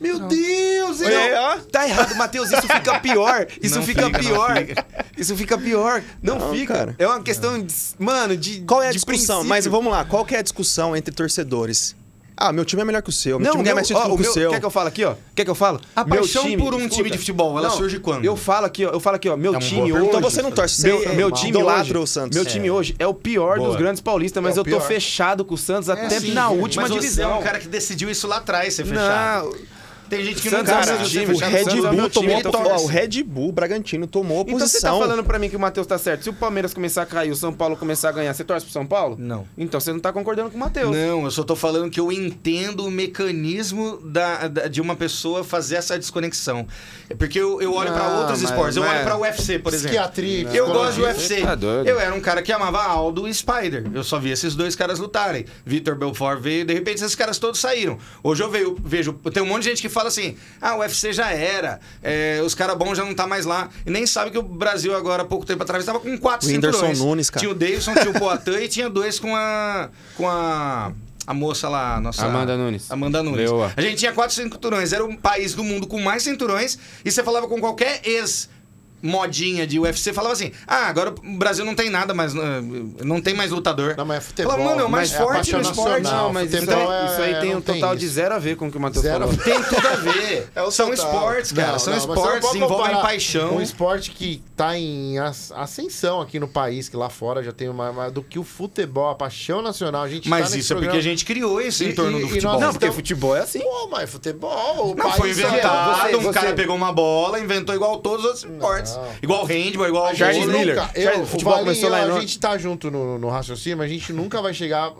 [SPEAKER 2] Meu Deus, ele
[SPEAKER 5] É, ó.
[SPEAKER 2] Tá errado, Matheus, isso fica pior. Isso
[SPEAKER 4] Não
[SPEAKER 2] fica,
[SPEAKER 4] fica, não
[SPEAKER 2] pior.
[SPEAKER 4] fica.
[SPEAKER 2] Isso fica pior. Não,
[SPEAKER 5] Não,
[SPEAKER 2] fica.
[SPEAKER 5] cara.
[SPEAKER 2] É uma questão, de, mano, de
[SPEAKER 5] Qual é a
[SPEAKER 2] de
[SPEAKER 5] discussão?
[SPEAKER 2] princípio.
[SPEAKER 5] Mas vamos lá, qual que é a discussão entre torcedores? Ah, meu time é melhor que o seu, meu
[SPEAKER 2] Não,
[SPEAKER 5] time
[SPEAKER 2] meu,
[SPEAKER 5] ganha mais
[SPEAKER 2] ó,
[SPEAKER 5] título
[SPEAKER 2] o
[SPEAKER 5] que o
[SPEAKER 2] meu,
[SPEAKER 5] seu.
[SPEAKER 2] Quer que eu falo aqui, ó? Quer que eu falo?
[SPEAKER 4] A
[SPEAKER 2] meu
[SPEAKER 4] paixão
[SPEAKER 2] time,
[SPEAKER 4] por um time de futebol, ela surge quando?
[SPEAKER 2] Eu falo aqui, ó, eu falo aqui, ó, meu
[SPEAKER 4] É uma boa
[SPEAKER 2] time
[SPEAKER 4] pergunta.
[SPEAKER 2] hoje.
[SPEAKER 5] Então você não torce, você
[SPEAKER 2] meu,
[SPEAKER 5] é
[SPEAKER 2] meu
[SPEAKER 5] mal.
[SPEAKER 2] time
[SPEAKER 5] idolatra
[SPEAKER 2] hoje,
[SPEAKER 5] o Santos.
[SPEAKER 2] Meu time hoje é o pior dos grandes paulistas, mas
[SPEAKER 3] É o
[SPEAKER 2] eu tô
[SPEAKER 3] pior.
[SPEAKER 2] fechado com o Santos até
[SPEAKER 3] sim,
[SPEAKER 2] na
[SPEAKER 3] viu?
[SPEAKER 2] última
[SPEAKER 4] Mas você é
[SPEAKER 2] divisão.
[SPEAKER 4] um cara que decidiu isso lá atrás, ser fechado.
[SPEAKER 2] não,
[SPEAKER 4] Tem gente que
[SPEAKER 2] Santos
[SPEAKER 4] não
[SPEAKER 2] é
[SPEAKER 4] gosta
[SPEAKER 2] meu
[SPEAKER 4] de ser
[SPEAKER 2] time,
[SPEAKER 5] O
[SPEAKER 2] Fechado,
[SPEAKER 4] fechado.
[SPEAKER 5] Red
[SPEAKER 2] Santos é o
[SPEAKER 5] Bull
[SPEAKER 2] meu time,
[SPEAKER 5] tomou.
[SPEAKER 2] eu tô
[SPEAKER 5] to-
[SPEAKER 2] falando
[SPEAKER 5] ó, o
[SPEAKER 2] isso.
[SPEAKER 5] Red Bull, Bragantino, tomou a
[SPEAKER 2] Então você tá
[SPEAKER 5] posição.
[SPEAKER 2] falando pra mim que o Matheus tá certo. Se o Palmeiras começar a cair, o São Paulo começar a ganhar, você torce pro São Paulo?
[SPEAKER 4] Não.
[SPEAKER 2] Então você não tá concordando com o Matheus.
[SPEAKER 4] Não, eu só tô falando que eu entendo o mecanismo da, da- de uma pessoa fazer essa desconexão. É porque eu, eu olho pra
[SPEAKER 2] Não,
[SPEAKER 4] outros
[SPEAKER 2] mas-
[SPEAKER 4] esportes, eu
[SPEAKER 2] mas-
[SPEAKER 4] olho pra UFC, por exemplo.
[SPEAKER 3] Psiquiatria,
[SPEAKER 4] Eu
[SPEAKER 3] psicologia.
[SPEAKER 4] gosto do UFC.
[SPEAKER 2] Tá doido.
[SPEAKER 4] eu era um cara que amava Aldo e Spider. Eu só via esses dois caras lutarem. Vitor Belfort veio, de repente esses caras todos saíram. Hoje eu veio- vejo, tem um monte de gente que fala assim: ah, o UFC já era, é, os caras bons já não tá mais lá. E nem sabe que o Brasil agora, há pouco tempo atrás, tava com quatro
[SPEAKER 5] O Whindersson
[SPEAKER 4] cinturões.
[SPEAKER 5] Nunes, cara.
[SPEAKER 4] Tinha um o Davidson, tinha o Poatan e tinha dois com a. com a. A moça lá, nossa.
[SPEAKER 2] Amanda Nunes.
[SPEAKER 4] Amanda Nunes.
[SPEAKER 2] Leoa.
[SPEAKER 4] A gente tinha quatro cinturões, era o país do mundo com mais cinturões, e você falava com qualquer ex modinha de UFC, falava assim: "Ah, agora o Brasil não tem nada, mas não tem mais lutador".
[SPEAKER 3] Não, mas é futebol,
[SPEAKER 4] Falava, mano, é o mais
[SPEAKER 3] mas é
[SPEAKER 4] forte
[SPEAKER 3] a
[SPEAKER 4] no
[SPEAKER 3] paixão
[SPEAKER 4] esporte.
[SPEAKER 3] nacional.
[SPEAKER 2] Não, mas isso,
[SPEAKER 3] Futebol
[SPEAKER 2] aí-
[SPEAKER 3] é-
[SPEAKER 2] isso aí tem
[SPEAKER 3] não
[SPEAKER 2] um
[SPEAKER 3] tem
[SPEAKER 2] total de
[SPEAKER 3] isso.
[SPEAKER 2] zero a ver com o que o Matheus
[SPEAKER 3] Zero a
[SPEAKER 2] falou.
[SPEAKER 4] Tem tudo a ver.
[SPEAKER 3] É o
[SPEAKER 4] São
[SPEAKER 3] total.
[SPEAKER 4] esportes, cara. é um
[SPEAKER 3] Não,
[SPEAKER 4] São
[SPEAKER 3] não, mas você não
[SPEAKER 4] esportes,
[SPEAKER 3] pode
[SPEAKER 4] envolvem
[SPEAKER 3] comparar
[SPEAKER 4] paixão.
[SPEAKER 3] Um esporte que tá em as- ascensão aqui no país, que lá fora já tem uma, uma- do que o futebol, a paixão nacional. A gente tá
[SPEAKER 4] Mas
[SPEAKER 3] nesse
[SPEAKER 4] isso é porque
[SPEAKER 3] programa.
[SPEAKER 4] a gente criou isso
[SPEAKER 3] E-
[SPEAKER 4] em torno
[SPEAKER 3] e-
[SPEAKER 4] do
[SPEAKER 3] e
[SPEAKER 4] futebol.
[SPEAKER 3] nós-
[SPEAKER 2] Não, porque
[SPEAKER 3] Então-
[SPEAKER 2] futebol é assim.
[SPEAKER 3] Pô, mas futebol, o
[SPEAKER 4] Não,
[SPEAKER 3] país é
[SPEAKER 4] foi
[SPEAKER 5] é,
[SPEAKER 4] inventado,
[SPEAKER 2] você-
[SPEAKER 4] um cara
[SPEAKER 2] você-
[SPEAKER 4] pegou uma bola, inventou igual todos os outros esportes. Igual handball, igual
[SPEAKER 3] A
[SPEAKER 2] Charles
[SPEAKER 3] gente
[SPEAKER 4] vôlei.
[SPEAKER 2] Miller.
[SPEAKER 3] Nunca, eu,
[SPEAKER 2] Charles-
[SPEAKER 3] o
[SPEAKER 2] futebol
[SPEAKER 3] Balinho,
[SPEAKER 2] começou lá em
[SPEAKER 3] A
[SPEAKER 2] Lon-
[SPEAKER 3] gente tá junto no, no raciocínio, mas a gente nunca vai chegar.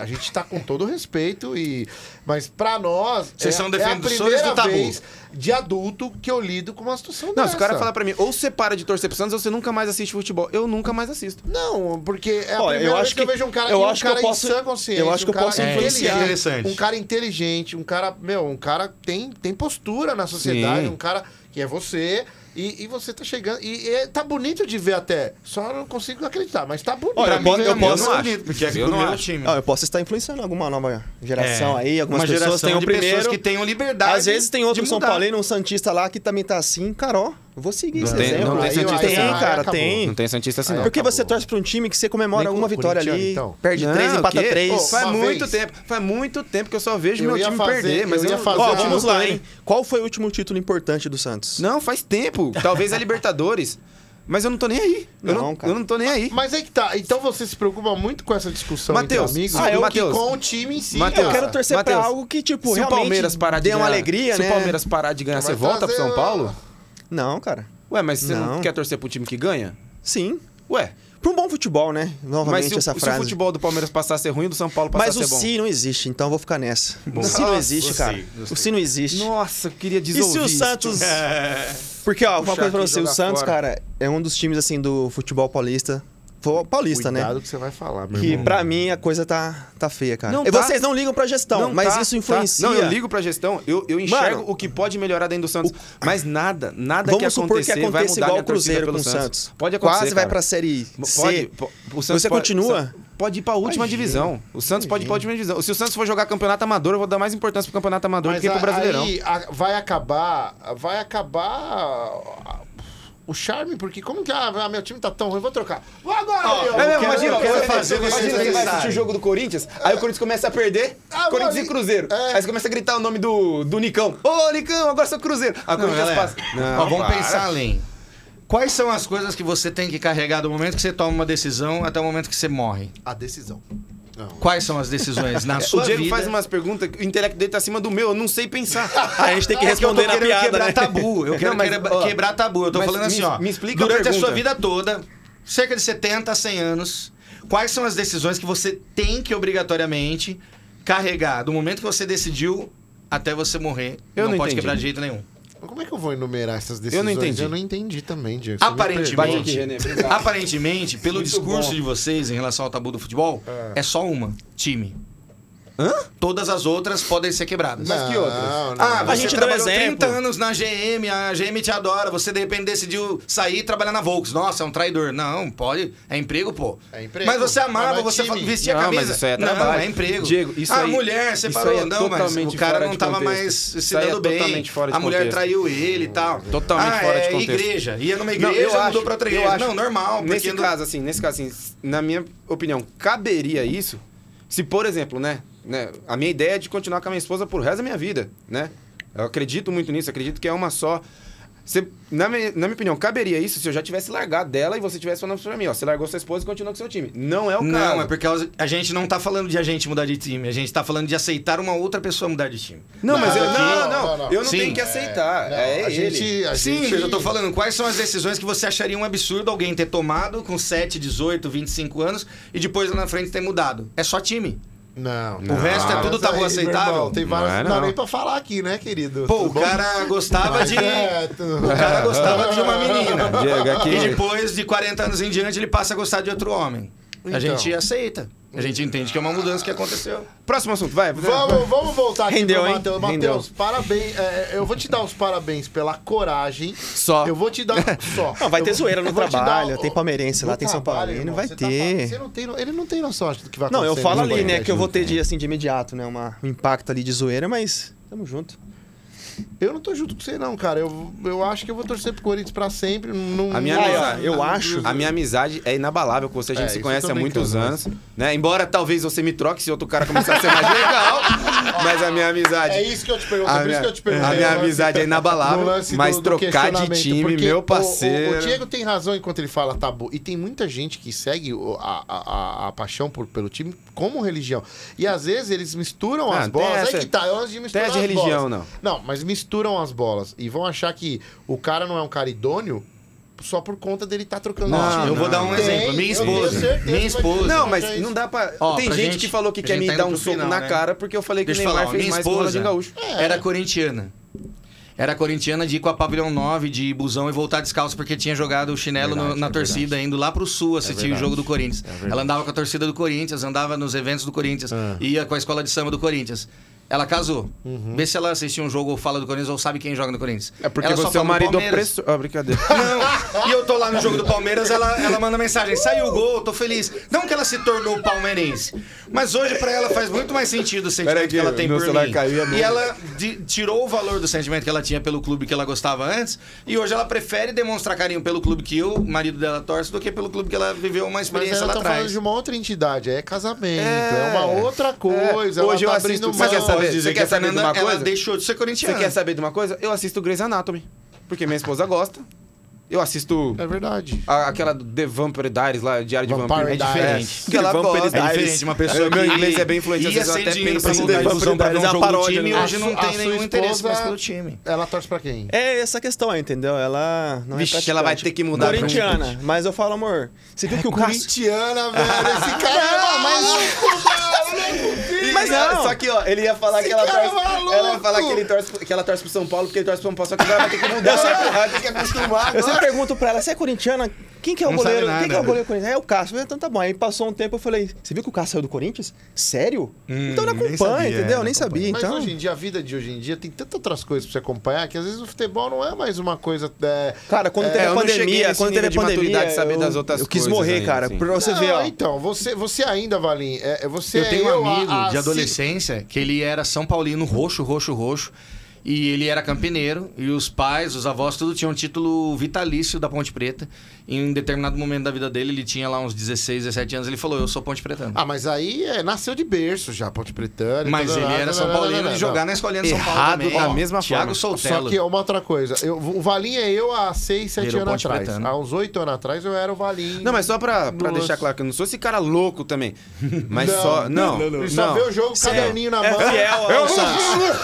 [SPEAKER 3] A gente tá com todo o respeito e. Mas pra nós.
[SPEAKER 4] Vocês
[SPEAKER 3] é,
[SPEAKER 4] são
[SPEAKER 3] é a
[SPEAKER 4] defensores do
[SPEAKER 3] primeira
[SPEAKER 4] tabu.
[SPEAKER 3] vez de adulto que eu lido com uma situação
[SPEAKER 2] Não,
[SPEAKER 3] dessa.
[SPEAKER 2] se o cara falar pra mim, ou você para de torcer pro Santos, ou você nunca mais assiste futebol. Eu nunca mais assisto.
[SPEAKER 3] Não, porque é a
[SPEAKER 5] Ó, eu
[SPEAKER 3] primeira vez
[SPEAKER 5] acho
[SPEAKER 3] que, eu
[SPEAKER 5] que-
[SPEAKER 3] vejo um cara,
[SPEAKER 5] eu
[SPEAKER 3] e um
[SPEAKER 5] acho que eu
[SPEAKER 3] cara
[SPEAKER 5] posso-
[SPEAKER 3] em sã consciência.
[SPEAKER 5] eu acho que
[SPEAKER 3] um
[SPEAKER 5] eu
[SPEAKER 3] cara
[SPEAKER 5] posso
[SPEAKER 3] inteligente,
[SPEAKER 4] influenciar. Interessante.
[SPEAKER 3] Um cara inteligente, um cara, meu, um cara que tem, tem postura na sociedade,
[SPEAKER 2] Sim.
[SPEAKER 3] um cara que é você. E, e você tá chegando. E, e tá bonito de ver até. Só não consigo acreditar, mas tá bonito.
[SPEAKER 5] Olha,
[SPEAKER 3] de
[SPEAKER 5] eu posso-
[SPEAKER 3] ver
[SPEAKER 5] eu
[SPEAKER 3] mesmo. né?
[SPEAKER 5] posso-
[SPEAKER 4] não
[SPEAKER 5] Eu
[SPEAKER 4] acredito, porque é
[SPEAKER 2] Eu
[SPEAKER 4] do
[SPEAKER 2] não
[SPEAKER 4] meu
[SPEAKER 2] acho.
[SPEAKER 4] time.
[SPEAKER 5] Ah, eu posso estar influenciando alguma nova geração
[SPEAKER 4] É.
[SPEAKER 5] aí, algumas
[SPEAKER 4] Uma
[SPEAKER 5] pessoas
[SPEAKER 4] geração
[SPEAKER 5] têm o
[SPEAKER 4] de
[SPEAKER 5] primeiro.
[SPEAKER 4] pessoas que tem o liberdade.
[SPEAKER 5] Às vezes tem outro
[SPEAKER 4] de
[SPEAKER 5] São
[SPEAKER 4] mudar.
[SPEAKER 5] Paulino, um Santista lá que também tá assim. Cara, ó, eu vou seguir esse
[SPEAKER 2] tem-
[SPEAKER 5] exemplo.
[SPEAKER 2] não tem
[SPEAKER 5] Aí,
[SPEAKER 2] Santista
[SPEAKER 5] tem,
[SPEAKER 2] assim, não.
[SPEAKER 5] cara,
[SPEAKER 3] Acabou.
[SPEAKER 5] tem.
[SPEAKER 2] Não tem Santista assim, não.
[SPEAKER 5] Porque você
[SPEAKER 3] acabou.
[SPEAKER 5] torce pra um time que você
[SPEAKER 3] Nem
[SPEAKER 5] comemora
[SPEAKER 3] com
[SPEAKER 5] uma
[SPEAKER 3] o
[SPEAKER 5] vitória ali,
[SPEAKER 3] corintiano, então.
[SPEAKER 5] perde três,
[SPEAKER 2] Não,
[SPEAKER 5] empata
[SPEAKER 2] o quê?
[SPEAKER 5] três.
[SPEAKER 2] Ô, faz
[SPEAKER 3] Uma
[SPEAKER 2] muito
[SPEAKER 3] vez.
[SPEAKER 2] tempo, faz muito tempo que eu só vejo
[SPEAKER 3] Eu
[SPEAKER 2] meu
[SPEAKER 3] ia
[SPEAKER 2] time
[SPEAKER 3] fazer-
[SPEAKER 2] perder, mas
[SPEAKER 3] eu
[SPEAKER 2] eu,
[SPEAKER 3] ia
[SPEAKER 2] não-
[SPEAKER 3] fazer-
[SPEAKER 5] Ó,
[SPEAKER 3] Mas eu
[SPEAKER 5] vamos
[SPEAKER 3] não
[SPEAKER 5] lá,
[SPEAKER 3] tô
[SPEAKER 5] hein? Qual foi o último título importante do Santos?
[SPEAKER 2] Não, faz tempo. Talvez a Libertadores. Mas eu não tô nem aí. Eu
[SPEAKER 5] Não,
[SPEAKER 2] não,
[SPEAKER 5] cara.
[SPEAKER 2] eu não tô nem aí.
[SPEAKER 3] Mas aí que tá. Então você se preocupa muito com essa discussão
[SPEAKER 2] Mateus,
[SPEAKER 3] entre amigos
[SPEAKER 2] ah, eu-
[SPEAKER 3] do que
[SPEAKER 2] Mateus.
[SPEAKER 3] com o time em si.
[SPEAKER 2] Mateus,
[SPEAKER 5] Eu
[SPEAKER 3] cara.
[SPEAKER 5] quero torcer pra
[SPEAKER 2] Matheus,
[SPEAKER 5] algo que, tipo,
[SPEAKER 2] se o
[SPEAKER 5] realmente
[SPEAKER 2] Palmeiras parar de
[SPEAKER 5] dê uma
[SPEAKER 2] ganhar-
[SPEAKER 5] alegria,
[SPEAKER 2] se
[SPEAKER 5] né?
[SPEAKER 2] o Palmeiras parar de ganhar,
[SPEAKER 3] Então Vai
[SPEAKER 2] você volta pro
[SPEAKER 3] trazer
[SPEAKER 2] São Paulo?
[SPEAKER 5] Não, cara.
[SPEAKER 2] Ué, mas você não.
[SPEAKER 5] Não.
[SPEAKER 2] quer torcer pro time que ganha?
[SPEAKER 5] Sim.
[SPEAKER 2] Ué,
[SPEAKER 5] Pra um bom futebol, né?
[SPEAKER 2] mas
[SPEAKER 5] Novamente
[SPEAKER 2] se, o-
[SPEAKER 5] essa
[SPEAKER 2] se o
[SPEAKER 5] frase.
[SPEAKER 2] futebol do Palmeiras passar a ser ruim, do São Paulo passar
[SPEAKER 5] Mas
[SPEAKER 2] a
[SPEAKER 5] o
[SPEAKER 2] ser bom.
[SPEAKER 5] si não existe, então eu vou ficar nessa. O si não
[SPEAKER 4] Nossa,
[SPEAKER 5] existe,
[SPEAKER 4] gostei,
[SPEAKER 5] cara.
[SPEAKER 4] gostei.
[SPEAKER 5] O si não existe.
[SPEAKER 2] Nossa, eu queria
[SPEAKER 5] E
[SPEAKER 2] desouvir
[SPEAKER 5] se o
[SPEAKER 2] isso. É.
[SPEAKER 5] Santos.
[SPEAKER 3] É.
[SPEAKER 5] Porque, ó, uma
[SPEAKER 2] Puxar
[SPEAKER 5] coisa pra
[SPEAKER 2] aqui e
[SPEAKER 5] você, o
[SPEAKER 2] jogar
[SPEAKER 5] Santos,
[SPEAKER 2] fora.
[SPEAKER 5] cara, é um dos times, assim, do futebol paulista. Fo- Paulista,
[SPEAKER 3] Cuidado
[SPEAKER 5] né?
[SPEAKER 3] que você vai falar, meu
[SPEAKER 5] Que
[SPEAKER 3] irmão.
[SPEAKER 5] pra mim a coisa tá, tá feia, cara.
[SPEAKER 2] Não
[SPEAKER 5] e
[SPEAKER 2] tá.
[SPEAKER 5] vocês não ligam pra gestão,
[SPEAKER 2] Não,
[SPEAKER 5] Então, mas
[SPEAKER 2] tá,
[SPEAKER 5] isso
[SPEAKER 2] tá.
[SPEAKER 5] influencia.
[SPEAKER 2] Não, eu ligo pra gestão, eu, eu enxergo
[SPEAKER 5] Mano,
[SPEAKER 2] o que pode melhorar dentro do Santos. Mas nada, nada
[SPEAKER 5] Vamos
[SPEAKER 2] que
[SPEAKER 5] supor que
[SPEAKER 2] acontecer vai
[SPEAKER 5] aconteça
[SPEAKER 2] mudar
[SPEAKER 5] igual
[SPEAKER 2] minha
[SPEAKER 5] o
[SPEAKER 2] torcida
[SPEAKER 5] Cruzeiro com
[SPEAKER 2] pelo
[SPEAKER 5] o Santos.
[SPEAKER 2] Pode acontecer,
[SPEAKER 5] Quase vai
[SPEAKER 2] cara.
[SPEAKER 5] pra Série C.
[SPEAKER 2] Pode, po- o Santos
[SPEAKER 5] Você
[SPEAKER 2] pode-
[SPEAKER 5] continua?
[SPEAKER 2] Sa- Pode ir pra última divisão. O Santos pode ir pra última divisão. Se o Santos for jogar campeonato amador, eu vou dar mais importância pro campeonato amador do que
[SPEAKER 3] a-
[SPEAKER 2] pro Brasileirão.
[SPEAKER 3] Aí a- vai acabar. Vai acabar. a- O charme, porque como que. Ah, meu time tá tão ruim, vou trocar. Vou agora, meu!
[SPEAKER 2] É mesmo,
[SPEAKER 3] quero-
[SPEAKER 2] imagina,
[SPEAKER 3] eu quero
[SPEAKER 2] você-
[SPEAKER 3] fazer
[SPEAKER 2] imagina
[SPEAKER 3] vocês
[SPEAKER 2] você vai
[SPEAKER 3] pensarem.
[SPEAKER 2] assistir o jogo do Corinthians, aí o Corinthians começa a perder,
[SPEAKER 3] Ah,
[SPEAKER 2] Corinthians
[SPEAKER 3] mas-
[SPEAKER 2] e Cruzeiro.
[SPEAKER 3] é.
[SPEAKER 2] Aí você começa a gritar o nome do, do Nicão. Ô, Nicão, agora sou Cruzeiro. Aí o
[SPEAKER 4] Não,
[SPEAKER 2] Corinthians
[SPEAKER 4] galera,
[SPEAKER 2] passa.
[SPEAKER 4] ó, vamos pensar além. Quais são as coisas que você tem que carregar do momento que você toma uma decisão até o momento que você morre?
[SPEAKER 3] A decisão.
[SPEAKER 4] Quais são as decisões na
[SPEAKER 2] O
[SPEAKER 4] sua
[SPEAKER 2] Diego
[SPEAKER 4] vida?
[SPEAKER 2] faz umas perguntas, que o intelecto dele tá acima do meu, eu não sei pensar.
[SPEAKER 5] A gente tem que
[SPEAKER 4] É que eu tô
[SPEAKER 5] responder na
[SPEAKER 4] querendo
[SPEAKER 5] piada,
[SPEAKER 4] quebrar
[SPEAKER 5] né?
[SPEAKER 4] tabu. Eu quero
[SPEAKER 2] Não, mas,
[SPEAKER 4] quebra-
[SPEAKER 2] ó,
[SPEAKER 4] quebrar tabu. Eu tô
[SPEAKER 2] mas
[SPEAKER 4] falando
[SPEAKER 2] me-
[SPEAKER 4] assim, ó.
[SPEAKER 2] me explica a
[SPEAKER 4] durante a,
[SPEAKER 2] pergunta.
[SPEAKER 4] sua vida toda, cerca de 70 a 100 anos, quais são as decisões que você tem que obrigatoriamente carregar do momento que você decidiu até você morrer?
[SPEAKER 2] Eu
[SPEAKER 4] não,
[SPEAKER 2] não
[SPEAKER 4] pode
[SPEAKER 2] entendi.
[SPEAKER 4] quebrar de jeito nenhum.
[SPEAKER 3] Mas Como é que eu vou enumerar essas decisões?
[SPEAKER 2] Eu não entendi.
[SPEAKER 3] Eu não entendi também, Diego. Você me
[SPEAKER 2] Bate
[SPEAKER 4] Aparentemente,
[SPEAKER 2] aqui, Renê, obrigado.
[SPEAKER 4] aparentemente, pelo
[SPEAKER 2] Muito
[SPEAKER 4] discurso
[SPEAKER 2] bom.
[SPEAKER 4] de vocês em relação ao tabu do futebol, é só uma, é time. Todas as outras podem ser quebradas.
[SPEAKER 3] Mas que outras?
[SPEAKER 1] Não, não.
[SPEAKER 4] Ah,
[SPEAKER 1] Ah,
[SPEAKER 4] você
[SPEAKER 6] A gente
[SPEAKER 2] um
[SPEAKER 6] deu
[SPEAKER 4] trabalhou
[SPEAKER 6] exemplo.
[SPEAKER 4] 30 anos na GM, a GM te adora, você de repente decidiu sair e trabalhar na Volks. Nossa, é um traidor. Não, pode. É emprego, pô.
[SPEAKER 3] É emprego.
[SPEAKER 4] Mas você
[SPEAKER 3] Mas
[SPEAKER 4] amava,
[SPEAKER 3] não é
[SPEAKER 4] você
[SPEAKER 3] time.
[SPEAKER 4] vestia a
[SPEAKER 2] Não,
[SPEAKER 4] camisa.
[SPEAKER 2] mas isso aí é
[SPEAKER 4] não,
[SPEAKER 2] trabalho.
[SPEAKER 4] é emprego.
[SPEAKER 2] Diego, isso
[SPEAKER 4] a
[SPEAKER 2] aí-
[SPEAKER 4] mulher
[SPEAKER 2] isso
[SPEAKER 4] separou,
[SPEAKER 2] aí é
[SPEAKER 4] não, mas o
[SPEAKER 2] totalmente
[SPEAKER 4] cara
[SPEAKER 2] fora
[SPEAKER 4] não
[SPEAKER 2] de
[SPEAKER 4] tava
[SPEAKER 2] contexto.
[SPEAKER 4] mais se
[SPEAKER 2] Isso aí é
[SPEAKER 4] dando bem.
[SPEAKER 2] totalmente fora de
[SPEAKER 4] a mulher
[SPEAKER 2] contexto.
[SPEAKER 4] traiu ele e tal.
[SPEAKER 2] Totalmente
[SPEAKER 4] ah,
[SPEAKER 2] fora
[SPEAKER 4] é
[SPEAKER 2] de contexto.
[SPEAKER 4] igreja. Ia numa igreja, mudou pra outra igreja. não, normal. porque
[SPEAKER 2] Nesse
[SPEAKER 4] não-
[SPEAKER 2] caso, assim, nesse caso, assim, na minha opinião, caberia isso se, por exemplo, né, né, a minha ideia é de continuar com a minha esposa por resto da minha vida, né? Eu acredito muito nisso, acredito que é uma só. Se- na, minha, na minha opinião, caberia isso se eu já tivesse largado dela e você tivesse falando pra mim, ó, você largou sua esposa e continua com seu time. Não é o caso.
[SPEAKER 4] Não, é porque a gente não tá falando de a gente mudar de time, a gente tá falando de aceitar uma outra pessoa mudar de time.
[SPEAKER 2] Não, mas eu,
[SPEAKER 3] Não,
[SPEAKER 2] não,
[SPEAKER 3] não,
[SPEAKER 2] não,
[SPEAKER 3] não, não.
[SPEAKER 2] eu não
[SPEAKER 4] Sim.
[SPEAKER 2] tenho que aceitar.
[SPEAKER 3] não,
[SPEAKER 2] É,
[SPEAKER 3] a
[SPEAKER 2] ele.
[SPEAKER 3] gente- a
[SPEAKER 4] Sim,
[SPEAKER 3] gente-
[SPEAKER 4] mas eu tô falando, quais são as decisões que você acharia um absurdo alguém ter tomado com 7, 18, 25 anos e depois lá na frente ter mudado? É só time.
[SPEAKER 3] Não.
[SPEAKER 4] O resto é tudo
[SPEAKER 3] mas
[SPEAKER 4] tabu
[SPEAKER 3] aí, meu
[SPEAKER 4] aceitável?
[SPEAKER 3] irmão, tem várias...
[SPEAKER 2] Não
[SPEAKER 3] não,
[SPEAKER 2] é,
[SPEAKER 3] nem
[SPEAKER 2] não.
[SPEAKER 3] pra falar aqui, né, querido?
[SPEAKER 4] Pô,
[SPEAKER 3] Tudo
[SPEAKER 4] o
[SPEAKER 3] bom?
[SPEAKER 4] cara gostava
[SPEAKER 3] Mas
[SPEAKER 4] de.
[SPEAKER 3] é, tudo-
[SPEAKER 4] O cara gostava de uma menina.
[SPEAKER 2] Diego, aqui-
[SPEAKER 4] E depois, de 40 anos em diante, ele passa a gostar de outro homem. A
[SPEAKER 3] Então.
[SPEAKER 4] gente aceita. A gente entende que é uma mudança que aconteceu.
[SPEAKER 2] Próximo assunto, vai.
[SPEAKER 3] Vamos, vamos voltar aqui
[SPEAKER 6] Rendeu,
[SPEAKER 3] pro
[SPEAKER 6] hein?
[SPEAKER 3] Matheus.
[SPEAKER 2] Rendeu.
[SPEAKER 3] Matheus, parabéns. É, eu vou te dar os parabéns pela coragem.
[SPEAKER 2] Só.
[SPEAKER 3] Eu vou te dar só.
[SPEAKER 6] Não, vai
[SPEAKER 3] Eu
[SPEAKER 6] ter
[SPEAKER 3] vou-
[SPEAKER 6] zoeira no
[SPEAKER 3] eu vou te
[SPEAKER 6] trabalho,
[SPEAKER 2] um-
[SPEAKER 3] o-
[SPEAKER 5] tem palmeirense lá,
[SPEAKER 3] no
[SPEAKER 5] tem São
[SPEAKER 3] trabalho,
[SPEAKER 5] Paulino,
[SPEAKER 3] irmão,
[SPEAKER 5] vai
[SPEAKER 3] você tá
[SPEAKER 5] ter.
[SPEAKER 3] falando- você não tem, no- ele não tem noção acho, do que vai
[SPEAKER 5] Não,
[SPEAKER 3] acontecer.
[SPEAKER 5] eu falo
[SPEAKER 3] no
[SPEAKER 5] ali, né,
[SPEAKER 3] podcast.
[SPEAKER 5] que eu vou ter de, assim, de imediato, né, uma, um impacto ali de zoeira, mas tamo junto.
[SPEAKER 3] Eu não tô junto com você, não, cara. Eu, eu acho que eu vou torcer pro Corinthians pra sempre. Não,
[SPEAKER 2] A minha
[SPEAKER 3] não-
[SPEAKER 2] amizade,
[SPEAKER 5] eu acho-
[SPEAKER 2] A minha amizade é inabalável com você, a gente
[SPEAKER 3] É,
[SPEAKER 2] se
[SPEAKER 3] isso
[SPEAKER 2] conhece
[SPEAKER 3] eu
[SPEAKER 2] há
[SPEAKER 3] tô
[SPEAKER 2] muitos
[SPEAKER 3] brincando,
[SPEAKER 2] anos, né? Embora talvez você me troque se outro cara começar a ser mais legal, mas a minha amizade.
[SPEAKER 3] É isso que eu te pergunto,
[SPEAKER 2] a
[SPEAKER 3] por isso
[SPEAKER 2] minha-
[SPEAKER 3] que eu te perguntei.
[SPEAKER 2] a minha
[SPEAKER 3] no lance-
[SPEAKER 2] amizade é inabalável,
[SPEAKER 3] no lance
[SPEAKER 2] mas
[SPEAKER 3] do- do
[SPEAKER 2] trocar de
[SPEAKER 3] questionamento,
[SPEAKER 2] time,
[SPEAKER 3] porque
[SPEAKER 2] meu
[SPEAKER 3] o- o- O,
[SPEAKER 2] parceiro.
[SPEAKER 3] Diego tem razão enquanto ele fala tabu. E tem muita gente que segue o- a, a- a- a paixão por- pelo time como religião. E às vezes eles misturam
[SPEAKER 2] Ah,
[SPEAKER 3] as
[SPEAKER 2] tem
[SPEAKER 3] bolas.
[SPEAKER 2] essa-
[SPEAKER 3] Aí que tá, é antes de misturar
[SPEAKER 2] tem essa de
[SPEAKER 3] as
[SPEAKER 2] religião,
[SPEAKER 3] bolas. não. Não, mas misturam as bolas. E vão achar que o cara não é um cara idôneo só por conta dele estar tá trocando
[SPEAKER 2] Não,
[SPEAKER 3] de time.
[SPEAKER 4] eu vou dar um
[SPEAKER 3] Tem,
[SPEAKER 4] exemplo. Minha
[SPEAKER 3] eu tenho
[SPEAKER 4] esposa.
[SPEAKER 3] certeza
[SPEAKER 4] Minha
[SPEAKER 3] que vai ter
[SPEAKER 4] esposa.
[SPEAKER 2] Não,
[SPEAKER 3] gente
[SPEAKER 2] mas
[SPEAKER 3] que é
[SPEAKER 2] não
[SPEAKER 3] isso.
[SPEAKER 2] dá pra.
[SPEAKER 4] Ó,
[SPEAKER 2] Tem
[SPEAKER 4] pra
[SPEAKER 2] gente,
[SPEAKER 4] gente-
[SPEAKER 2] que falou que
[SPEAKER 4] a
[SPEAKER 2] quer
[SPEAKER 4] gente
[SPEAKER 2] me
[SPEAKER 4] tá
[SPEAKER 2] dar
[SPEAKER 4] indo
[SPEAKER 2] um
[SPEAKER 4] pro
[SPEAKER 2] soco
[SPEAKER 4] final,
[SPEAKER 2] na
[SPEAKER 4] né?
[SPEAKER 2] cara porque eu falei que o
[SPEAKER 4] Deixa eu
[SPEAKER 2] Neymar
[SPEAKER 4] falar, ó,
[SPEAKER 2] fez
[SPEAKER 4] minha
[SPEAKER 2] mais que o
[SPEAKER 4] esposa.
[SPEAKER 2] Ronaldinho Gaúcho.
[SPEAKER 4] Era corintiana. Era corintiana de ir com a pavilhão 9 de busão e voltar descalço porque tinha jogado o chinelo no- na torcida, indo lá pro sul assistir o jogo do Corinthians. Ela andava com a torcida do Corinthians, andava nos eventos do Corinthians, ia com a escola de samba do Corinthians. Ela casou. Vê se ela assistiu um jogo ou fala do Corinthians ou sabe quem joga no Corinthians.
[SPEAKER 2] É porque
[SPEAKER 4] Ela só
[SPEAKER 2] você é o
[SPEAKER 4] fala do
[SPEAKER 2] marido
[SPEAKER 4] Palmeiras.
[SPEAKER 2] opressor. Ah, brincadeira.
[SPEAKER 4] Não. E eu tô lá no jogo do Palmeiras, ela, ela manda mensagem: saiu o gol, tô feliz. Não que ela se tornou palmeirense, mas hoje pra ela faz muito mais sentido o sentimento
[SPEAKER 2] Pera aí
[SPEAKER 4] que
[SPEAKER 2] que
[SPEAKER 4] ela tem
[SPEAKER 2] meu
[SPEAKER 4] por
[SPEAKER 2] celular
[SPEAKER 4] mim.
[SPEAKER 2] caiu, é
[SPEAKER 4] e
[SPEAKER 2] novo.
[SPEAKER 4] ela de- tirou o valor do sentimento que ela tinha pelo clube que ela gostava antes, e hoje ela prefere demonstrar carinho pelo clube que eu, o marido dela, torce, do que pelo clube que ela viveu uma
[SPEAKER 3] Mas
[SPEAKER 4] experiência
[SPEAKER 3] ela
[SPEAKER 4] lá
[SPEAKER 3] tá falando
[SPEAKER 4] atrás.
[SPEAKER 3] de uma outra entidade, é casamento, é,
[SPEAKER 2] É.
[SPEAKER 3] uma outra coisa.
[SPEAKER 2] É. Hoje
[SPEAKER 3] ela
[SPEAKER 2] eu
[SPEAKER 3] tá
[SPEAKER 2] assisto-
[SPEAKER 3] abrindo
[SPEAKER 2] Você
[SPEAKER 3] mão.
[SPEAKER 2] quer saber?
[SPEAKER 4] Posso dizer
[SPEAKER 2] Você
[SPEAKER 4] que
[SPEAKER 2] quer
[SPEAKER 4] a
[SPEAKER 2] saber de uma
[SPEAKER 4] Fernanda, Ela
[SPEAKER 2] coisa?
[SPEAKER 4] deixou de ser
[SPEAKER 2] Você
[SPEAKER 4] corintiana.
[SPEAKER 2] quer saber de uma coisa? Eu assisto Grey's Anatomy, porque minha esposa gosta. Eu assisto
[SPEAKER 3] É verdade.
[SPEAKER 2] a- aquela do The Vampire Diaries lá, Diário de
[SPEAKER 3] Vampire
[SPEAKER 2] Vampiro. é
[SPEAKER 3] Diaries.
[SPEAKER 2] diferente. Que ela
[SPEAKER 5] Vampire
[SPEAKER 2] gosta.
[SPEAKER 4] É diferente, uma
[SPEAKER 2] Meu
[SPEAKER 4] pessoa que
[SPEAKER 2] inglês é bem fluente, às
[SPEAKER 4] ia
[SPEAKER 2] vezes eu
[SPEAKER 4] sem
[SPEAKER 2] até
[SPEAKER 4] dinheiro
[SPEAKER 2] penso
[SPEAKER 4] pra
[SPEAKER 2] em
[SPEAKER 4] voltar de
[SPEAKER 2] levar
[SPEAKER 4] busão pra ver um
[SPEAKER 5] pro
[SPEAKER 4] jogo do
[SPEAKER 5] paródia,
[SPEAKER 4] time,
[SPEAKER 5] né?
[SPEAKER 4] hoje não
[SPEAKER 3] A
[SPEAKER 4] tem
[SPEAKER 3] sua
[SPEAKER 4] nenhum interesse
[SPEAKER 3] esposa-
[SPEAKER 4] mais pelo time.
[SPEAKER 3] Ela torce pra quem?
[SPEAKER 5] É essa questão aí, entendeu? Ela não
[SPEAKER 2] Vixe,
[SPEAKER 5] é praticante.
[SPEAKER 2] ela vai ter que mudar pra um É
[SPEAKER 5] Corintiana, mas eu falo, amor, você viu que
[SPEAKER 4] Um
[SPEAKER 5] o Cássio...
[SPEAKER 3] Corintiana, velho. Esse cara é maluco,
[SPEAKER 2] Mas não. Só que, ó, ele ia falar que ela
[SPEAKER 3] cara é
[SPEAKER 2] torce.
[SPEAKER 3] maluco.
[SPEAKER 2] ela ia falar que, ele torce, que ela torce pro São Paulo, porque ele torce pro São Paulo, só que agora vai ter que mudar. Vai ter que acostumar.
[SPEAKER 5] Eu sempre pergunto pra ela, você é corintiana? Quem que é o
[SPEAKER 4] Não sabe
[SPEAKER 5] goleiro?
[SPEAKER 4] nada.
[SPEAKER 5] Quem que é o goleiro corintiano? É o Cássio. Eu falei, Então tá bom. Aí passou um tempo, eu falei, você viu que o Cássio saiu do Corinthians? Sério?
[SPEAKER 2] Hum,
[SPEAKER 5] então não
[SPEAKER 4] nem
[SPEAKER 5] acompanha,
[SPEAKER 4] sabia,
[SPEAKER 5] entendeu?
[SPEAKER 4] não
[SPEAKER 5] nem sabia,
[SPEAKER 3] Mas
[SPEAKER 5] então...
[SPEAKER 3] hoje em dia, a vida de hoje em dia tem tantas outras coisas pra você acompanhar que às vezes o futebol não é mais uma coisa. É...
[SPEAKER 5] Cara, quando
[SPEAKER 3] É,
[SPEAKER 5] teve
[SPEAKER 2] eu
[SPEAKER 5] a
[SPEAKER 2] não cheguei
[SPEAKER 5] pandemia,
[SPEAKER 2] nesse
[SPEAKER 5] quando teve a
[SPEAKER 2] nível de
[SPEAKER 5] pandemia,
[SPEAKER 2] maturidade de saber
[SPEAKER 5] eu,
[SPEAKER 2] das outras
[SPEAKER 5] eu quis
[SPEAKER 2] coisas
[SPEAKER 5] morrer,
[SPEAKER 2] ainda,
[SPEAKER 5] cara.
[SPEAKER 2] assim.
[SPEAKER 5] Pra você ver, ó.
[SPEAKER 3] Então, você, você ainda, Valim, é, é você
[SPEAKER 4] Eu tenho um
[SPEAKER 3] a-
[SPEAKER 4] amigo
[SPEAKER 3] a-
[SPEAKER 4] de adolescência que ele era São Paulino roxo, roxo, roxo. E ele era campineiro, e os pais, os avós, tudo tinham título vitalício da Ponte Preta. E em um determinado momento da vida dele, ele tinha lá uns 16, 17 anos, ele falou: Eu sou Ponte Pretano.
[SPEAKER 3] Ah, mas aí é, nasceu de berço já, Ponte Pretânia.
[SPEAKER 4] Mas ele era São
[SPEAKER 3] Tá,
[SPEAKER 4] Paulino de jogar na escolinha de é São Paulo.
[SPEAKER 2] Errado
[SPEAKER 4] também.
[SPEAKER 2] da
[SPEAKER 4] Ó,
[SPEAKER 2] mesma forma.
[SPEAKER 4] Thiago Soltelo.
[SPEAKER 3] Só que é uma outra coisa. Eu, o Valim é eu há 6, 7
[SPEAKER 4] Virou
[SPEAKER 3] anos
[SPEAKER 4] Ponte
[SPEAKER 3] atrás.
[SPEAKER 4] Pretano.
[SPEAKER 3] Há uns 8 anos atrás eu era o Valim.
[SPEAKER 2] Não, mas só pra, pra
[SPEAKER 3] Nossa.
[SPEAKER 2] deixar claro que eu não sou esse cara louco também. Mas só. Não, não,
[SPEAKER 3] Ele só vê o jogo, caderninho na
[SPEAKER 5] É
[SPEAKER 3] mão.
[SPEAKER 5] fiel ao Santos.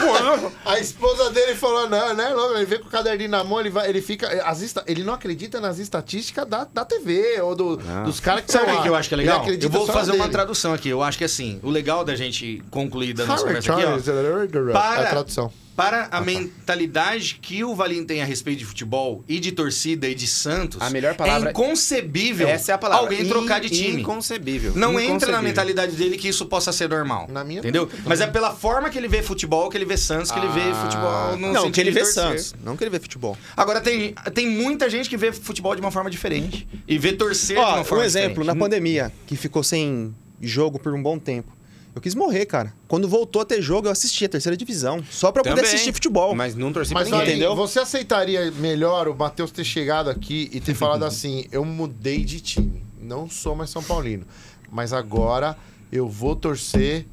[SPEAKER 3] A esposa dele falou, não, né? Logo, ele vê com o caderninho na mão, ele, vai, ele fica... As, esta- ele não acredita nas estatísticas da, da TV ou do- dos caras que
[SPEAKER 4] Sabe
[SPEAKER 3] tão
[SPEAKER 4] o que
[SPEAKER 3] lá.
[SPEAKER 4] que eu acho que é
[SPEAKER 3] Ele
[SPEAKER 4] legal?
[SPEAKER 3] acredita
[SPEAKER 4] Eu vou
[SPEAKER 3] só
[SPEAKER 4] fazer
[SPEAKER 3] dele.
[SPEAKER 4] uma é tradução aqui. Eu acho que assim, o legal da gente concluir da nossa
[SPEAKER 3] Howard
[SPEAKER 4] conversa aqui, ó.
[SPEAKER 3] Charles,
[SPEAKER 4] Para-
[SPEAKER 3] a tradução.
[SPEAKER 4] Para a mentalidade que o Valim tem a respeito de futebol e de torcida e de Santos,
[SPEAKER 2] A melhor palavra-
[SPEAKER 4] é inconcebível
[SPEAKER 2] Essa é a palavra.
[SPEAKER 4] alguém trocar de
[SPEAKER 2] In-
[SPEAKER 4] time.
[SPEAKER 2] Inconcebível.
[SPEAKER 4] Não entra na
[SPEAKER 2] Inconcebível.
[SPEAKER 4] mentalidade dele que isso possa ser normal.
[SPEAKER 3] Na minha
[SPEAKER 4] entendeu? Mas é pela forma que ele vê futebol, que ele vê Santos, que ele vê
[SPEAKER 2] Ah.
[SPEAKER 4] futebol no
[SPEAKER 5] Não,
[SPEAKER 4] sentido
[SPEAKER 5] que ele
[SPEAKER 4] de
[SPEAKER 5] vê
[SPEAKER 4] torcer.
[SPEAKER 5] Santos. Não que ele vê futebol.
[SPEAKER 4] Agora tem, tem muita gente que vê futebol de uma forma diferente e vê torcer de
[SPEAKER 5] Ó,
[SPEAKER 4] uma forma
[SPEAKER 5] um exemplo,
[SPEAKER 4] diferente.
[SPEAKER 5] na pandemia, que ficou sem jogo por um bom tempo. Eu quis morrer, cara. Quando voltou a ter jogo, eu assisti a terceira divisão. Só pra eu poder
[SPEAKER 2] Também,
[SPEAKER 5] assistir futebol.
[SPEAKER 2] Mas não torci pra
[SPEAKER 3] Mas
[SPEAKER 2] ninguém.
[SPEAKER 3] olha,
[SPEAKER 5] entendeu?
[SPEAKER 3] você aceitaria melhor o Matheus ter chegado aqui e ter falado assim: eu mudei de time, não sou mais São Paulino, mas agora eu vou torcer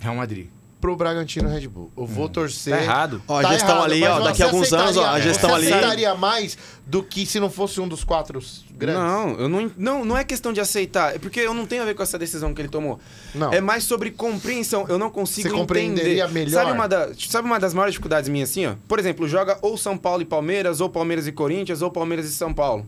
[SPEAKER 4] Real Madrid.
[SPEAKER 3] pro Bragantino Red Bull. Eu vou torcer.
[SPEAKER 2] Tá errado.
[SPEAKER 5] Ó, a
[SPEAKER 3] Hum. Tá
[SPEAKER 5] gestão
[SPEAKER 3] errado,
[SPEAKER 5] ali,
[SPEAKER 3] mas
[SPEAKER 5] ó,
[SPEAKER 3] você
[SPEAKER 5] daqui a alguns anos, ó, a
[SPEAKER 3] aceitaria-
[SPEAKER 5] gestão
[SPEAKER 3] você
[SPEAKER 5] ali.
[SPEAKER 3] aceitaria mais do que se não fosse um dos quatro grandes?
[SPEAKER 2] Não, eu não, não, não é questão de aceitar, é porque eu não tenho a ver com essa decisão que ele tomou.
[SPEAKER 3] Não.
[SPEAKER 2] É mais sobre compreensão. Eu não consigo
[SPEAKER 3] Você compreenderia
[SPEAKER 2] compreender.
[SPEAKER 3] melhor?
[SPEAKER 2] Sabe uma, da- sabe uma das maiores dificuldades minhas assim, ó? Por exemplo, joga ou São Paulo e Palmeiras, ou Palmeiras e Corinthians, ou Palmeiras e São Paulo.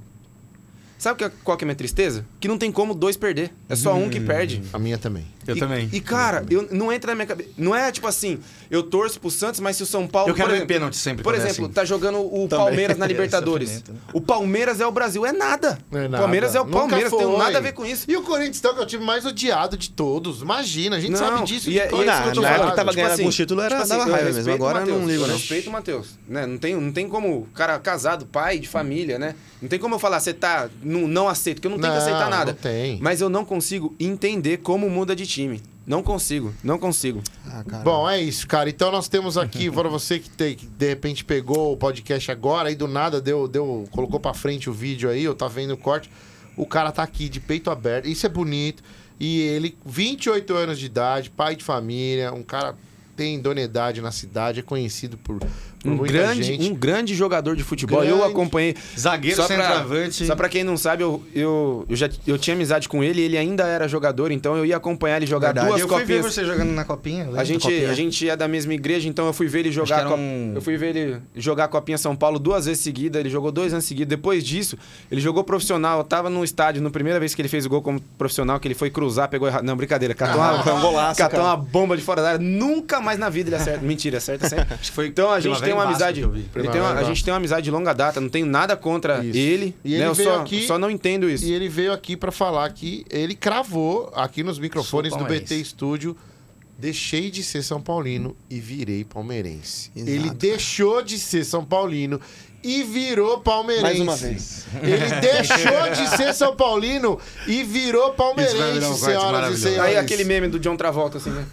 [SPEAKER 2] Sabe que- qual que é a minha tristeza? Que não tem como dois perder. É só um que
[SPEAKER 3] Hum.
[SPEAKER 2] perde.
[SPEAKER 3] A minha também.
[SPEAKER 4] Eu
[SPEAKER 2] e,
[SPEAKER 4] também.
[SPEAKER 2] E, cara, eu, não entra na minha cabeça. Não é tipo assim, eu torço pro Santos, mas se o São Paulo.
[SPEAKER 4] Eu quero
[SPEAKER 2] por
[SPEAKER 4] ver
[SPEAKER 2] exemplo,
[SPEAKER 4] pênalti sempre
[SPEAKER 2] Por
[SPEAKER 4] quando é
[SPEAKER 2] exemplo,
[SPEAKER 4] assim.
[SPEAKER 2] tá jogando o
[SPEAKER 4] Também.
[SPEAKER 2] Palmeiras na
[SPEAKER 4] É,
[SPEAKER 2] Libertadores.
[SPEAKER 4] sofrimento, né?
[SPEAKER 2] O Palmeiras é o Brasil. É nada.
[SPEAKER 3] Não é
[SPEAKER 2] O
[SPEAKER 3] nada.
[SPEAKER 2] Palmeiras é o
[SPEAKER 3] Nunca
[SPEAKER 2] Palmeiras. Tem
[SPEAKER 3] foi.
[SPEAKER 2] nada a ver com isso.
[SPEAKER 3] E o Corinthians, então, que é o time mais odiado de todos. Imagina, a gente
[SPEAKER 2] Não,
[SPEAKER 3] sabe disso.
[SPEAKER 2] e
[SPEAKER 3] de
[SPEAKER 2] é- e
[SPEAKER 3] cor,
[SPEAKER 2] é
[SPEAKER 5] na-
[SPEAKER 3] isso que eu tô
[SPEAKER 5] na época
[SPEAKER 3] falando.
[SPEAKER 5] tava ganhando alguns títulos, era- dava
[SPEAKER 2] assim, eu
[SPEAKER 5] raiva
[SPEAKER 2] respeito
[SPEAKER 5] mesmo.
[SPEAKER 2] o
[SPEAKER 5] Agora eu não
[SPEAKER 2] Matheus,
[SPEAKER 5] ligo, não.
[SPEAKER 2] Eu respeito o Matheus. Né? Não, tem, não tem como... Cara casado, pai de família, né? Não tem como eu falar, você tá... Não, não aceito, porque eu não, tenho que
[SPEAKER 3] Não,
[SPEAKER 2] aceitar nada.
[SPEAKER 3] não tem.
[SPEAKER 2] Mas eu não consigo entender como muda de time. Não consigo, não consigo.
[SPEAKER 5] Ah, cara.
[SPEAKER 3] Bom, é isso, cara. Então nós temos aqui, para você que, tem- que de repente pegou o podcast agora e do nada deu, deu, colocou para frente o vídeo aí, ou tá vendo o corte, o cara tá aqui de peito aberto. Isso é bonito. E ele, 28 anos de idade, pai de família, um cara tem idoneidade na cidade, é conhecido por, por
[SPEAKER 2] Um
[SPEAKER 3] muita
[SPEAKER 2] grande,
[SPEAKER 3] gente.
[SPEAKER 2] um grande jogador de futebol. Eu
[SPEAKER 3] Grande.
[SPEAKER 2] acompanhei.
[SPEAKER 4] Zagueiro,
[SPEAKER 2] só
[SPEAKER 4] centroavante.
[SPEAKER 2] Pra, só pra quem não sabe, eu, eu, eu já eu tinha amizade com ele, ele ainda era jogador, então eu ia acompanhar ele jogar
[SPEAKER 4] Verdade.
[SPEAKER 2] duas
[SPEAKER 4] eu fui ver
[SPEAKER 2] copinhas.
[SPEAKER 4] você jogando na copinha. lembra?
[SPEAKER 2] A gente,
[SPEAKER 4] Copinha.
[SPEAKER 2] a gente é da mesma igreja, então eu fui ver ele
[SPEAKER 4] que
[SPEAKER 2] jogar.
[SPEAKER 4] era
[SPEAKER 2] a Cop-
[SPEAKER 4] um-
[SPEAKER 2] Eu fui ver ele jogar a Copinha São Paulo duas vezes seguida. Ele jogou dois anos seguidos. Depois disso, ele jogou profissional. Eu tava no estádio, na primeira vez que ele fez o gol como profissional, que ele foi cruzar, pegou errado. Não, brincadeira. Catou,
[SPEAKER 4] Ah,
[SPEAKER 2] uma,
[SPEAKER 5] foi um golaço,
[SPEAKER 2] catou
[SPEAKER 5] cara.
[SPEAKER 2] uma bomba de fora da área. Nunca mais na vida ele acerta. Mentira, acerta sempre.
[SPEAKER 4] Acho que foi
[SPEAKER 2] Então a gente
[SPEAKER 4] Primavera
[SPEAKER 2] tem uma
[SPEAKER 4] em Vasco
[SPEAKER 2] amizade.
[SPEAKER 4] que eu vi.
[SPEAKER 2] ele tem uma-
[SPEAKER 3] Primavera
[SPEAKER 2] a
[SPEAKER 3] em
[SPEAKER 2] gente tem uma amizade de longa data. Não tenho nada contra
[SPEAKER 3] Isso.
[SPEAKER 2] ele.
[SPEAKER 3] E ele
[SPEAKER 2] né? Eu
[SPEAKER 3] veio
[SPEAKER 2] só,
[SPEAKER 3] aqui-
[SPEAKER 2] só não entendo isso.
[SPEAKER 3] E ele veio aqui para falar que ele cravou aqui nos microfones
[SPEAKER 4] Sou
[SPEAKER 3] do BT
[SPEAKER 4] palmeirense.
[SPEAKER 3] Estúdio. Deixei de ser São Paulino e virei palmeirense.
[SPEAKER 5] Exato.
[SPEAKER 3] Ele deixou de ser São Paulino e virou palmeirense.
[SPEAKER 5] Mais uma vez.
[SPEAKER 3] Ele deixou de ser São Paulino e virou palmeirense,
[SPEAKER 4] Isso vai virar um corte
[SPEAKER 3] senhoras e
[SPEAKER 4] maravilhoso.
[SPEAKER 3] senhores.
[SPEAKER 2] Aí aquele meme do John Travolta, assim, né?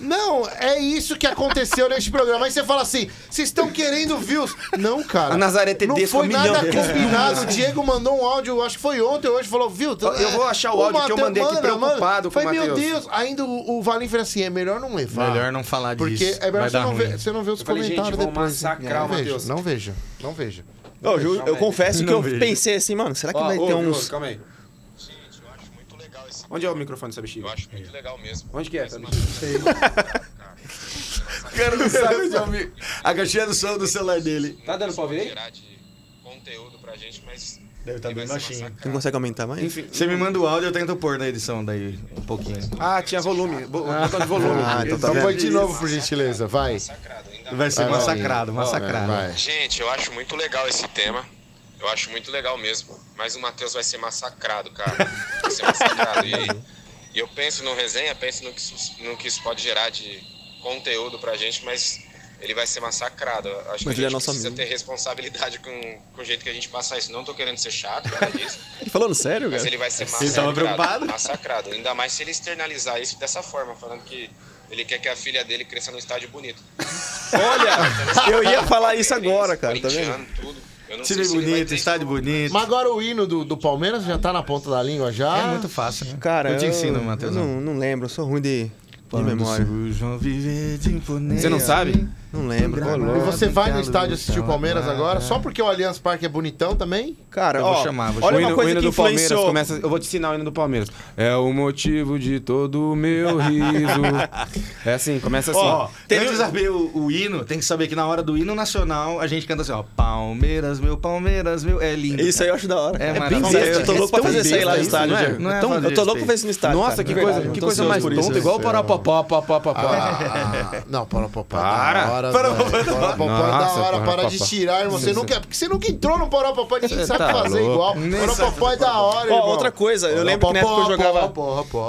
[SPEAKER 3] Não, é isso que aconteceu neste programa. Aí você fala assim: vocês estão querendo views? Não, cara.
[SPEAKER 2] A Nazaré
[SPEAKER 3] Não
[SPEAKER 2] Tedesco,
[SPEAKER 3] foi
[SPEAKER 2] um milhão de
[SPEAKER 3] nada
[SPEAKER 2] vezes.
[SPEAKER 3] combinado. O Diego mandou um áudio, acho que foi ontem, hoje, falou, viu? tá
[SPEAKER 2] Eu vou achar o áudio que eu mandei aqui preocupado com o
[SPEAKER 3] Foi, meu
[SPEAKER 2] Matheus.
[SPEAKER 3] Deus. Ainda o, o Valim falou assim: é melhor não levar.
[SPEAKER 4] Melhor não falar disso.
[SPEAKER 3] Porque é melhor
[SPEAKER 4] Vai
[SPEAKER 3] você
[SPEAKER 4] dar
[SPEAKER 3] não,
[SPEAKER 4] ruim.
[SPEAKER 3] ver, você não ver os
[SPEAKER 2] Eu falei, gente,
[SPEAKER 3] comentários
[SPEAKER 2] vão
[SPEAKER 3] depois.
[SPEAKER 2] massacrar
[SPEAKER 3] não
[SPEAKER 2] o Matheus.
[SPEAKER 3] veja, não veja, não veja.
[SPEAKER 5] Ô, Ju, eu, confesso que
[SPEAKER 4] Não
[SPEAKER 5] eu
[SPEAKER 4] vejo.
[SPEAKER 5] pensei assim, mano, será que
[SPEAKER 2] Ó,
[SPEAKER 5] vai
[SPEAKER 2] ô,
[SPEAKER 5] ter
[SPEAKER 2] Viola,
[SPEAKER 5] uns.
[SPEAKER 2] Calma aí.
[SPEAKER 6] Gente, eu acho muito legal esse.
[SPEAKER 2] Onde é o microfone dessa bexiga?
[SPEAKER 6] Eu acho muito legal mesmo.
[SPEAKER 2] Onde que é essa
[SPEAKER 6] Essa
[SPEAKER 2] bexiga?
[SPEAKER 4] O cara não sabe onde é o mi- A caixinha do som do celular dele.
[SPEAKER 2] Tá dando pra ouvir aí?
[SPEAKER 6] gerar de conteúdo pra gente, mas.
[SPEAKER 4] Deve tá
[SPEAKER 6] ele
[SPEAKER 4] bem
[SPEAKER 6] vai ser
[SPEAKER 4] baixinho.
[SPEAKER 5] Não
[SPEAKER 6] massacrado.
[SPEAKER 5] consegue aumentar mais?
[SPEAKER 2] Enfim.
[SPEAKER 4] Você me manda o áudio, eu tento pôr na edição daí um pouquinho.
[SPEAKER 2] Ah, tinha volume. Bo- Botão de volume.
[SPEAKER 5] Ah, então tá
[SPEAKER 3] Então
[SPEAKER 5] vendo?
[SPEAKER 3] põe de novo, por gentileza, vai.
[SPEAKER 6] Massacrado, ainda
[SPEAKER 4] Vai ser
[SPEAKER 3] Vai,
[SPEAKER 4] massacrado,
[SPEAKER 3] vai.
[SPEAKER 5] Ah.
[SPEAKER 4] massacrado.
[SPEAKER 3] Vai, vai.
[SPEAKER 6] Gente, eu acho muito legal esse tema. Eu acho muito legal mesmo. Mas o Matheus vai ser massacrado, cara. Vai ser massacrado. E, e eu penso no resenha, penso no que, isso, no que isso pode gerar de conteúdo pra gente, mas ele vai ser massacrado. Eu Acho que
[SPEAKER 5] Mas
[SPEAKER 6] a
[SPEAKER 5] ele é
[SPEAKER 6] gente
[SPEAKER 5] nosso
[SPEAKER 6] precisa
[SPEAKER 5] amigo.
[SPEAKER 6] ter responsabilidade com, com o jeito que a gente passar isso. Não tô querendo ser chato, nada disso.
[SPEAKER 5] Ele Falando sério,
[SPEAKER 6] Mas
[SPEAKER 5] cara?
[SPEAKER 6] ele vai ser
[SPEAKER 4] Você
[SPEAKER 6] massacrado.
[SPEAKER 4] tava preocupado?
[SPEAKER 6] Massacrado. Ainda mais se ele externalizar isso dessa forma, falando que ele quer que a filha dele cresça num estádio bonito. é
[SPEAKER 5] Olha, eu ia falar isso agora, cara, tá vendo?
[SPEAKER 6] Corintiano, tudo. Eu não sei
[SPEAKER 4] Time
[SPEAKER 6] se ele vai
[SPEAKER 4] é bonito,
[SPEAKER 6] ter né?
[SPEAKER 4] estádio bonito.
[SPEAKER 3] Mas agora o hino do, do Palmeiras já tá na ponta da língua já.
[SPEAKER 4] É muito fácil, né?
[SPEAKER 5] Cara,
[SPEAKER 4] eu te ensino, Matheus.
[SPEAKER 5] eu Não, não lembro, eu sou ruim de, de memória.
[SPEAKER 4] um
[SPEAKER 2] Você
[SPEAKER 5] é.
[SPEAKER 2] não sabe?
[SPEAKER 5] Não lembro.
[SPEAKER 3] E você vai no estádio assistir o Palmeiras agora, só porque o Allianz Parque é bonitão também?
[SPEAKER 5] Cara,
[SPEAKER 4] Eu vou
[SPEAKER 5] ó,
[SPEAKER 4] chamar, vou
[SPEAKER 5] olha
[SPEAKER 4] chamar.
[SPEAKER 2] o hino,
[SPEAKER 5] uma coisa
[SPEAKER 2] o hino
[SPEAKER 5] que
[SPEAKER 2] do Palmeiras
[SPEAKER 5] influenciou.
[SPEAKER 2] começa. Eu vou te ensinar o hino do Palmeiras. É o motivo de todo o meu riso. É assim, começa assim.
[SPEAKER 4] Ó, tem
[SPEAKER 5] Teve-
[SPEAKER 4] que saber o, o hino, tem que saber que na hora do hino nacional a gente canta assim, ó. Palmeiras, meu, Palmeiras, meu. É lindo.
[SPEAKER 5] Isso aí eu acho da hora.
[SPEAKER 4] É
[SPEAKER 5] cara.
[SPEAKER 4] maravilhoso.
[SPEAKER 5] Eu tô
[SPEAKER 4] É
[SPEAKER 5] louco pra
[SPEAKER 4] tão
[SPEAKER 5] fazer isso aí lá no
[SPEAKER 4] besta
[SPEAKER 5] estádio,
[SPEAKER 4] isso, não é?
[SPEAKER 5] Diego.
[SPEAKER 4] Não é
[SPEAKER 5] Então,
[SPEAKER 4] fazer
[SPEAKER 5] Eu tô louco
[SPEAKER 4] respeito.
[SPEAKER 5] pra fazer isso no estádio.
[SPEAKER 2] Nossa,
[SPEAKER 5] cara,
[SPEAKER 2] que
[SPEAKER 5] de verdade.
[SPEAKER 2] coisa,
[SPEAKER 5] Eu
[SPEAKER 2] que
[SPEAKER 5] tá, tô
[SPEAKER 2] coisa
[SPEAKER 5] ansioso
[SPEAKER 2] mais
[SPEAKER 5] por isso.
[SPEAKER 2] tonta, igual o paropopó, popó, popó.
[SPEAKER 3] Ah, não, para, para,
[SPEAKER 2] Para.
[SPEAKER 3] Da hora.
[SPEAKER 2] Para Papá
[SPEAKER 3] velho.
[SPEAKER 2] da
[SPEAKER 3] Para
[SPEAKER 2] Hora.
[SPEAKER 3] Papá da
[SPEAKER 7] Nossa,
[SPEAKER 3] hora,
[SPEAKER 7] Para
[SPEAKER 3] para de
[SPEAKER 7] Papá.
[SPEAKER 3] tirar. Você nunca, porque você nunca entrou no Paró Papai, ninguém
[SPEAKER 7] Você
[SPEAKER 3] sabe
[SPEAKER 7] tá
[SPEAKER 3] fazer
[SPEAKER 7] louco.
[SPEAKER 3] igual.
[SPEAKER 4] Nem
[SPEAKER 3] Paró
[SPEAKER 4] sabe
[SPEAKER 3] Papai é da hora,
[SPEAKER 5] Ó,
[SPEAKER 3] irmão.
[SPEAKER 5] outra coisa, eu lembro que na época que eu jogava,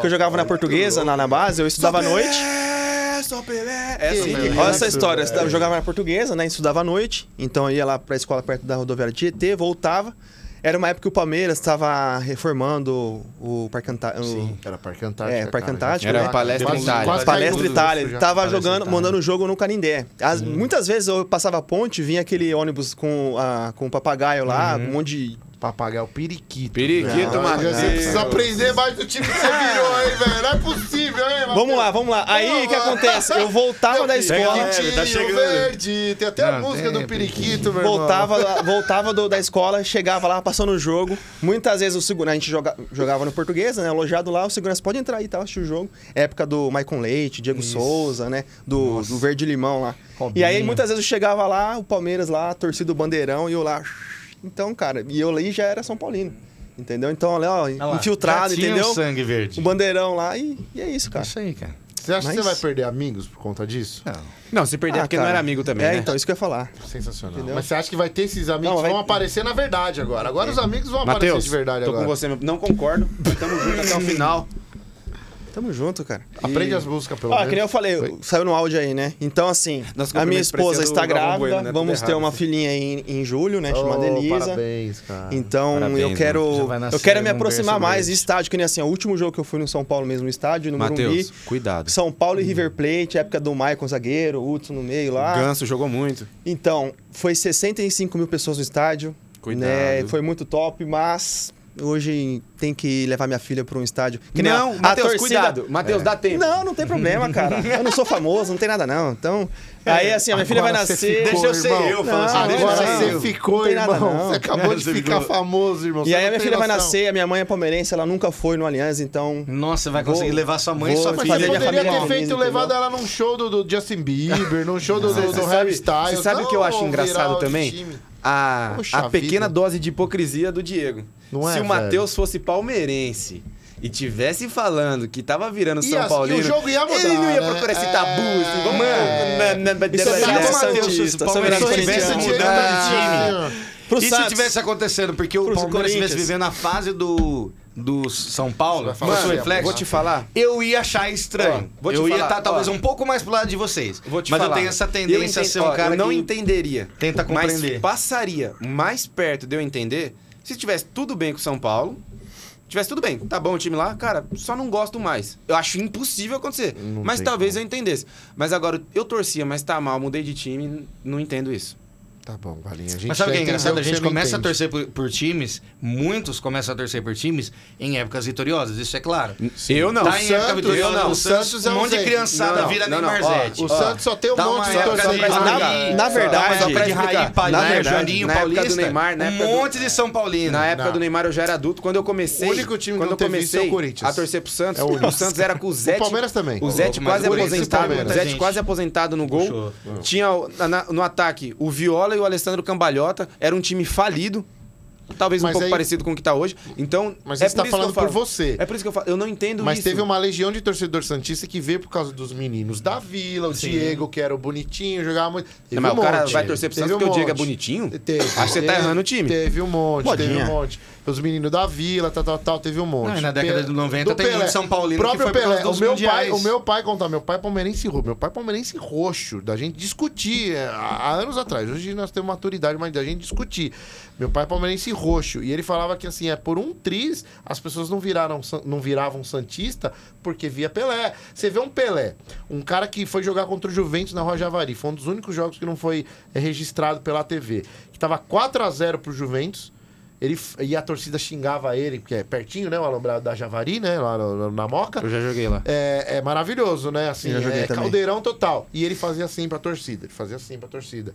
[SPEAKER 5] que eu jogava na portuguesa, na, na base, eu estudava à noite.
[SPEAKER 2] É, só Pelé. É
[SPEAKER 3] Que
[SPEAKER 2] assim que
[SPEAKER 3] isso,
[SPEAKER 5] Olha essa
[SPEAKER 3] Isso,
[SPEAKER 5] história, eu
[SPEAKER 3] velho.
[SPEAKER 5] estudava- eu jogava na portuguesa, né? Estudava à noite, então eu ia lá pra escola perto da rodoviária de Tietê, voltava. Era uma época que o Palmeiras estava reformando o Parque Antártico.
[SPEAKER 3] Era Parque Antártico. né?
[SPEAKER 5] É, Parque Antártico,
[SPEAKER 7] Era Palestra Itália.
[SPEAKER 5] Quase Palestra
[SPEAKER 4] tudo
[SPEAKER 5] Itália. tá.
[SPEAKER 3] já.
[SPEAKER 5] tava
[SPEAKER 4] Palestra
[SPEAKER 5] jogando,
[SPEAKER 4] Itália.
[SPEAKER 5] mandando um jogo no Canindé. As- muitas vezes eu passava a ponte, vinha aquele ônibus com, a, com o papagaio lá, um monte de.
[SPEAKER 3] Papagaio Periquito.
[SPEAKER 2] Ah, Periquito,
[SPEAKER 3] Não,
[SPEAKER 2] Matheus.
[SPEAKER 3] Você precisa aprender mais do time que você virou, hein, velho? Não é possível, hein, Matheus?
[SPEAKER 5] Vamos lá, vamos lá. Aí o que
[SPEAKER 3] Vamos lá. é,
[SPEAKER 5] acontece? Eu voltava da escola.
[SPEAKER 3] Periquitinho
[SPEAKER 7] tá chegando.
[SPEAKER 3] verde. Tem até a
[SPEAKER 4] Não,
[SPEAKER 3] música
[SPEAKER 4] tem
[SPEAKER 3] do Periquito, meu irmão.
[SPEAKER 5] Voltava, lá- voltava do- da escola, chegava lá, passando o jogo. Muitas vezes o segurança, a gente joga- jogava no português, né? Alojado lá, o segurança pode entrar aí e tal, assistir o jogo. Época do Maicon Leite, Diego Souza, né? Do, do Verde Limão lá. E aí muitas vezes eu chegava lá, o Palmeiras lá, a torcida do Bandeirão, e eu lá. Então, cara, e eu ali já era São Paulino. Entendeu? Então, olha, ó,
[SPEAKER 4] Olha lá,
[SPEAKER 5] infiltrado,
[SPEAKER 4] já tinha
[SPEAKER 5] entendeu?
[SPEAKER 4] O sangue verde.
[SPEAKER 5] O bandeirão lá, e, e é isso, cara.
[SPEAKER 4] Isso aí, cara.
[SPEAKER 3] Você acha que
[SPEAKER 5] Mas-
[SPEAKER 3] você vai perder amigos por conta disso?
[SPEAKER 2] Não, se perder
[SPEAKER 5] Ah,
[SPEAKER 2] porque
[SPEAKER 5] cara.
[SPEAKER 2] não era amigo também,
[SPEAKER 5] é,
[SPEAKER 2] né?
[SPEAKER 5] então, isso que eu ia falar.
[SPEAKER 3] Sensacional.
[SPEAKER 5] Entendeu?
[SPEAKER 3] Mas você acha que vai ter esses amigos?
[SPEAKER 5] Não, vai-
[SPEAKER 3] Vão aparecer na verdade agora. Agora os amigos vão aparecer
[SPEAKER 2] Matheus,
[SPEAKER 3] de verdade
[SPEAKER 2] tô
[SPEAKER 3] agora.
[SPEAKER 2] com você, meu- não concordo. mas Tamo junto até o final.
[SPEAKER 5] Tamo junto, cara.
[SPEAKER 3] Aprende as músicas, pelo
[SPEAKER 5] Ó,
[SPEAKER 3] menos.
[SPEAKER 5] Ah, que nem eu falei, saiu no áudio aí, né? Então, assim,
[SPEAKER 2] Nossa, que eu
[SPEAKER 5] a minha
[SPEAKER 2] me
[SPEAKER 5] esposa
[SPEAKER 2] expressei
[SPEAKER 5] está
[SPEAKER 2] do Galvão
[SPEAKER 5] grávida,
[SPEAKER 2] Bueno, né? Tudo
[SPEAKER 5] vamos ter
[SPEAKER 2] errado,
[SPEAKER 5] uma
[SPEAKER 2] assim.
[SPEAKER 5] filhinha em, em julho, né?
[SPEAKER 3] Oh,
[SPEAKER 5] Chamada Elisa.
[SPEAKER 3] Parabéns, cara.
[SPEAKER 5] Então,
[SPEAKER 4] Parabéns,
[SPEAKER 5] eu
[SPEAKER 4] mano.
[SPEAKER 5] quero
[SPEAKER 4] Já vai nascer
[SPEAKER 5] eu quero me
[SPEAKER 4] um
[SPEAKER 5] aproximar
[SPEAKER 4] berço
[SPEAKER 5] mais
[SPEAKER 4] grande.
[SPEAKER 5] de estádio, que nem assim, ó, o último jogo que eu fui no São Paulo mesmo, no estádio, no
[SPEAKER 2] Matheus,
[SPEAKER 5] Morumbi.
[SPEAKER 2] cuidado.
[SPEAKER 5] São Paulo e River Plate, época do Maicon zagueiro, Hudson no meio lá.
[SPEAKER 2] Ganso jogou muito.
[SPEAKER 5] Então, foi 65 mil pessoas no estádio.
[SPEAKER 2] Cuidado.
[SPEAKER 5] né? Foi muito top, mas hoje tem que levar minha filha para um estádio. Que nem, ó,
[SPEAKER 2] não,
[SPEAKER 5] a
[SPEAKER 2] Matheus,
[SPEAKER 5] torcida-
[SPEAKER 2] cuidado. Matheus,
[SPEAKER 4] É.
[SPEAKER 2] dá tempo.
[SPEAKER 5] Não, não tem problema, cara. Eu não sou famoso, não tem nada não. Então, aí assim, a minha filha vai
[SPEAKER 3] Agora você
[SPEAKER 5] nascer.
[SPEAKER 3] ficou,
[SPEAKER 2] Deixa eu ser
[SPEAKER 3] irmão.
[SPEAKER 2] eu,
[SPEAKER 5] Não,
[SPEAKER 2] falando assim, deixa eu
[SPEAKER 3] Ah, Agora
[SPEAKER 5] não,
[SPEAKER 2] ser
[SPEAKER 3] você
[SPEAKER 2] eu.
[SPEAKER 3] ficou,
[SPEAKER 5] Não tem nada,
[SPEAKER 3] irmão.
[SPEAKER 5] não.
[SPEAKER 3] Você acabou de
[SPEAKER 4] Você
[SPEAKER 3] ficar
[SPEAKER 4] ficou.
[SPEAKER 3] famoso, irmão.
[SPEAKER 5] E
[SPEAKER 3] Você
[SPEAKER 5] aí a
[SPEAKER 3] não
[SPEAKER 5] minha
[SPEAKER 3] tem
[SPEAKER 5] filha vai
[SPEAKER 3] noção.
[SPEAKER 5] nascer, a minha mãe é palmeirense, ela nunca foi no Aliança, então.
[SPEAKER 4] Nossa, vai conseguir
[SPEAKER 5] Vou-
[SPEAKER 4] levar sua mãe e
[SPEAKER 5] vou-
[SPEAKER 4] sua
[SPEAKER 5] Mas
[SPEAKER 3] Mas
[SPEAKER 4] filha.
[SPEAKER 3] você
[SPEAKER 5] Família de
[SPEAKER 3] poderia ter
[SPEAKER 5] família
[SPEAKER 3] feito
[SPEAKER 5] mesmo,
[SPEAKER 3] levado
[SPEAKER 5] entendeu?
[SPEAKER 3] ela num show do, do Justin Bieber, num show do, do, do
[SPEAKER 2] Você
[SPEAKER 3] Harry
[SPEAKER 2] sabe,
[SPEAKER 3] Styles.
[SPEAKER 2] você sabe o que eu
[SPEAKER 3] Não
[SPEAKER 2] acho
[SPEAKER 3] virar
[SPEAKER 2] engraçado
[SPEAKER 3] o
[SPEAKER 2] também?
[SPEAKER 3] time.
[SPEAKER 2] A,
[SPEAKER 3] Poxa
[SPEAKER 2] a pequena
[SPEAKER 3] vida.
[SPEAKER 2] dose de hipocrisia do Diego.
[SPEAKER 3] Não é,
[SPEAKER 2] Se
[SPEAKER 3] velho?
[SPEAKER 2] o Matheus fosse palmeirense e tivesse falando que tava virando
[SPEAKER 3] Ia- e assim,
[SPEAKER 2] São
[SPEAKER 3] o
[SPEAKER 2] Paulino,
[SPEAKER 3] jogo ia mudar,
[SPEAKER 2] ele não ia
[SPEAKER 3] né?
[SPEAKER 2] procurar esse tabu.
[SPEAKER 3] É.
[SPEAKER 2] Assim, vamos, mano, na- na-
[SPEAKER 5] Isso é
[SPEAKER 2] na-
[SPEAKER 5] verdade,
[SPEAKER 2] na-
[SPEAKER 5] Santista,
[SPEAKER 2] Matheus,
[SPEAKER 5] isso é
[SPEAKER 2] Palmeiras
[SPEAKER 5] verdade,
[SPEAKER 2] tivesse
[SPEAKER 5] Corinthians.
[SPEAKER 2] mudado-
[SPEAKER 5] Tivesse
[SPEAKER 3] mudado de time.
[SPEAKER 5] Pro
[SPEAKER 4] e se
[SPEAKER 5] Santos.
[SPEAKER 4] tivesse acontecendo? Porque o
[SPEAKER 5] Pros
[SPEAKER 4] Palmeiras estivesse
[SPEAKER 5] Corinthians.
[SPEAKER 4] vivendo a fase do, do São Paulo,
[SPEAKER 3] Você vai falar
[SPEAKER 4] com o
[SPEAKER 3] assim,
[SPEAKER 4] reflexo,
[SPEAKER 2] Vou te falar.
[SPEAKER 4] eu ia achar estranho.
[SPEAKER 2] Ó, tá vou te
[SPEAKER 4] eu ia
[SPEAKER 2] falar,
[SPEAKER 4] estar talvez
[SPEAKER 2] ó.
[SPEAKER 4] um pouco mais pro lado de vocês.
[SPEAKER 2] Vou te
[SPEAKER 4] mas
[SPEAKER 2] falar.
[SPEAKER 4] eu tenho essa tendência
[SPEAKER 2] Eu
[SPEAKER 4] a
[SPEAKER 2] enten-
[SPEAKER 4] ser um
[SPEAKER 2] ó,
[SPEAKER 4] cara
[SPEAKER 2] eu não
[SPEAKER 4] que...
[SPEAKER 2] entenderia.
[SPEAKER 4] tenta compreender.
[SPEAKER 2] Mas passaria mais perto de eu entender se tivesse tudo bem com o São Paulo. Tivesse tudo bem, tá bom o time lá, cara, só não gosto mais. Eu acho impossível acontecer. mas talvez eu entendesse. Mas agora, eu torcia, mas tá mal, mudei de time, não entendo isso.
[SPEAKER 3] Tá bom, Valinha. A gente
[SPEAKER 4] Mas sabe o que
[SPEAKER 3] já
[SPEAKER 4] é engraçado?
[SPEAKER 3] entendeu
[SPEAKER 4] A
[SPEAKER 3] que
[SPEAKER 4] gente
[SPEAKER 3] você não
[SPEAKER 4] começa a
[SPEAKER 3] entende.
[SPEAKER 4] torcer por, por times, muitos começam a torcer por times em épocas vitoriosas, isso é claro.
[SPEAKER 2] Eu não.
[SPEAKER 4] Tá em época
[SPEAKER 3] Santos,
[SPEAKER 4] vitoriosa,
[SPEAKER 3] eu não.
[SPEAKER 4] o Santos,
[SPEAKER 3] Santos é
[SPEAKER 4] um monte de
[SPEAKER 3] ausente.
[SPEAKER 4] criançada
[SPEAKER 2] Não, não,
[SPEAKER 4] vira
[SPEAKER 2] não, não,
[SPEAKER 4] Neymar
[SPEAKER 2] ó,
[SPEAKER 4] Zete.
[SPEAKER 3] O Santos só tem um
[SPEAKER 4] Dá
[SPEAKER 3] monte
[SPEAKER 4] uma
[SPEAKER 3] de
[SPEAKER 2] Tá
[SPEAKER 4] época
[SPEAKER 3] torcedor. tá
[SPEAKER 4] de-
[SPEAKER 3] pra
[SPEAKER 4] na-
[SPEAKER 3] explicar.
[SPEAKER 5] na verdade-
[SPEAKER 4] Mas época de
[SPEAKER 2] Na
[SPEAKER 4] Raí,
[SPEAKER 2] época
[SPEAKER 5] do
[SPEAKER 4] Palhaço,
[SPEAKER 5] Neymar,
[SPEAKER 4] Juninho,
[SPEAKER 2] na época do
[SPEAKER 4] Paulista,
[SPEAKER 2] Neymar, na
[SPEAKER 4] um
[SPEAKER 2] época do-
[SPEAKER 4] monte de São Paulino.
[SPEAKER 2] Na época
[SPEAKER 3] Não.
[SPEAKER 2] do Neymar eu já era adulto. Quando eu comecei.
[SPEAKER 3] O único time que
[SPEAKER 2] quando
[SPEAKER 3] não
[SPEAKER 2] eu
[SPEAKER 3] teve isso é
[SPEAKER 2] comecei
[SPEAKER 3] o Corinthians.
[SPEAKER 2] a torcer pro Santos,
[SPEAKER 3] É o
[SPEAKER 2] o,
[SPEAKER 3] único.
[SPEAKER 2] Santos era com o Zete.
[SPEAKER 3] Palmeiras também.
[SPEAKER 2] O Zete
[SPEAKER 4] Mas
[SPEAKER 2] quase
[SPEAKER 4] o Corinthians e o
[SPEAKER 2] aposentado.
[SPEAKER 4] Palmeiras,
[SPEAKER 2] O Zete
[SPEAKER 4] gente.
[SPEAKER 2] quase aposentado no gol.
[SPEAKER 4] Puxou.
[SPEAKER 2] Tinha o- na- na- no ataque o Viola e o Alessandro Cambalhota. Era um time falido. Talvez um
[SPEAKER 3] Mas
[SPEAKER 2] pouco
[SPEAKER 3] aí-
[SPEAKER 2] parecido com o que tá hoje. Então.
[SPEAKER 3] Mas
[SPEAKER 2] é
[SPEAKER 3] você
[SPEAKER 2] isso
[SPEAKER 3] tá
[SPEAKER 2] que eu
[SPEAKER 3] falando
[SPEAKER 2] falo.
[SPEAKER 3] por você.
[SPEAKER 2] É por isso que eu falo. Eu não entendo
[SPEAKER 3] Mas
[SPEAKER 2] isso.
[SPEAKER 3] teve uma legião de torcedor santista que veio por causa dos meninos da vila, o Diego, que era o bonitinho, jogava muito. Teve
[SPEAKER 2] Não, mas
[SPEAKER 3] um
[SPEAKER 2] o cara
[SPEAKER 3] monte.
[SPEAKER 2] vai torcer pro
[SPEAKER 3] Teve
[SPEAKER 2] Santos porque o Diego é
[SPEAKER 3] monte.
[SPEAKER 2] bonitinho?
[SPEAKER 3] Teve,
[SPEAKER 2] Acho que você tá
[SPEAKER 3] teve-
[SPEAKER 2] errando o time.
[SPEAKER 3] Teve um monte, teve
[SPEAKER 5] Modinha.
[SPEAKER 3] um monte. Os meninos da vila, tal, tal, tal, teve um monte.
[SPEAKER 4] Não, e na década
[SPEAKER 3] Pelé-
[SPEAKER 4] de 90 tem muito São Paulino que
[SPEAKER 3] próprio
[SPEAKER 4] foi por causa
[SPEAKER 3] Pelé.
[SPEAKER 4] dos
[SPEAKER 3] o meu pai,
[SPEAKER 4] mundiais.
[SPEAKER 3] o meu pai contar, meu pai é palmeirense roxo, meu pai é palmeirense roxo, da gente discutir é, há há anos atrás. Hoje nós temos maturidade, mas da gente discutir. Meu pai é palmeirense roxo e ele falava que assim, é por um triz as pessoas não viraram san- não viravam santista porque via Pelé. Você vê um Pelé, um cara que foi jogar contra o Juventus na Rua Javari, foi um dos únicos jogos que não foi é, registrado pela TV, que tava 4 a 0 pro Juventus. Ele, f- e a torcida xingava ele, porque é pertinho, né? O alombrado da Javari, né? Lá no- no- na Moca.
[SPEAKER 2] Eu já joguei lá.
[SPEAKER 3] É, é maravilhoso, né? Assim,
[SPEAKER 5] Eu já joguei
[SPEAKER 3] é
[SPEAKER 5] também.
[SPEAKER 3] caldeirão total. E ele fazia assim pra torcida. Ele fazia assim pra torcida.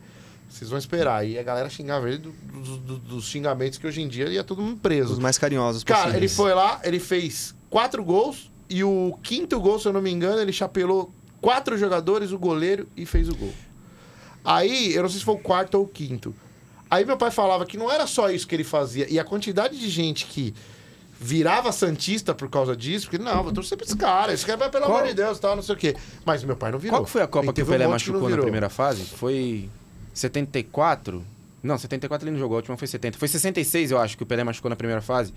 [SPEAKER 3] Vocês vão esperar. E a galera xingava ele do- do- do- dos xingamentos que hoje em dia ia todo mundo preso.
[SPEAKER 5] Os mais carinhosos
[SPEAKER 3] Cara, ele
[SPEAKER 5] possíveis.
[SPEAKER 3] foi lá, ele fez quatro gols. E o quinto gol, se eu não me engano, ele chapelou quatro jogadores, o goleiro, e fez o gol. Aí, eu não sei se foi o quarto ou o quinto. Aí meu pai falava que não era só isso que ele fazia. E a quantidade de gente que virava Santista por causa disso, porque não, vou torcer pra esse cara, esse cara vai, pelo amor de Deus, tal, não sei o quê. Mas meu pai não virou.
[SPEAKER 2] Qual que foi a Copa
[SPEAKER 3] E
[SPEAKER 2] que o
[SPEAKER 3] teve um
[SPEAKER 2] Pelé
[SPEAKER 3] monte que não
[SPEAKER 2] machucou na
[SPEAKER 3] virou.
[SPEAKER 2] primeira fase? Foi 74? Não, 74 ele não jogou, a última foi 70. Foi 66, eu acho, que o Pelé machucou na primeira fase.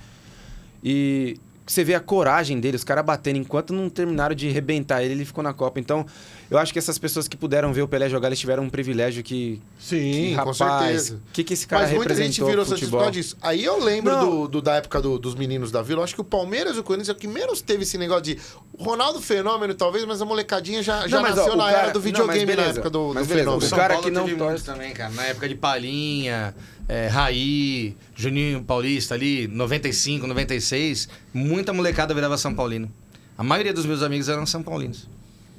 [SPEAKER 2] E você vê a coragem dele, os caras batendo. Enquanto não terminaram de rebentar ele, ele ficou na Copa. Então, eu acho que essas pessoas que puderam ver o Pelé jogar, eles tiveram um privilégio que... que,
[SPEAKER 3] Sim,
[SPEAKER 2] rapaz,
[SPEAKER 3] com certeza.
[SPEAKER 2] O que, que esse cara
[SPEAKER 3] Mas muita gente
[SPEAKER 2] representou
[SPEAKER 3] virou
[SPEAKER 2] pro
[SPEAKER 3] Santista
[SPEAKER 2] futebol?
[SPEAKER 3] por causa disso. Aí eu lembro
[SPEAKER 2] Não.
[SPEAKER 3] do, do- da época do- dos meninos da vila. eu acho que o Palmeiras e o Corinthians é o que menos teve esse negócio de. O Ronaldo Fenômeno, talvez, mas a molecadinha já, já
[SPEAKER 2] Não, mas, ó,
[SPEAKER 3] nasceu
[SPEAKER 2] o
[SPEAKER 3] na
[SPEAKER 2] cara-
[SPEAKER 3] era do
[SPEAKER 2] não,
[SPEAKER 3] videogame
[SPEAKER 2] mas
[SPEAKER 3] na
[SPEAKER 2] beleza.
[SPEAKER 3] época do, do
[SPEAKER 2] Mas beleza,
[SPEAKER 3] Fenômeno.
[SPEAKER 2] o
[SPEAKER 4] São
[SPEAKER 2] cara
[SPEAKER 4] Paulo
[SPEAKER 2] que não
[SPEAKER 4] teve
[SPEAKER 2] torce-
[SPEAKER 4] muito também, cara. Na época de Palinha, é, Raí, Juninho Paulista ali, 95, 96, muita molecada virava São Paulino. A maioria dos meus amigos eram São Paulinos.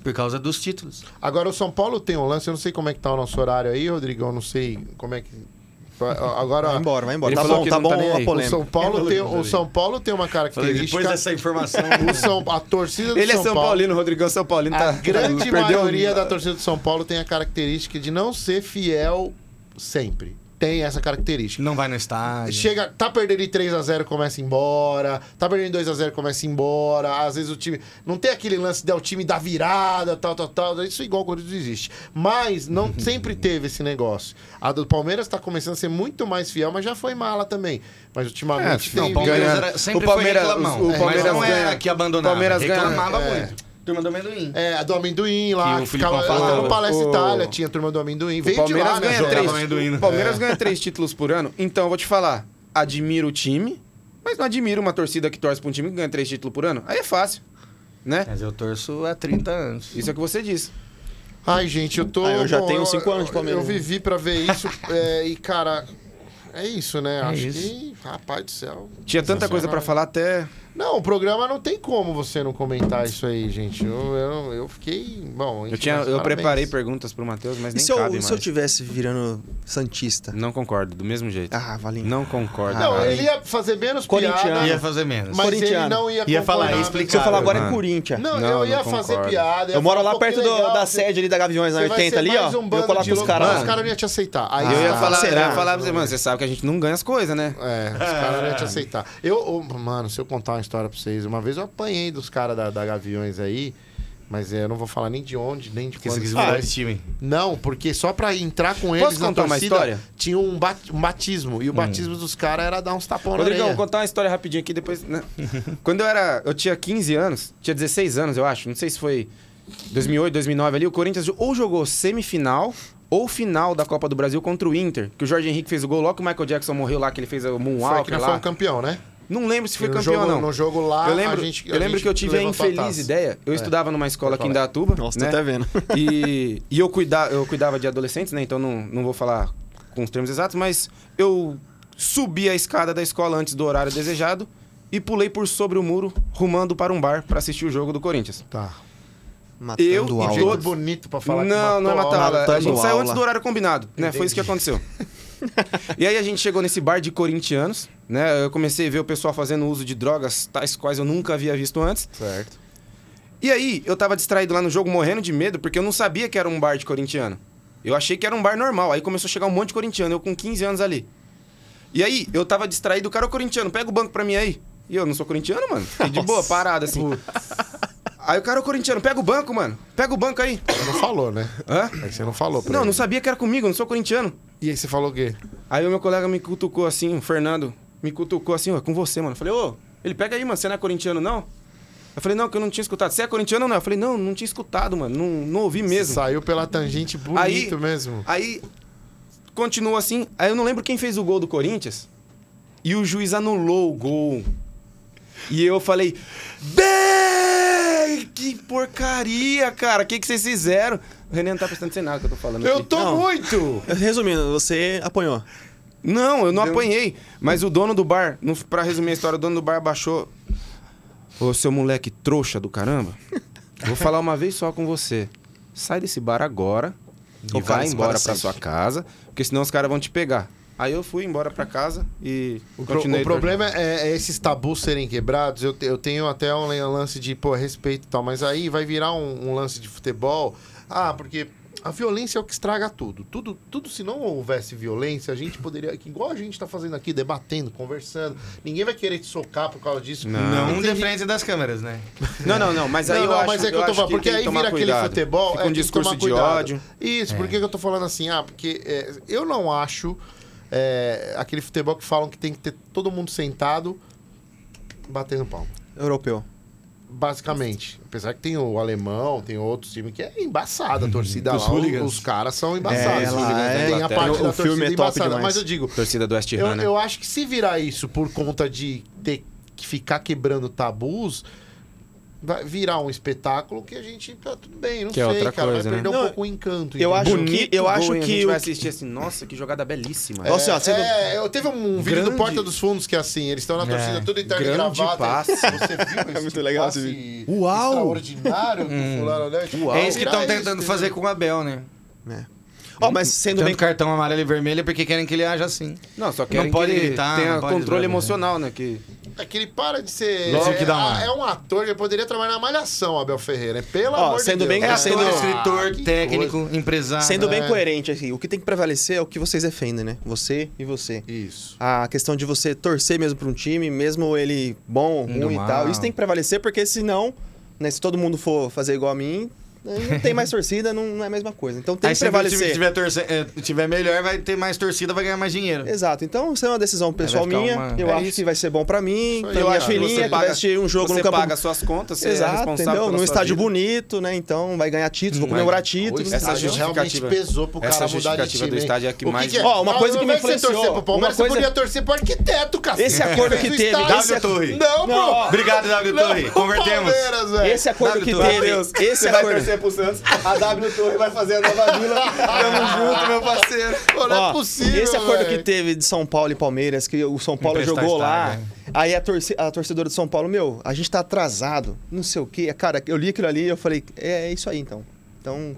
[SPEAKER 4] Por causa dos títulos.
[SPEAKER 3] Agora, o São Paulo tem um lance, eu não sei como é que tá o nosso horário aí, Rodrigão, não sei como é que. Agora.
[SPEAKER 5] Vai embora, vai embora.
[SPEAKER 2] Ele
[SPEAKER 5] Tá
[SPEAKER 2] falou
[SPEAKER 5] bom,
[SPEAKER 2] que
[SPEAKER 5] tá
[SPEAKER 2] não tá
[SPEAKER 5] bom
[SPEAKER 2] nem aí.
[SPEAKER 5] a
[SPEAKER 3] O
[SPEAKER 5] polêmica.
[SPEAKER 3] São, Paulo tem, um,
[SPEAKER 4] Rodrigo.
[SPEAKER 3] o São Paulo tem uma característica. é
[SPEAKER 4] informação.
[SPEAKER 3] o São- a torcida do
[SPEAKER 2] Ele é
[SPEAKER 3] São,
[SPEAKER 2] São
[SPEAKER 3] Paulo.
[SPEAKER 2] Paulino, Rodrigão São Paulino.
[SPEAKER 3] A
[SPEAKER 2] tá,
[SPEAKER 3] grande
[SPEAKER 2] perdeu-
[SPEAKER 3] maioria da torcida do São Paulo tem a característica de não ser fiel sempre. Tem essa característica.
[SPEAKER 4] Não vai no estádio.
[SPEAKER 3] Chega, tá perdendo de 3 a 0 começa a ir embora. Tá perdendo 2 a 0 começa a ir embora. Às vezes o time. Não tem aquele lance de é o time da virada, tal, tal, tal. Isso igual o Corinthians existe. Mas não sempre teve esse negócio. A do Palmeiras tá começando a ser muito mais fiel, mas já foi mala também. Mas
[SPEAKER 2] É,
[SPEAKER 3] ultimamente
[SPEAKER 4] É, Não, o
[SPEAKER 3] tem.
[SPEAKER 4] Palmeiras
[SPEAKER 2] Ganhar.
[SPEAKER 4] era, sempre
[SPEAKER 2] O Palmeiras-
[SPEAKER 4] foi reclamão.
[SPEAKER 2] o- o
[SPEAKER 4] mas
[SPEAKER 2] Palmeiras
[SPEAKER 4] não era
[SPEAKER 2] ganha.
[SPEAKER 4] que abandonava.
[SPEAKER 2] Palmeiras ganha.
[SPEAKER 4] reclamava
[SPEAKER 3] É.
[SPEAKER 4] muito. Turma do amendoim.
[SPEAKER 3] É, a do amendoim lá,
[SPEAKER 4] Que o
[SPEAKER 3] que
[SPEAKER 4] Filipão
[SPEAKER 3] ficava até
[SPEAKER 4] falava.
[SPEAKER 3] no Palestra
[SPEAKER 2] O-
[SPEAKER 3] Itália, tinha a turma do amendoim.
[SPEAKER 2] O
[SPEAKER 3] Veio
[SPEAKER 2] Palmeiras,
[SPEAKER 3] de lá, né?
[SPEAKER 2] ganha
[SPEAKER 3] jogava
[SPEAKER 2] três,
[SPEAKER 3] amendoim.
[SPEAKER 4] amendoim,
[SPEAKER 2] o
[SPEAKER 3] É.
[SPEAKER 2] Palmeiras ganha três títulos por ano. Então, eu vou te falar. Admiro o time, mas não admiro uma torcida que torce pra um time que ganha três títulos por ano. Aí é fácil, né?
[SPEAKER 4] Mas eu torço há 30 anos.
[SPEAKER 2] Isso é o que você disse.
[SPEAKER 3] Ai, gente, eu tô.
[SPEAKER 5] Ah, eu já tenho
[SPEAKER 3] eu-
[SPEAKER 5] cinco anos de Palmeiras,
[SPEAKER 3] Eu
[SPEAKER 5] né?
[SPEAKER 3] vivi pra ver isso. é, e, cara, é isso, né? Acho
[SPEAKER 4] isso.
[SPEAKER 3] que. Rapaz do céu.
[SPEAKER 2] Tinha tanta coisa pra falar até.
[SPEAKER 3] Não, o programa não tem como você não comentar isso aí, gente. Eu, eu, eu fiquei. Bom,
[SPEAKER 2] Eu, tinha,
[SPEAKER 3] mas
[SPEAKER 2] eu
[SPEAKER 3] parabéns.
[SPEAKER 2] preparei perguntas pro Matheus, mas
[SPEAKER 5] E
[SPEAKER 2] nem
[SPEAKER 5] se eu,
[SPEAKER 2] cabem
[SPEAKER 5] se eu
[SPEAKER 2] mais.
[SPEAKER 5] tivesse virando Santista?
[SPEAKER 2] Não concordo, do mesmo jeito.
[SPEAKER 5] Ah, Valinho.
[SPEAKER 2] Não concordo.
[SPEAKER 3] Não,
[SPEAKER 2] cara.
[SPEAKER 3] ele ia fazer menos
[SPEAKER 5] Corintiano.
[SPEAKER 3] piada.
[SPEAKER 4] Ia fazer menos.
[SPEAKER 3] Mas ele
[SPEAKER 5] Corintiano.
[SPEAKER 3] não ia
[SPEAKER 4] Ia falar,
[SPEAKER 3] concordar,
[SPEAKER 4] ia explicar.
[SPEAKER 5] Se eu falar agora é
[SPEAKER 2] Mano.
[SPEAKER 5] Corinthians.
[SPEAKER 3] Não,
[SPEAKER 2] Não,
[SPEAKER 3] eu
[SPEAKER 2] não
[SPEAKER 3] ia
[SPEAKER 2] concordo.
[SPEAKER 3] fazer piada. ia
[SPEAKER 5] Eu moro
[SPEAKER 3] falar,
[SPEAKER 5] lá
[SPEAKER 3] pô, que
[SPEAKER 5] perto do-
[SPEAKER 3] legal, assim.
[SPEAKER 5] da
[SPEAKER 3] você-
[SPEAKER 5] sede ali da Gaviões, na
[SPEAKER 3] você vai
[SPEAKER 5] 80
[SPEAKER 3] ser
[SPEAKER 5] ali, ó.
[SPEAKER 3] mais um bando
[SPEAKER 5] eu coloco
[SPEAKER 3] de
[SPEAKER 5] os
[SPEAKER 3] louco.
[SPEAKER 5] caras
[SPEAKER 3] Não,
[SPEAKER 5] lá.
[SPEAKER 3] Os caras não iam te aceitar. Aí tá.
[SPEAKER 5] Ah,
[SPEAKER 2] Eu ia
[SPEAKER 5] Ah,
[SPEAKER 2] falar,
[SPEAKER 5] será?
[SPEAKER 2] eu ia falar pra você, mano, você sabe que a gente não ganha as coisas, né?
[SPEAKER 3] É, os caras não iam te aceitar. Eu, ô, mano, se eu contar uma história pra vocês, uma vez eu apanhei dos caras da, da Gaviões aí, mas é, eu não vou falar nem de onde, nem de
[SPEAKER 4] Porque você
[SPEAKER 3] quando.
[SPEAKER 4] quis
[SPEAKER 3] foi.
[SPEAKER 4] mudar de time.
[SPEAKER 3] Não, porque só pra entrar com eles na
[SPEAKER 2] contar uma
[SPEAKER 3] torcida,
[SPEAKER 2] história? Hum.
[SPEAKER 3] tinha um, bat- um batismo. E o batismo dos caras era dar uns tapões na
[SPEAKER 2] Rodrigão,
[SPEAKER 3] orelha.
[SPEAKER 2] vou contar uma história rapidinho aqui, depois. né? Quando eu era. Eu tinha 15 anos, tinha 16 anos, eu acho. Não sei se foi 2008, 2009 ali. O Corinthians ou jogou semifinal ou final da Copa do Brasil contra o Inter. Que o Jorge Henrique fez o gol logo que o Michael Jackson morreu lá, que ele fez o
[SPEAKER 3] Foi que
[SPEAKER 2] Moonwalker
[SPEAKER 3] nós fomos
[SPEAKER 2] um lá.
[SPEAKER 3] campeão, né?
[SPEAKER 2] Não lembro se foi
[SPEAKER 3] No
[SPEAKER 2] campeão
[SPEAKER 3] jogo-
[SPEAKER 2] ou não.
[SPEAKER 3] no jogo lá,
[SPEAKER 2] eu lembro,
[SPEAKER 3] a gente- a
[SPEAKER 2] eu lembro
[SPEAKER 3] gente
[SPEAKER 2] que eu tive a
[SPEAKER 3] levantou a
[SPEAKER 2] infeliz
[SPEAKER 3] taça. É.
[SPEAKER 2] ideia. Eu estudava numa escola aqui em Datuba.
[SPEAKER 5] Nossa,
[SPEAKER 2] né?
[SPEAKER 5] tô até vendo.
[SPEAKER 2] E, e eu, cuida, eu cuidava de adolescentes, né? Então não, não vou falar com os termos exatos, mas eu subi a escada da escola antes do horário desejado e pulei por sobre o muro, rumando para um bar para assistir o jogo do Corinthians.
[SPEAKER 3] Tá.
[SPEAKER 5] Matando
[SPEAKER 2] Eu e
[SPEAKER 5] aula.
[SPEAKER 2] Todos.
[SPEAKER 3] Jeito bonito pra falar que
[SPEAKER 2] não, não é
[SPEAKER 3] matou
[SPEAKER 2] matar
[SPEAKER 3] aula.
[SPEAKER 2] aula. A gente
[SPEAKER 5] Matando
[SPEAKER 2] saiu
[SPEAKER 5] aula.
[SPEAKER 2] antes do horário combinado, né? Foi isso que aconteceu. e aí a gente chegou nesse bar de corintianos, né? Eu comecei a ver o pessoal fazendo uso de drogas tais quais eu nunca havia visto antes.
[SPEAKER 3] Certo.
[SPEAKER 2] E aí, eu tava distraído lá no jogo, morrendo de medo, porque eu não sabia que era um bar de corintiano. Eu achei que era um bar normal. Aí começou a chegar um monte de corintiano, eu com 15 anos ali. E aí, eu tava distraído, o cara, ô corintiano, pega o banco pra mim aí. E eu não sou corintiano, mano. Fiquei de boa, parado assim. Aí o cara, ô corintiano, pega o banco, mano. Pega o banco aí.
[SPEAKER 3] Você não falou, né?
[SPEAKER 2] Hã?
[SPEAKER 3] É que você não falou pra
[SPEAKER 2] é- Não,
[SPEAKER 3] ele.
[SPEAKER 2] não sabia que era comigo, eu não sou corintiano.
[SPEAKER 3] E aí você falou o quê?
[SPEAKER 2] Aí o meu colega me cutucou assim, o Fernando, me cutucou assim, ó, é com você, mano. Eu falei, ô, ele pega aí, mano, você não é corintiano, não? Eu falei, não, que eu não tinha escutado. Você é corintiano ou não? Eu falei, não, não tinha escutado, mano. Não, não ouvi mesmo.
[SPEAKER 3] Saiu pela tangente bonito
[SPEAKER 2] Aí-
[SPEAKER 3] mesmo.
[SPEAKER 2] Aí continua assim. Aí eu não lembro quem fez o gol do Corinthians. E o juiz anulou o gol. E eu falei, bem, que porcaria, cara. O que, que vocês fizeram? O Renan não tá prestando sem nada que eu tô falando. aqui.
[SPEAKER 3] Eu tô
[SPEAKER 5] Não.
[SPEAKER 3] muito!
[SPEAKER 5] Resumindo, você apanhou.
[SPEAKER 2] Não, eu não apanhei. Mas o dono do bar, no, pra resumir a história, o dono do bar baixou. Ô, seu moleque trouxa do caramba, vou falar uma vez só com você. Sai desse bar agora e
[SPEAKER 5] Ou
[SPEAKER 2] vai
[SPEAKER 5] faz
[SPEAKER 2] embora
[SPEAKER 5] para
[SPEAKER 2] pra
[SPEAKER 5] sempre.
[SPEAKER 2] sua casa, porque senão os caras vão te pegar. Aí eu fui embora pra casa e
[SPEAKER 3] O, pro- o problema é, é esses tabus serem quebrados. Eu, te- eu tenho até um lance de, pô, respeito e tal, mas aí vai virar um, um lance de futebol. Ah, porque a violência é o que estraga tudo. Tudo, tudo se não houvesse violência, a gente poderia, que igual a gente tá fazendo aqui, debatendo, conversando. Ninguém vai querer te socar por causa disso.
[SPEAKER 2] Não.
[SPEAKER 4] Um de frente das câmeras, né?
[SPEAKER 2] Não, não, não. Mas
[SPEAKER 3] Não,
[SPEAKER 2] aí eu
[SPEAKER 3] não,
[SPEAKER 2] acho,
[SPEAKER 3] mas é que eu tô
[SPEAKER 2] acho
[SPEAKER 3] falando, porque
[SPEAKER 2] tem que
[SPEAKER 3] aí
[SPEAKER 2] tomar
[SPEAKER 3] vira aquele
[SPEAKER 2] cuidado.
[SPEAKER 3] futebol,
[SPEAKER 2] Fica
[SPEAKER 3] é,
[SPEAKER 2] um
[SPEAKER 3] tem que
[SPEAKER 2] discurso
[SPEAKER 3] tomar
[SPEAKER 2] de
[SPEAKER 3] cuidado.
[SPEAKER 2] ódio.
[SPEAKER 5] É.
[SPEAKER 3] Isso, por que que eu tô falando assim? Ah, porque é, eu não acho é, aquele futebol que falam que tem que ter todo mundo sentado batendo palma.
[SPEAKER 5] Europeu.
[SPEAKER 3] Basicamente. Apesar que tem o alemão, tem outros times que é embaçada a torcida lá. Os, os caras são embaçados.
[SPEAKER 5] É, lá é-
[SPEAKER 3] tem a
[SPEAKER 2] Inglaterra.
[SPEAKER 3] parte
[SPEAKER 5] O
[SPEAKER 3] da
[SPEAKER 5] filme
[SPEAKER 3] torcida
[SPEAKER 5] é top
[SPEAKER 3] embaçada.
[SPEAKER 5] demais.
[SPEAKER 3] Mas eu digo,
[SPEAKER 2] Torcida do West
[SPEAKER 3] eu,
[SPEAKER 2] Ham, né?
[SPEAKER 3] eu acho que se virar isso por conta de ter que ficar quebrando tabus, vai virar um espetáculo que a gente tá tudo bem, não
[SPEAKER 2] Que
[SPEAKER 3] sei,
[SPEAKER 2] é outra
[SPEAKER 3] cara,
[SPEAKER 2] coisa,
[SPEAKER 3] vai
[SPEAKER 2] né?
[SPEAKER 3] perder um
[SPEAKER 5] Não,
[SPEAKER 3] pouco o encanto.
[SPEAKER 5] eu
[SPEAKER 3] entendeu?
[SPEAKER 5] acho
[SPEAKER 2] Bonito
[SPEAKER 5] que- eu
[SPEAKER 2] gol,
[SPEAKER 5] acho
[SPEAKER 2] hein? A
[SPEAKER 5] que
[SPEAKER 2] gente
[SPEAKER 5] o-
[SPEAKER 2] vai assistir assim, nossa, que jogada belíssima.
[SPEAKER 5] Nossa, ó,
[SPEAKER 3] É,
[SPEAKER 5] você não-
[SPEAKER 3] é, eu teve um vídeo do
[SPEAKER 2] Grande-
[SPEAKER 3] Porta dos Fundos que é assim, eles estão na torcida tudo em terno e
[SPEAKER 2] grande
[SPEAKER 3] gravata.
[SPEAKER 2] passe.
[SPEAKER 3] Você viu esse
[SPEAKER 5] muito legal esse
[SPEAKER 3] passe
[SPEAKER 5] Uau!
[SPEAKER 3] extraordinário do fulano,
[SPEAKER 4] é
[SPEAKER 3] né?
[SPEAKER 4] isso que estão
[SPEAKER 3] Virar isso,
[SPEAKER 4] tentando
[SPEAKER 3] entendeu?
[SPEAKER 4] fazer com o Abel, né?
[SPEAKER 5] Ó, mas sendo
[SPEAKER 4] Tanto
[SPEAKER 5] bem
[SPEAKER 4] cartão amarelo e vermelho porque querem que ele haja assim.
[SPEAKER 2] Não, só querem
[SPEAKER 4] pode
[SPEAKER 2] que ele
[SPEAKER 4] gritar,
[SPEAKER 2] tenha
[SPEAKER 4] não pode
[SPEAKER 2] controle
[SPEAKER 4] jogar, né?
[SPEAKER 2] emocional, né? Que...
[SPEAKER 3] É que ele para de ser.
[SPEAKER 4] Logo
[SPEAKER 3] é,
[SPEAKER 4] que dá
[SPEAKER 3] ah,
[SPEAKER 4] uma-
[SPEAKER 3] é um ator que poderia trabalhar na Malhação, Abel Ferreira. hein? Pelo
[SPEAKER 5] Ó,
[SPEAKER 3] amor de
[SPEAKER 5] sendo
[SPEAKER 3] Deus.
[SPEAKER 5] bem-
[SPEAKER 4] É
[SPEAKER 5] sendo-
[SPEAKER 4] ator,
[SPEAKER 3] Ah,
[SPEAKER 4] escritor,
[SPEAKER 3] que
[SPEAKER 4] técnico,
[SPEAKER 3] coisa.
[SPEAKER 4] empresário.
[SPEAKER 5] Sendo bem
[SPEAKER 3] é.
[SPEAKER 5] coerente aqui, o que tem que prevalecer é o que vocês defendem, né? Você e você.
[SPEAKER 3] Isso.
[SPEAKER 5] A questão de você torcer mesmo pra um time, mesmo ele bom,
[SPEAKER 4] Indo
[SPEAKER 5] ruim e
[SPEAKER 4] mal.
[SPEAKER 5] tal. Isso tem que prevalecer, porque senão, né, se todo mundo for fazer igual a mim, não tem mais torcida, não, não é a mesma coisa. Então tem
[SPEAKER 4] Aí
[SPEAKER 5] que
[SPEAKER 4] sempre o time que
[SPEAKER 5] prevalecer.
[SPEAKER 4] tiver, torce- eh, tiver melhor vai ter mais torcida, vai ganhar mais dinheiro.
[SPEAKER 5] Exato. Então, isso é uma decisão pessoal
[SPEAKER 4] ficar
[SPEAKER 5] minha.
[SPEAKER 4] uma-
[SPEAKER 5] Eu
[SPEAKER 2] É
[SPEAKER 5] acho
[SPEAKER 2] isso.
[SPEAKER 5] que vai ser bom pra mim, então
[SPEAKER 3] Isso aí,
[SPEAKER 5] pra minha
[SPEAKER 3] cara.
[SPEAKER 5] filhinha,
[SPEAKER 2] Você
[SPEAKER 5] que
[SPEAKER 2] paga-
[SPEAKER 5] vai assistir um jogo
[SPEAKER 2] você
[SPEAKER 5] no campo...
[SPEAKER 2] paga suas contas, você é
[SPEAKER 5] Exato,
[SPEAKER 2] responsável
[SPEAKER 5] entendeu?
[SPEAKER 2] pela
[SPEAKER 5] Num
[SPEAKER 2] sua
[SPEAKER 5] estádio
[SPEAKER 2] vida.
[SPEAKER 5] bonito, né? Então vai ganhar títulos, vou
[SPEAKER 2] Mas-
[SPEAKER 5] comemorar
[SPEAKER 3] O
[SPEAKER 5] títulos.
[SPEAKER 2] Essa
[SPEAKER 3] estádio realmente
[SPEAKER 2] justificativa-
[SPEAKER 3] pesou pro cara
[SPEAKER 2] essa
[SPEAKER 3] mudar de
[SPEAKER 2] justificativa
[SPEAKER 3] time.
[SPEAKER 2] do
[SPEAKER 3] hein?
[SPEAKER 2] estádio é a que
[SPEAKER 3] O
[SPEAKER 2] mais-
[SPEAKER 3] que é?
[SPEAKER 5] Ó, uma
[SPEAKER 3] Ah,
[SPEAKER 5] coisa que
[SPEAKER 3] não
[SPEAKER 5] me
[SPEAKER 3] é você
[SPEAKER 5] influenciou.
[SPEAKER 3] torcer pro Palmeiras,
[SPEAKER 5] Uma coisa-
[SPEAKER 3] você podia torcer pro arquiteto, cacete.
[SPEAKER 5] Esse acordo que
[SPEAKER 3] Do
[SPEAKER 5] teve,
[SPEAKER 3] estádio.
[SPEAKER 5] esse-
[SPEAKER 4] Torre.
[SPEAKER 3] Não,
[SPEAKER 5] Não, ó.
[SPEAKER 3] bro.
[SPEAKER 4] Obrigado, W Torre.
[SPEAKER 3] Não,
[SPEAKER 4] Convertemos.
[SPEAKER 3] Palmeiras, velho.
[SPEAKER 5] Esse acordo que
[SPEAKER 4] Torre.
[SPEAKER 5] teve, esse acordo...
[SPEAKER 2] pro Santos, a W Torre vai fazer a nova vila. Tamo junto, meu parceiro.
[SPEAKER 3] Pô, não
[SPEAKER 5] Ó,
[SPEAKER 3] é possível,
[SPEAKER 5] Esse acordo
[SPEAKER 3] velho.
[SPEAKER 5] que tá- teve de São Paulo e Palmeiras, que o São Paulo
[SPEAKER 4] Emprestar
[SPEAKER 5] jogou lá.
[SPEAKER 4] estádio,
[SPEAKER 5] Aí a, torce- a torcedora de São Paulo, meu, a gente tá atrasado, não sei o quê. Cara, eu li aquilo ali e eu falei, é, é isso aí então. Então,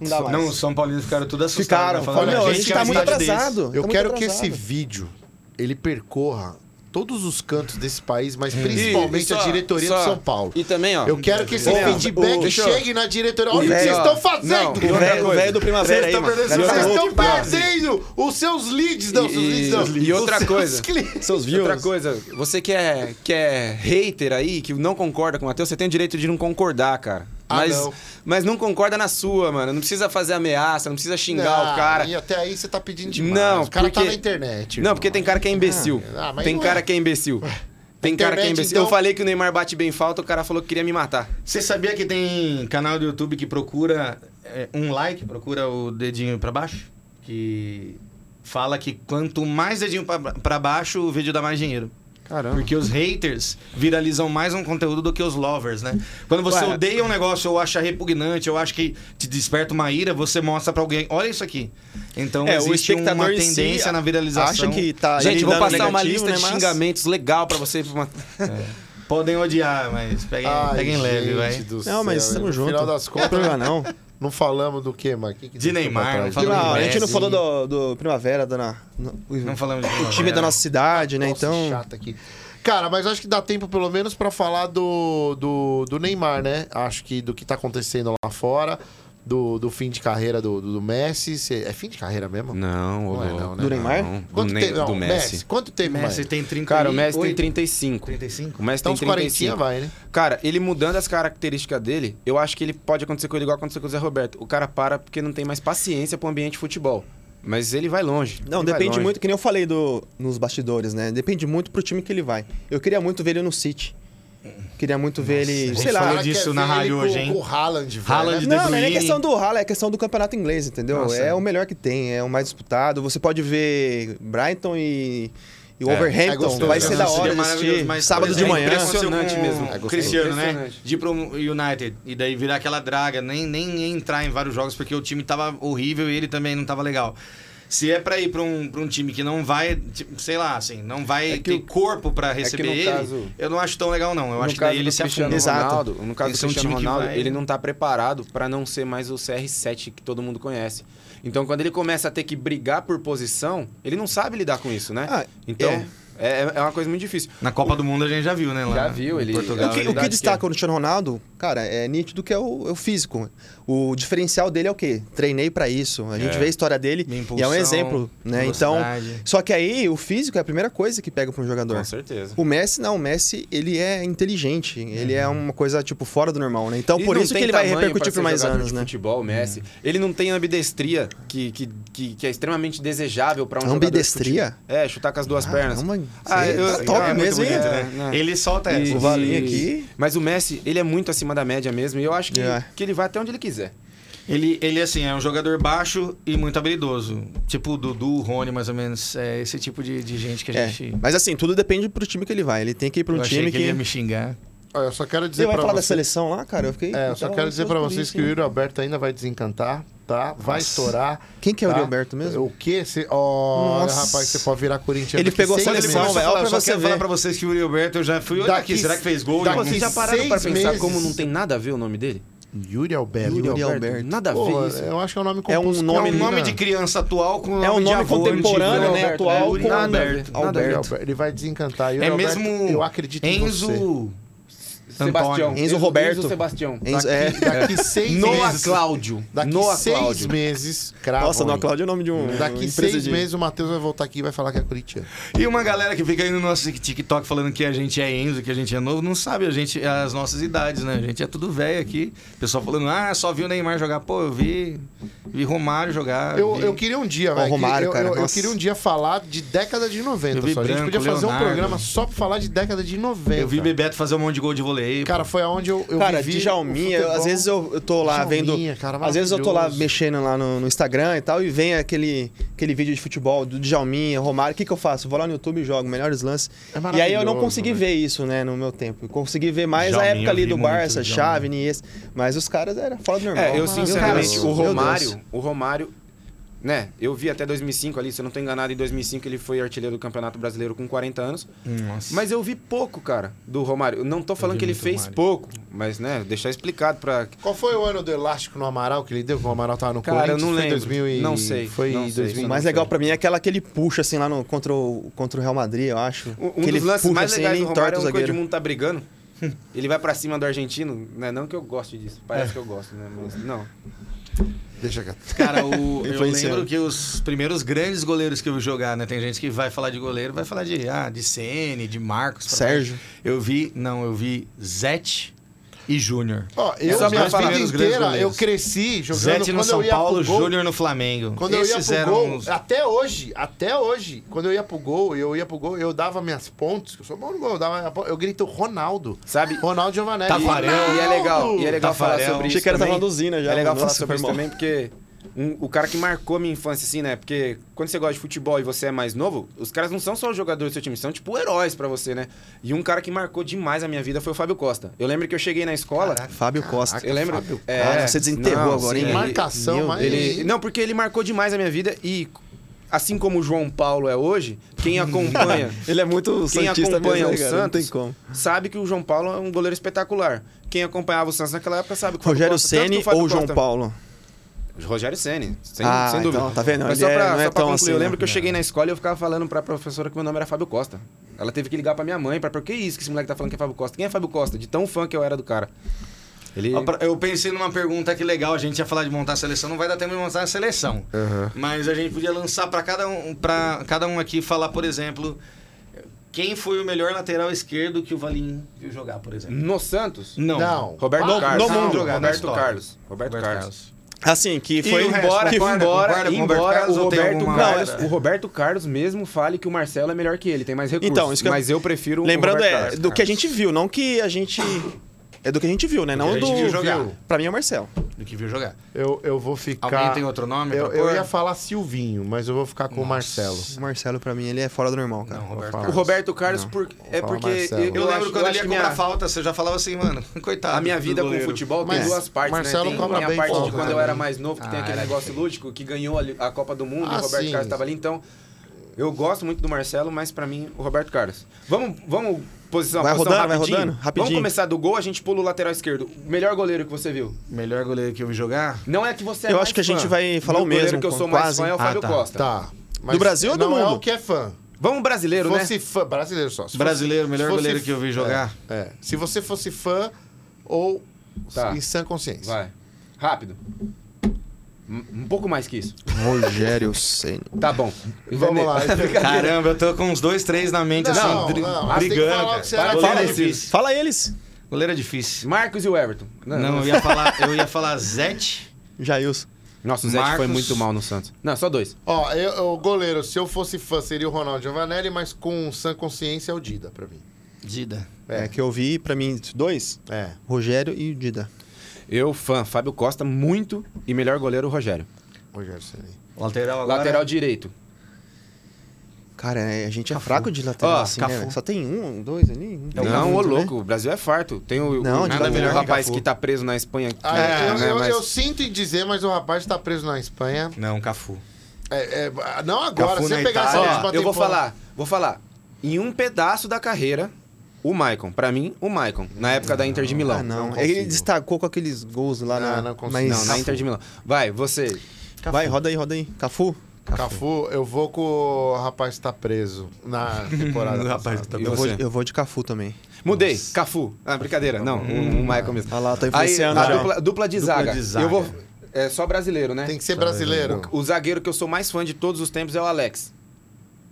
[SPEAKER 5] não dá mais.
[SPEAKER 4] Não, os São Paulinos ficaram tudo assustados.
[SPEAKER 5] Ficaram,
[SPEAKER 4] né?
[SPEAKER 5] falaram, meu, a gente,
[SPEAKER 4] é
[SPEAKER 5] tá
[SPEAKER 4] um
[SPEAKER 5] muito
[SPEAKER 4] estádio desse.
[SPEAKER 5] atrasado.
[SPEAKER 3] Eu
[SPEAKER 5] tá muito
[SPEAKER 3] quero que
[SPEAKER 5] atrasado.
[SPEAKER 3] esse vídeo ele percorra todos os cantos desse país, mas
[SPEAKER 2] E- e
[SPEAKER 3] principalmente
[SPEAKER 2] só-
[SPEAKER 3] a diretoria
[SPEAKER 2] só-
[SPEAKER 3] de São Paulo.
[SPEAKER 2] E também, ó.
[SPEAKER 3] Eu quero que esse
[SPEAKER 2] Leandro,
[SPEAKER 3] feedback
[SPEAKER 2] o-
[SPEAKER 3] chegue na diretoria. Olha o que
[SPEAKER 5] velho,
[SPEAKER 3] vocês
[SPEAKER 2] ó,
[SPEAKER 3] estão fazendo.
[SPEAKER 2] não,
[SPEAKER 5] O velho, o velho do
[SPEAKER 4] Vocês
[SPEAKER 5] Primavera aí,
[SPEAKER 4] estão
[SPEAKER 5] mano.
[SPEAKER 4] perdendo
[SPEAKER 5] Não,
[SPEAKER 2] é
[SPEAKER 4] essa-
[SPEAKER 3] Vocês
[SPEAKER 5] não,
[SPEAKER 3] estão
[SPEAKER 5] não.
[SPEAKER 3] perdendo os seus leads, não. os seus
[SPEAKER 2] E-
[SPEAKER 3] leads, não.
[SPEAKER 2] e
[SPEAKER 3] Os
[SPEAKER 2] outra
[SPEAKER 3] seus
[SPEAKER 2] coisa.
[SPEAKER 3] clientes.
[SPEAKER 5] Seus views.
[SPEAKER 2] Outra coisa, você que é, que é hater aí, que não concorda com o Matheus, você tem o direito de não concordar, cara.
[SPEAKER 3] Ah,
[SPEAKER 2] mas,
[SPEAKER 3] não.
[SPEAKER 2] mas não concorda na sua, mano. Não precisa fazer ameaça, não precisa xingar
[SPEAKER 3] Não,
[SPEAKER 2] o cara.
[SPEAKER 3] Ah, E até aí você tá pedindo demais.
[SPEAKER 2] Não,
[SPEAKER 3] o cara tá
[SPEAKER 2] porque-
[SPEAKER 3] na internet.
[SPEAKER 2] Não,
[SPEAKER 3] irmão.
[SPEAKER 2] porque tem cara que é imbecil.
[SPEAKER 3] Ah, mas
[SPEAKER 2] tem
[SPEAKER 3] não
[SPEAKER 2] cara
[SPEAKER 3] é.
[SPEAKER 2] que é imbecil. Tem cara que é
[SPEAKER 3] Internet,
[SPEAKER 2] imbecil. Eu
[SPEAKER 3] então-
[SPEAKER 2] falei que o Neymar bate bem falta, o cara falou que queria me matar.
[SPEAKER 4] Você sabia que tem canal do YouTube que procura é, um like, procura o dedinho pra baixo? Que fala que quanto mais dedinho pra, pra baixo, o vídeo dá mais dinheiro.
[SPEAKER 2] Caramba.
[SPEAKER 4] Porque os haters viralizam mais um conteúdo do que os lovers, né? Quando você
[SPEAKER 2] Ué.
[SPEAKER 4] odeia um negócio ou acha repugnante, ou acha que te desperta uma ira, você mostra pra alguém, olha isso aqui. Então
[SPEAKER 5] É, o
[SPEAKER 4] existe uma
[SPEAKER 5] espectador em si
[SPEAKER 4] tendência na viralização.
[SPEAKER 5] Acha que tá
[SPEAKER 2] Gente, vou
[SPEAKER 5] dando
[SPEAKER 2] passar uma
[SPEAKER 5] negativo,
[SPEAKER 2] lista
[SPEAKER 5] né,
[SPEAKER 2] de
[SPEAKER 5] mas-
[SPEAKER 2] xingamentos legal pra você. uma-
[SPEAKER 4] Podem odiar, mas
[SPEAKER 2] É,
[SPEAKER 4] peguem,
[SPEAKER 3] Ai,
[SPEAKER 4] peguem leve,
[SPEAKER 3] gente
[SPEAKER 4] vai.
[SPEAKER 3] do
[SPEAKER 5] Não, mas
[SPEAKER 3] céu,
[SPEAKER 5] estamos
[SPEAKER 3] no
[SPEAKER 5] juntos.
[SPEAKER 3] final das
[SPEAKER 5] Não é problema,
[SPEAKER 3] contas,
[SPEAKER 5] não.
[SPEAKER 3] não falamos do quê, mano? Que que
[SPEAKER 4] De
[SPEAKER 3] tem
[SPEAKER 4] Neymar,
[SPEAKER 3] pra trás?
[SPEAKER 4] não falamos
[SPEAKER 5] Não, a gente não
[SPEAKER 4] Messi.
[SPEAKER 5] falou do, do Primavera, da na- no-
[SPEAKER 4] Não
[SPEAKER 5] o
[SPEAKER 4] falamos de
[SPEAKER 2] é
[SPEAKER 5] time da nossa cidade, né?
[SPEAKER 3] Nossa,
[SPEAKER 5] Então.
[SPEAKER 3] chato aqui. Cara, mas acho que dá tempo pelo menos pra falar do, do, do Neymar, né? Acho que do que tá acontecendo lá fora, do, do fim de carreira do, do, do Messi. Cê- é fim de carreira mesmo?
[SPEAKER 2] Não, ô,
[SPEAKER 3] Não é
[SPEAKER 2] louco.
[SPEAKER 3] não, né?
[SPEAKER 5] Do Neymar?
[SPEAKER 2] Não, Hum, do,
[SPEAKER 3] Quanto
[SPEAKER 2] Ne-
[SPEAKER 3] tempo? Não,
[SPEAKER 2] do Messi.
[SPEAKER 3] Quanto tempo,
[SPEAKER 5] tá
[SPEAKER 4] Messi
[SPEAKER 3] Messi?
[SPEAKER 4] tem 30
[SPEAKER 2] Cara, o Messi tem
[SPEAKER 4] 30...
[SPEAKER 2] 35.
[SPEAKER 4] 35?
[SPEAKER 2] O Messi
[SPEAKER 3] Então
[SPEAKER 2] tem
[SPEAKER 3] uns 40
[SPEAKER 2] 35.
[SPEAKER 3] vai, né?
[SPEAKER 2] Cara, ele mudando as características dele, eu acho que ele pode acontecer com ele igual aconteceu com o Zé Roberto. O cara para porque não tem mais paciência pro ambiente de futebol. Mas ele vai longe.
[SPEAKER 5] Não,
[SPEAKER 2] Ele vai
[SPEAKER 5] depende
[SPEAKER 2] longe.
[SPEAKER 5] muito, que nem eu falei do, nos bastidores, né? Depende muito pro time que ele vai. Eu queria muito ver ele no City. Queria muito ver ele,
[SPEAKER 4] gente
[SPEAKER 5] sei lá.
[SPEAKER 4] falou disso na rádio hoje, hein?
[SPEAKER 3] O Haaland, velho.
[SPEAKER 4] Haaland de
[SPEAKER 3] né?
[SPEAKER 5] Não, não é nem
[SPEAKER 4] Bruyne.
[SPEAKER 5] questão do Haaland, é questão do campeonato inglês, entendeu?
[SPEAKER 4] Nossa.
[SPEAKER 5] É o melhor que tem, é o mais disputado. Você pode ver Brighton e, e Wolverhampton,
[SPEAKER 3] é gostoso,
[SPEAKER 5] vai ser
[SPEAKER 3] né?
[SPEAKER 5] da
[SPEAKER 4] Seria
[SPEAKER 5] hora de
[SPEAKER 4] maravilhoso,
[SPEAKER 5] assistir.
[SPEAKER 4] mas,
[SPEAKER 5] sábado
[SPEAKER 4] pois
[SPEAKER 5] de
[SPEAKER 4] é,
[SPEAKER 5] manhã.
[SPEAKER 2] impressionante
[SPEAKER 4] aconteceu com
[SPEAKER 2] mesmo.
[SPEAKER 4] o
[SPEAKER 2] É gostoso.
[SPEAKER 4] Cristiano, né?
[SPEAKER 2] Impressionante.
[SPEAKER 4] De ir pro United e daí virar aquela draga, nem, nem entrar em vários jogos porque o time tava horrível e ele também não tava legal. Se é pra ir pra um, pra um time que não vai, tipo, sei lá, assim, não vai
[SPEAKER 2] É que
[SPEAKER 4] ter
[SPEAKER 2] o-
[SPEAKER 4] corpo pra
[SPEAKER 2] no
[SPEAKER 4] receber ele,
[SPEAKER 2] caso-
[SPEAKER 4] eu não acho tão legal não. Eu
[SPEAKER 2] no
[SPEAKER 4] acho que
[SPEAKER 2] caso
[SPEAKER 4] daí
[SPEAKER 2] do
[SPEAKER 4] ele se
[SPEAKER 2] Cristiano
[SPEAKER 4] afunda.
[SPEAKER 5] Exato.
[SPEAKER 2] Ronaldo, no caso
[SPEAKER 4] Esse
[SPEAKER 2] do
[SPEAKER 4] é um
[SPEAKER 2] Cristiano
[SPEAKER 4] time que
[SPEAKER 2] Ronaldo,
[SPEAKER 4] vai-
[SPEAKER 2] ele não tá preparado pra não ser mais o CR7 que todo mundo conhece. Então, quando ele começa a ter que brigar por posição, ele não sabe lidar com isso, né?
[SPEAKER 5] Ah,
[SPEAKER 2] então,
[SPEAKER 5] é.
[SPEAKER 2] É, é uma coisa muito difícil.
[SPEAKER 4] Na Copa do Mundo a gente já viu, né? Lá
[SPEAKER 2] Já viu,
[SPEAKER 4] em
[SPEAKER 2] ele-
[SPEAKER 4] Portugal,
[SPEAKER 2] A
[SPEAKER 5] O que, o
[SPEAKER 2] realidade
[SPEAKER 5] que
[SPEAKER 2] que
[SPEAKER 5] destaca o Cristiano Ronaldo, cara, é nítido que é o, é o físico. O diferencial dele é o quê? Treinei pra isso. A gente vê a história dele
[SPEAKER 4] Minha
[SPEAKER 5] e é
[SPEAKER 4] impulsão,
[SPEAKER 5] um exemplo, né? Então,
[SPEAKER 4] velocidade.
[SPEAKER 5] só que aí o físico é a primeira coisa que pega pra um jogador.
[SPEAKER 2] Com certeza.
[SPEAKER 5] O Messi não, o Messi ele é inteligente, ele é uma coisa tipo fora do normal, né? Então
[SPEAKER 2] E
[SPEAKER 5] por
[SPEAKER 2] não
[SPEAKER 5] isso que
[SPEAKER 2] tem
[SPEAKER 5] ele vai
[SPEAKER 2] tamanho pra
[SPEAKER 5] repercutir
[SPEAKER 2] ser
[SPEAKER 5] por mais
[SPEAKER 2] jogador
[SPEAKER 5] anos,
[SPEAKER 2] de
[SPEAKER 5] né?
[SPEAKER 2] Futebol, o Messi. Ele não tem ambidestria, que, que, que, que é extremamente desejável pra um jogador. de
[SPEAKER 5] Ambidestria?
[SPEAKER 2] futebol. É, chutar com as duas pernas.
[SPEAKER 5] Caramba,
[SPEAKER 2] Ah,
[SPEAKER 5] você
[SPEAKER 2] eu-
[SPEAKER 5] tá top
[SPEAKER 2] é muito
[SPEAKER 5] mesmo, hein?
[SPEAKER 2] bonito,
[SPEAKER 5] É,
[SPEAKER 2] né?
[SPEAKER 4] Ele um solta
[SPEAKER 2] E-
[SPEAKER 4] essa.
[SPEAKER 5] O Valinho aqui.
[SPEAKER 2] Mas o Messi, ele é muito acima da média mesmo. E eu acho que,
[SPEAKER 5] É.
[SPEAKER 2] que ele vai até onde ele quiser.
[SPEAKER 4] Ele, ele, assim, é um jogador baixo e muito habilidoso. Tipo o Dudu, o Rony, mais ou menos. É esse tipo de, de gente que a
[SPEAKER 5] É,
[SPEAKER 4] gente.
[SPEAKER 5] Mas assim, tudo depende pro time que ele vai. Ele tem que ir pra um
[SPEAKER 4] eu achei
[SPEAKER 5] time
[SPEAKER 4] que,
[SPEAKER 5] que.
[SPEAKER 4] ele ia me xingar.
[SPEAKER 3] Olha, eu só quero dizer
[SPEAKER 5] Você vai
[SPEAKER 3] pra
[SPEAKER 5] falar da
[SPEAKER 3] você-
[SPEAKER 5] seleção lá, cara? Eu fiquei.
[SPEAKER 3] É, eu só
[SPEAKER 5] tava
[SPEAKER 3] quero dizer
[SPEAKER 5] ansioso
[SPEAKER 3] pra
[SPEAKER 5] por
[SPEAKER 3] vocês
[SPEAKER 5] isso,
[SPEAKER 3] que
[SPEAKER 5] né?
[SPEAKER 3] o
[SPEAKER 5] hein?
[SPEAKER 3] Yuri Alberto ainda vai desencantar, tá? Vai estourar.
[SPEAKER 5] Quem que é o
[SPEAKER 3] tá?
[SPEAKER 5] Yuri Alberto mesmo?
[SPEAKER 3] O quê? Cê... Ó,
[SPEAKER 5] Nossa.
[SPEAKER 3] rapaz, você pode virar corintiano.
[SPEAKER 5] Ele
[SPEAKER 3] daqui
[SPEAKER 5] pegou a
[SPEAKER 3] seis
[SPEAKER 5] seleção,
[SPEAKER 3] meses.
[SPEAKER 5] velho.
[SPEAKER 4] falar,
[SPEAKER 5] ó,
[SPEAKER 4] eu
[SPEAKER 5] pra
[SPEAKER 4] só
[SPEAKER 5] você
[SPEAKER 4] quero
[SPEAKER 5] ver.
[SPEAKER 4] falar pra vocês que o Yuri Alberto eu já fui. Olha
[SPEAKER 3] Daqui
[SPEAKER 4] aqui, será que fez gol? Tipo assim,
[SPEAKER 2] Vocês
[SPEAKER 4] Não,
[SPEAKER 3] daqui
[SPEAKER 2] já
[SPEAKER 3] Em
[SPEAKER 2] pararam pra
[SPEAKER 3] seis
[SPEAKER 2] pensar
[SPEAKER 3] meses.
[SPEAKER 2] como não tem nada a ver o nome dele?
[SPEAKER 3] Yuri Alberto.
[SPEAKER 5] Yuri
[SPEAKER 3] Alberto.
[SPEAKER 5] Alberto.
[SPEAKER 2] Nada a ver
[SPEAKER 3] Pô,
[SPEAKER 2] isso.
[SPEAKER 3] eu acho que é um nome
[SPEAKER 5] É um
[SPEAKER 3] composto que
[SPEAKER 5] nome-
[SPEAKER 4] O nome
[SPEAKER 3] né?
[SPEAKER 4] de criança atual com o nome
[SPEAKER 5] É um
[SPEAKER 4] de
[SPEAKER 5] nome
[SPEAKER 4] avô
[SPEAKER 5] contemporâneo,
[SPEAKER 4] antigo,
[SPEAKER 5] né?
[SPEAKER 4] Alberto,
[SPEAKER 5] Atual
[SPEAKER 4] Yuri
[SPEAKER 5] com
[SPEAKER 4] Alberto.
[SPEAKER 5] Alberto.
[SPEAKER 3] Yuri Alberto. Ele vai desencantar. Yuri
[SPEAKER 4] É
[SPEAKER 3] Alberto,
[SPEAKER 4] mesmo
[SPEAKER 3] Eu acredito em
[SPEAKER 4] Enzo
[SPEAKER 3] você.
[SPEAKER 2] Sebastião.
[SPEAKER 4] Antônio.
[SPEAKER 5] Enzo Roberto.
[SPEAKER 2] Enzo Sebastião.
[SPEAKER 5] Enzo- é.
[SPEAKER 3] Daqui seis
[SPEAKER 2] Noah
[SPEAKER 3] meses.
[SPEAKER 2] Cláudio.
[SPEAKER 3] Daqui
[SPEAKER 2] Noah
[SPEAKER 3] seis
[SPEAKER 2] Cláudio.
[SPEAKER 3] meses, cravo.
[SPEAKER 5] Nossa, não,
[SPEAKER 3] aí.
[SPEAKER 5] Cláudio é o nome de um. uma
[SPEAKER 3] Daqui
[SPEAKER 5] empresa
[SPEAKER 3] seis
[SPEAKER 5] de-
[SPEAKER 3] meses o Matheus vai voltar aqui e vai falar que é corintiano.
[SPEAKER 4] E uma galera que fica aí no nosso TikTok falando que a gente é Enzo, que a gente é novo, não sabe a gente, as nossas idades, né? A gente é tudo velho aqui. O pessoal falando, ah, só vi o Neymar jogar. Pô, eu vi, vi Romário jogar.
[SPEAKER 3] Eu,
[SPEAKER 4] vi-
[SPEAKER 3] eu queria um dia,
[SPEAKER 5] Ó,
[SPEAKER 3] velho.
[SPEAKER 5] Romário,
[SPEAKER 3] eu,
[SPEAKER 5] cara,
[SPEAKER 3] eu, eu
[SPEAKER 5] nossa.
[SPEAKER 3] queria um dia falar de década de 90.
[SPEAKER 4] Eu vi
[SPEAKER 3] Só. a gente
[SPEAKER 4] Branco,
[SPEAKER 3] podia fazer um
[SPEAKER 4] Leonardo.
[SPEAKER 3] programa só pra falar de década de 90.
[SPEAKER 4] Eu vi Bebeto fazer um monte de gol de vôlei.
[SPEAKER 3] Cara, foi aonde eu, eu
[SPEAKER 5] Cara,
[SPEAKER 3] vivi
[SPEAKER 5] Djalminha,
[SPEAKER 3] o
[SPEAKER 5] eu-
[SPEAKER 3] futebol.
[SPEAKER 5] às vezes eu, eu tô lá
[SPEAKER 3] Djalminha,
[SPEAKER 5] vendo.
[SPEAKER 3] cara,
[SPEAKER 5] às vezes eu tô lá
[SPEAKER 3] maravilhoso.
[SPEAKER 5] mexendo lá no, no Instagram e tal, e vem aquele, aquele vídeo de futebol do Djalminha, Romário. O que, que eu faço? Vou lá no YouTube e jogo, melhores lances.
[SPEAKER 3] É
[SPEAKER 5] e aí eu não
[SPEAKER 3] maravilhoso,
[SPEAKER 5] consegui
[SPEAKER 3] velho.
[SPEAKER 5] ver isso, né, no meu tempo. Eu consegui ver mais
[SPEAKER 4] Djalminha,
[SPEAKER 5] a época ali
[SPEAKER 4] eu vi
[SPEAKER 5] do
[SPEAKER 4] muito
[SPEAKER 5] Barça,
[SPEAKER 4] Djalminha.
[SPEAKER 5] Chave, Nies. Mas os caras eram fora do normal.
[SPEAKER 2] É, eu
[SPEAKER 5] Meu
[SPEAKER 2] sinceramente,
[SPEAKER 5] Deus.
[SPEAKER 2] o
[SPEAKER 5] Meu Deus.
[SPEAKER 2] Romário, o Romário, né? Eu vi até 2005 ali, se eu não tô enganado, em 2005 ele foi artilheiro do Campeonato Brasileiro com 40 anos.
[SPEAKER 4] Nossa.
[SPEAKER 2] Mas eu vi pouco, cara, do Romário. Eu não tô falando
[SPEAKER 4] vi
[SPEAKER 2] que ele
[SPEAKER 4] muito
[SPEAKER 2] fez
[SPEAKER 4] Romário.
[SPEAKER 2] pouco, mas né, deixar explicado pra
[SPEAKER 3] Qual foi o ano do elástico no Amaral que ele deu? Que o Amaral tava no
[SPEAKER 2] Cara, eu
[SPEAKER 3] Corinthians?
[SPEAKER 2] não
[SPEAKER 3] Foi
[SPEAKER 2] lembro.
[SPEAKER 3] 2000 e-
[SPEAKER 2] Não sei,
[SPEAKER 3] Foi
[SPEAKER 2] não sei.
[SPEAKER 3] 2000.
[SPEAKER 5] O mais legal pra mim é aquela que ele puxa assim lá no, contra, o, contra o Real Madrid, eu acho.
[SPEAKER 2] Um
[SPEAKER 5] que
[SPEAKER 2] um
[SPEAKER 5] ele
[SPEAKER 2] dos lances mais
[SPEAKER 5] assim,
[SPEAKER 2] legais
[SPEAKER 5] ele
[SPEAKER 2] do Romário
[SPEAKER 5] entorta
[SPEAKER 2] é um que
[SPEAKER 5] o
[SPEAKER 2] o
[SPEAKER 5] zagueiro.
[SPEAKER 2] Edmundo tá brigando. Ele vai pra cima do argentino, né? Não que eu goste disso, parece que eu gosto, né? Mas não.
[SPEAKER 3] Deixa quieto.
[SPEAKER 4] Cara, o- eu
[SPEAKER 5] Influenciando.
[SPEAKER 4] lembro que os primeiros grandes goleiros que eu vi jogar, né? Tem gente que vai falar de goleiro, vai falar de, ah, de Sene, de Marcos. pra
[SPEAKER 5] Sérgio.
[SPEAKER 4] frente. Eu vi, não, eu vi Zete e Júnior.
[SPEAKER 3] Ó, eu,
[SPEAKER 4] Só pra
[SPEAKER 3] minha
[SPEAKER 4] falar
[SPEAKER 3] vida
[SPEAKER 4] dos grandes
[SPEAKER 3] inteira, eu
[SPEAKER 4] goleiros.
[SPEAKER 3] cresci jogando...
[SPEAKER 4] Zete no
[SPEAKER 3] quando eu
[SPEAKER 4] São
[SPEAKER 3] ia pro
[SPEAKER 4] Paulo,
[SPEAKER 3] gol-
[SPEAKER 4] Júnior no Flamengo.
[SPEAKER 3] Quando
[SPEAKER 4] Esses
[SPEAKER 3] eu ia pro gol,
[SPEAKER 4] eram os...
[SPEAKER 3] até hoje, até hoje, quando eu ia pro gol, eu ia pro gol, eu dava minhas pontes, que eu sou bom no gol, eu, dava, minha ponte, eu grito Ronaldo.
[SPEAKER 2] Sabe?
[SPEAKER 3] Ronaldo Giovanelli.
[SPEAKER 4] tá Tafarel.
[SPEAKER 2] E é legal, e é legal
[SPEAKER 4] Tafarel.
[SPEAKER 2] falar sobre
[SPEAKER 5] Achei
[SPEAKER 2] isso
[SPEAKER 5] que era
[SPEAKER 2] também.
[SPEAKER 5] tava do Zina já.
[SPEAKER 2] É legal
[SPEAKER 5] mano.
[SPEAKER 2] falar
[SPEAKER 5] Nossa,
[SPEAKER 2] sobre
[SPEAKER 5] foi
[SPEAKER 2] isso
[SPEAKER 5] mal.
[SPEAKER 2] também, porque um- o cara que marcou minha infância, assim, né? Porque quando você gosta de futebol e você é mais novo, os caras não são só os jogadores do seu time, são tipo heróis pra você, né? E um cara que marcou demais a minha vida foi o Fábio Costa. Eu lembro que eu cheguei na escola.
[SPEAKER 5] Fábio Costa.
[SPEAKER 2] eu lembro. é,
[SPEAKER 5] Cara, você desenterrou
[SPEAKER 2] não,
[SPEAKER 5] agora, hein?
[SPEAKER 2] sim, ele-
[SPEAKER 3] Marcação,
[SPEAKER 5] Meu
[SPEAKER 3] mas...
[SPEAKER 2] ele- não, porque ele marcou demais a minha vida e. Assim como o João Paulo é hoje, quem acompanha
[SPEAKER 5] Ele é muito
[SPEAKER 2] Quem
[SPEAKER 5] santista
[SPEAKER 2] acompanha
[SPEAKER 5] mesmo,
[SPEAKER 2] o
[SPEAKER 5] né, cara?
[SPEAKER 2] Santos
[SPEAKER 5] Não tem como.
[SPEAKER 2] sabe que o João Paulo é um goleiro espetacular. Quem acompanhava o Santos naquela época sabe que o Fábio
[SPEAKER 5] Rogério
[SPEAKER 2] Costa- tanto que
[SPEAKER 5] Ceni
[SPEAKER 2] o Fábio
[SPEAKER 5] ou João
[SPEAKER 2] Costa-
[SPEAKER 5] Paulo?
[SPEAKER 2] Rogério Ceni, sem,
[SPEAKER 5] Ah,
[SPEAKER 2] sem dúvida.
[SPEAKER 5] então, tá vendo?
[SPEAKER 2] Mas
[SPEAKER 5] Ele
[SPEAKER 2] só pra,
[SPEAKER 5] é- não é
[SPEAKER 2] só pra
[SPEAKER 5] tão
[SPEAKER 2] concluir,
[SPEAKER 5] assim,
[SPEAKER 2] eu
[SPEAKER 5] né?
[SPEAKER 2] lembro que eu cheguei na escola e eu ficava falando pra professora que meu nome era Fábio Costa. Ela teve que ligar pra minha mãe, pra por que isso que esse moleque tá falando que é Fábio Costa? Quem é Fábio Costa? De tão fã que eu era do cara. Ele...
[SPEAKER 4] Ó, pra- Eu pensei numa pergunta que legal, a gente ia falar de montar a seleção, não vai dar tempo de montar a seleção. Mas a gente podia lançar para cada um, para cada um aqui falar, por exemplo, quem foi o melhor lateral esquerdo que o Valim viu jogar, por exemplo?
[SPEAKER 2] No Santos?
[SPEAKER 4] Não.
[SPEAKER 3] Não.
[SPEAKER 2] Roberto
[SPEAKER 3] No-
[SPEAKER 2] Carlos.
[SPEAKER 5] no mundo.
[SPEAKER 2] Roberto,
[SPEAKER 4] Na história.
[SPEAKER 2] Carlos. Roberto, Carlos.
[SPEAKER 5] Assim, que foi
[SPEAKER 4] o resto?
[SPEAKER 5] embora. Que foi
[SPEAKER 4] Concorda?
[SPEAKER 5] embora.
[SPEAKER 4] Concorda com o Roberto
[SPEAKER 2] Embora
[SPEAKER 4] Carlos
[SPEAKER 2] o
[SPEAKER 4] ou tem
[SPEAKER 2] Roberto,
[SPEAKER 4] alguma
[SPEAKER 2] Carlos,
[SPEAKER 4] outra?
[SPEAKER 2] o Roberto Carlos mesmo fale que o Marcelo é melhor que ele, tem mais recursos.
[SPEAKER 5] Então, isso que eu-
[SPEAKER 2] Mas eu prefiro o
[SPEAKER 5] Lembrando,
[SPEAKER 2] Roberto
[SPEAKER 5] é
[SPEAKER 2] Carlos,
[SPEAKER 5] do
[SPEAKER 2] cara.
[SPEAKER 5] que a gente viu, não que a gente. É do que a gente viu, né? Não
[SPEAKER 4] a gente
[SPEAKER 5] do.
[SPEAKER 4] viu jogar.
[SPEAKER 5] Pra mim é o Marcelo.
[SPEAKER 4] Do que viu jogar.
[SPEAKER 3] Eu, eu vou ficar...
[SPEAKER 4] Alguém tem outro nome pra
[SPEAKER 3] Eu, eu
[SPEAKER 4] pôr?
[SPEAKER 3] ia falar Silvinho, mas eu vou ficar com o Marcelo.
[SPEAKER 5] O Marcelo, pra mim, ele é fora do normal, cara.
[SPEAKER 4] Não, Roberto
[SPEAKER 3] falar.
[SPEAKER 2] O
[SPEAKER 4] Carlos.
[SPEAKER 2] Roberto Carlos por- é
[SPEAKER 3] falar
[SPEAKER 2] porque
[SPEAKER 3] Marcelo.
[SPEAKER 4] Eu,
[SPEAKER 2] acho-
[SPEAKER 4] lembro quando
[SPEAKER 2] acho
[SPEAKER 4] ele ia
[SPEAKER 2] que
[SPEAKER 4] cobrar
[SPEAKER 2] minha-
[SPEAKER 4] falta, você já falava assim, mano, coitado.
[SPEAKER 2] A minha
[SPEAKER 4] do
[SPEAKER 2] vida com o
[SPEAKER 4] goleiro.
[SPEAKER 2] futebol tem
[SPEAKER 3] Mas
[SPEAKER 2] duas partes,
[SPEAKER 3] Marcelo
[SPEAKER 2] né? Tem,
[SPEAKER 3] cobra
[SPEAKER 2] tem a
[SPEAKER 3] bem
[SPEAKER 2] parte
[SPEAKER 3] falta
[SPEAKER 2] de quando eu
[SPEAKER 3] também.
[SPEAKER 2] era mais novo, que tem
[SPEAKER 4] Ah,
[SPEAKER 2] aquele
[SPEAKER 4] era
[SPEAKER 2] negócio lúdico que ganhou ali a Copa do Mundo e
[SPEAKER 3] Ah,
[SPEAKER 2] o Roberto
[SPEAKER 3] sim.
[SPEAKER 2] Carlos estava ali. Então, eu gosto muito do Marcelo, mas pra mim, o Roberto Carlos. Vamos, vamos posição,
[SPEAKER 5] Vai
[SPEAKER 2] posição
[SPEAKER 5] rodando, vai
[SPEAKER 2] rapidinho?
[SPEAKER 5] rodando, rapidinho.
[SPEAKER 2] Vamos começar do gol, a gente pula o lateral esquerdo. O melhor goleiro que você viu.
[SPEAKER 4] Melhor goleiro que eu vi jogar?
[SPEAKER 2] Não é que você é
[SPEAKER 5] Eu
[SPEAKER 2] mais
[SPEAKER 5] acho que a gente
[SPEAKER 2] fã.
[SPEAKER 5] vai falar
[SPEAKER 2] Meu
[SPEAKER 5] o mesmo,
[SPEAKER 2] goleiro que eu sou mais
[SPEAKER 5] quase.
[SPEAKER 2] fã é o
[SPEAKER 4] Ah,
[SPEAKER 2] Fábio
[SPEAKER 4] tá.
[SPEAKER 2] Costa.
[SPEAKER 3] Tá.
[SPEAKER 5] Do Brasil ou do
[SPEAKER 3] não é
[SPEAKER 5] mundo?
[SPEAKER 3] o que é fã.
[SPEAKER 2] Vamos brasileiro, né?
[SPEAKER 3] fosse fã, brasileiro só. Se
[SPEAKER 4] Brasileiro, melhor
[SPEAKER 3] se fosse
[SPEAKER 4] goleiro que eu vi jogar.
[SPEAKER 3] É, é. Se você fosse fã ou
[SPEAKER 2] Tá.
[SPEAKER 3] em sã consciência.
[SPEAKER 2] Vai. Rápido. Um um pouco mais que isso.
[SPEAKER 5] Rogério Senna.
[SPEAKER 2] Tá bom.
[SPEAKER 3] Vamos lá.
[SPEAKER 4] Caramba, eu tô com uns dois, três na mente,
[SPEAKER 3] Não,
[SPEAKER 4] assim, dri-
[SPEAKER 3] não, mas tem que falar
[SPEAKER 4] brigando.
[SPEAKER 3] o
[SPEAKER 4] cara.
[SPEAKER 3] que será
[SPEAKER 4] Vai,
[SPEAKER 3] que
[SPEAKER 4] goleiro
[SPEAKER 3] é
[SPEAKER 4] é
[SPEAKER 3] difícil.
[SPEAKER 4] difícil.
[SPEAKER 5] Fala eles.
[SPEAKER 4] Goleiro é difícil.
[SPEAKER 2] Marcos e o Everton.
[SPEAKER 4] Não, eu ia falar, eu ia falar Zete.
[SPEAKER 5] Jailson.
[SPEAKER 2] Nossa, o Zé foi
[SPEAKER 4] Marcos.
[SPEAKER 2] muito mal no Santos. Não, só dois.
[SPEAKER 3] Ó, eu, o goleiro, se eu fosse fã, seria o Ronaldo Giovanelli, mas com sã consciência é o Dida pra mim.
[SPEAKER 4] Dida.
[SPEAKER 3] É.
[SPEAKER 5] É. que eu vi, pra mim, dois.
[SPEAKER 3] É.
[SPEAKER 5] Rogério e Dida.
[SPEAKER 2] Eu, fã, Fábio Costa, muito. E melhor goleiro, o Rogério.
[SPEAKER 3] Rogério Ceni.
[SPEAKER 4] Lateral agora.
[SPEAKER 2] Lateral direito.
[SPEAKER 5] Cara, é- a gente é fraco de lateral
[SPEAKER 4] Ó,
[SPEAKER 5] assim,
[SPEAKER 4] Cafu.
[SPEAKER 5] né? velho? Só tem um, dois ali.
[SPEAKER 2] Não,
[SPEAKER 5] tem
[SPEAKER 2] ô
[SPEAKER 5] muito, né?
[SPEAKER 2] louco, o Brasil é farto. Tem o,
[SPEAKER 5] Não,
[SPEAKER 2] o, nada
[SPEAKER 5] de Brasil,
[SPEAKER 2] melhor
[SPEAKER 5] né,
[SPEAKER 2] rapaz
[SPEAKER 5] Cafu?
[SPEAKER 2] que tá preso na Espanha. que-
[SPEAKER 3] Ah, é, eu,
[SPEAKER 2] né,
[SPEAKER 3] eu-
[SPEAKER 2] mas-
[SPEAKER 3] eu sinto em dizer, mas o rapaz tá preso na Espanha.
[SPEAKER 4] Não, Cafu.
[SPEAKER 3] É, é, não agora,
[SPEAKER 4] Cafu
[SPEAKER 3] se
[SPEAKER 4] na
[SPEAKER 3] você pegar essa
[SPEAKER 4] Itália.
[SPEAKER 3] última
[SPEAKER 2] Ó, eu vou
[SPEAKER 3] temporada-
[SPEAKER 2] falar, vou falar. Em um pedaço da carreira, o Maicon. Pra mim, o Maicon. Na época da Inter de Milão.
[SPEAKER 5] Ah, não.
[SPEAKER 3] Não
[SPEAKER 5] Ele
[SPEAKER 3] consigo.
[SPEAKER 5] destacou com aqueles gols lá
[SPEAKER 3] Não,
[SPEAKER 5] na.
[SPEAKER 3] não consigo.
[SPEAKER 5] mas-
[SPEAKER 2] Não, na Inter de Milão. Vai, você.
[SPEAKER 5] Vai, roda aí, roda aí. Cafu?
[SPEAKER 3] Cafu, eu vou com o rapaz tá preso na temporada.
[SPEAKER 4] O rapaz
[SPEAKER 3] passada.
[SPEAKER 4] tá
[SPEAKER 2] E
[SPEAKER 5] Eu vou,
[SPEAKER 2] você?
[SPEAKER 5] eu vou de Cafu também.
[SPEAKER 2] Mudei, Cafu. Ah, brincadeira. Não, o, o Maicon mesmo.
[SPEAKER 5] Olha lá, tá
[SPEAKER 2] Aí,
[SPEAKER 5] influenciando
[SPEAKER 2] a
[SPEAKER 5] já.
[SPEAKER 2] dupla, dupla de
[SPEAKER 4] Dupla
[SPEAKER 2] zaga.
[SPEAKER 4] de zaga.
[SPEAKER 2] Eu vou. É só brasileiro, né?
[SPEAKER 3] Tem que ser brasileiro.
[SPEAKER 2] O zagueiro que eu sou mais fã de todos os tempos é o Alex.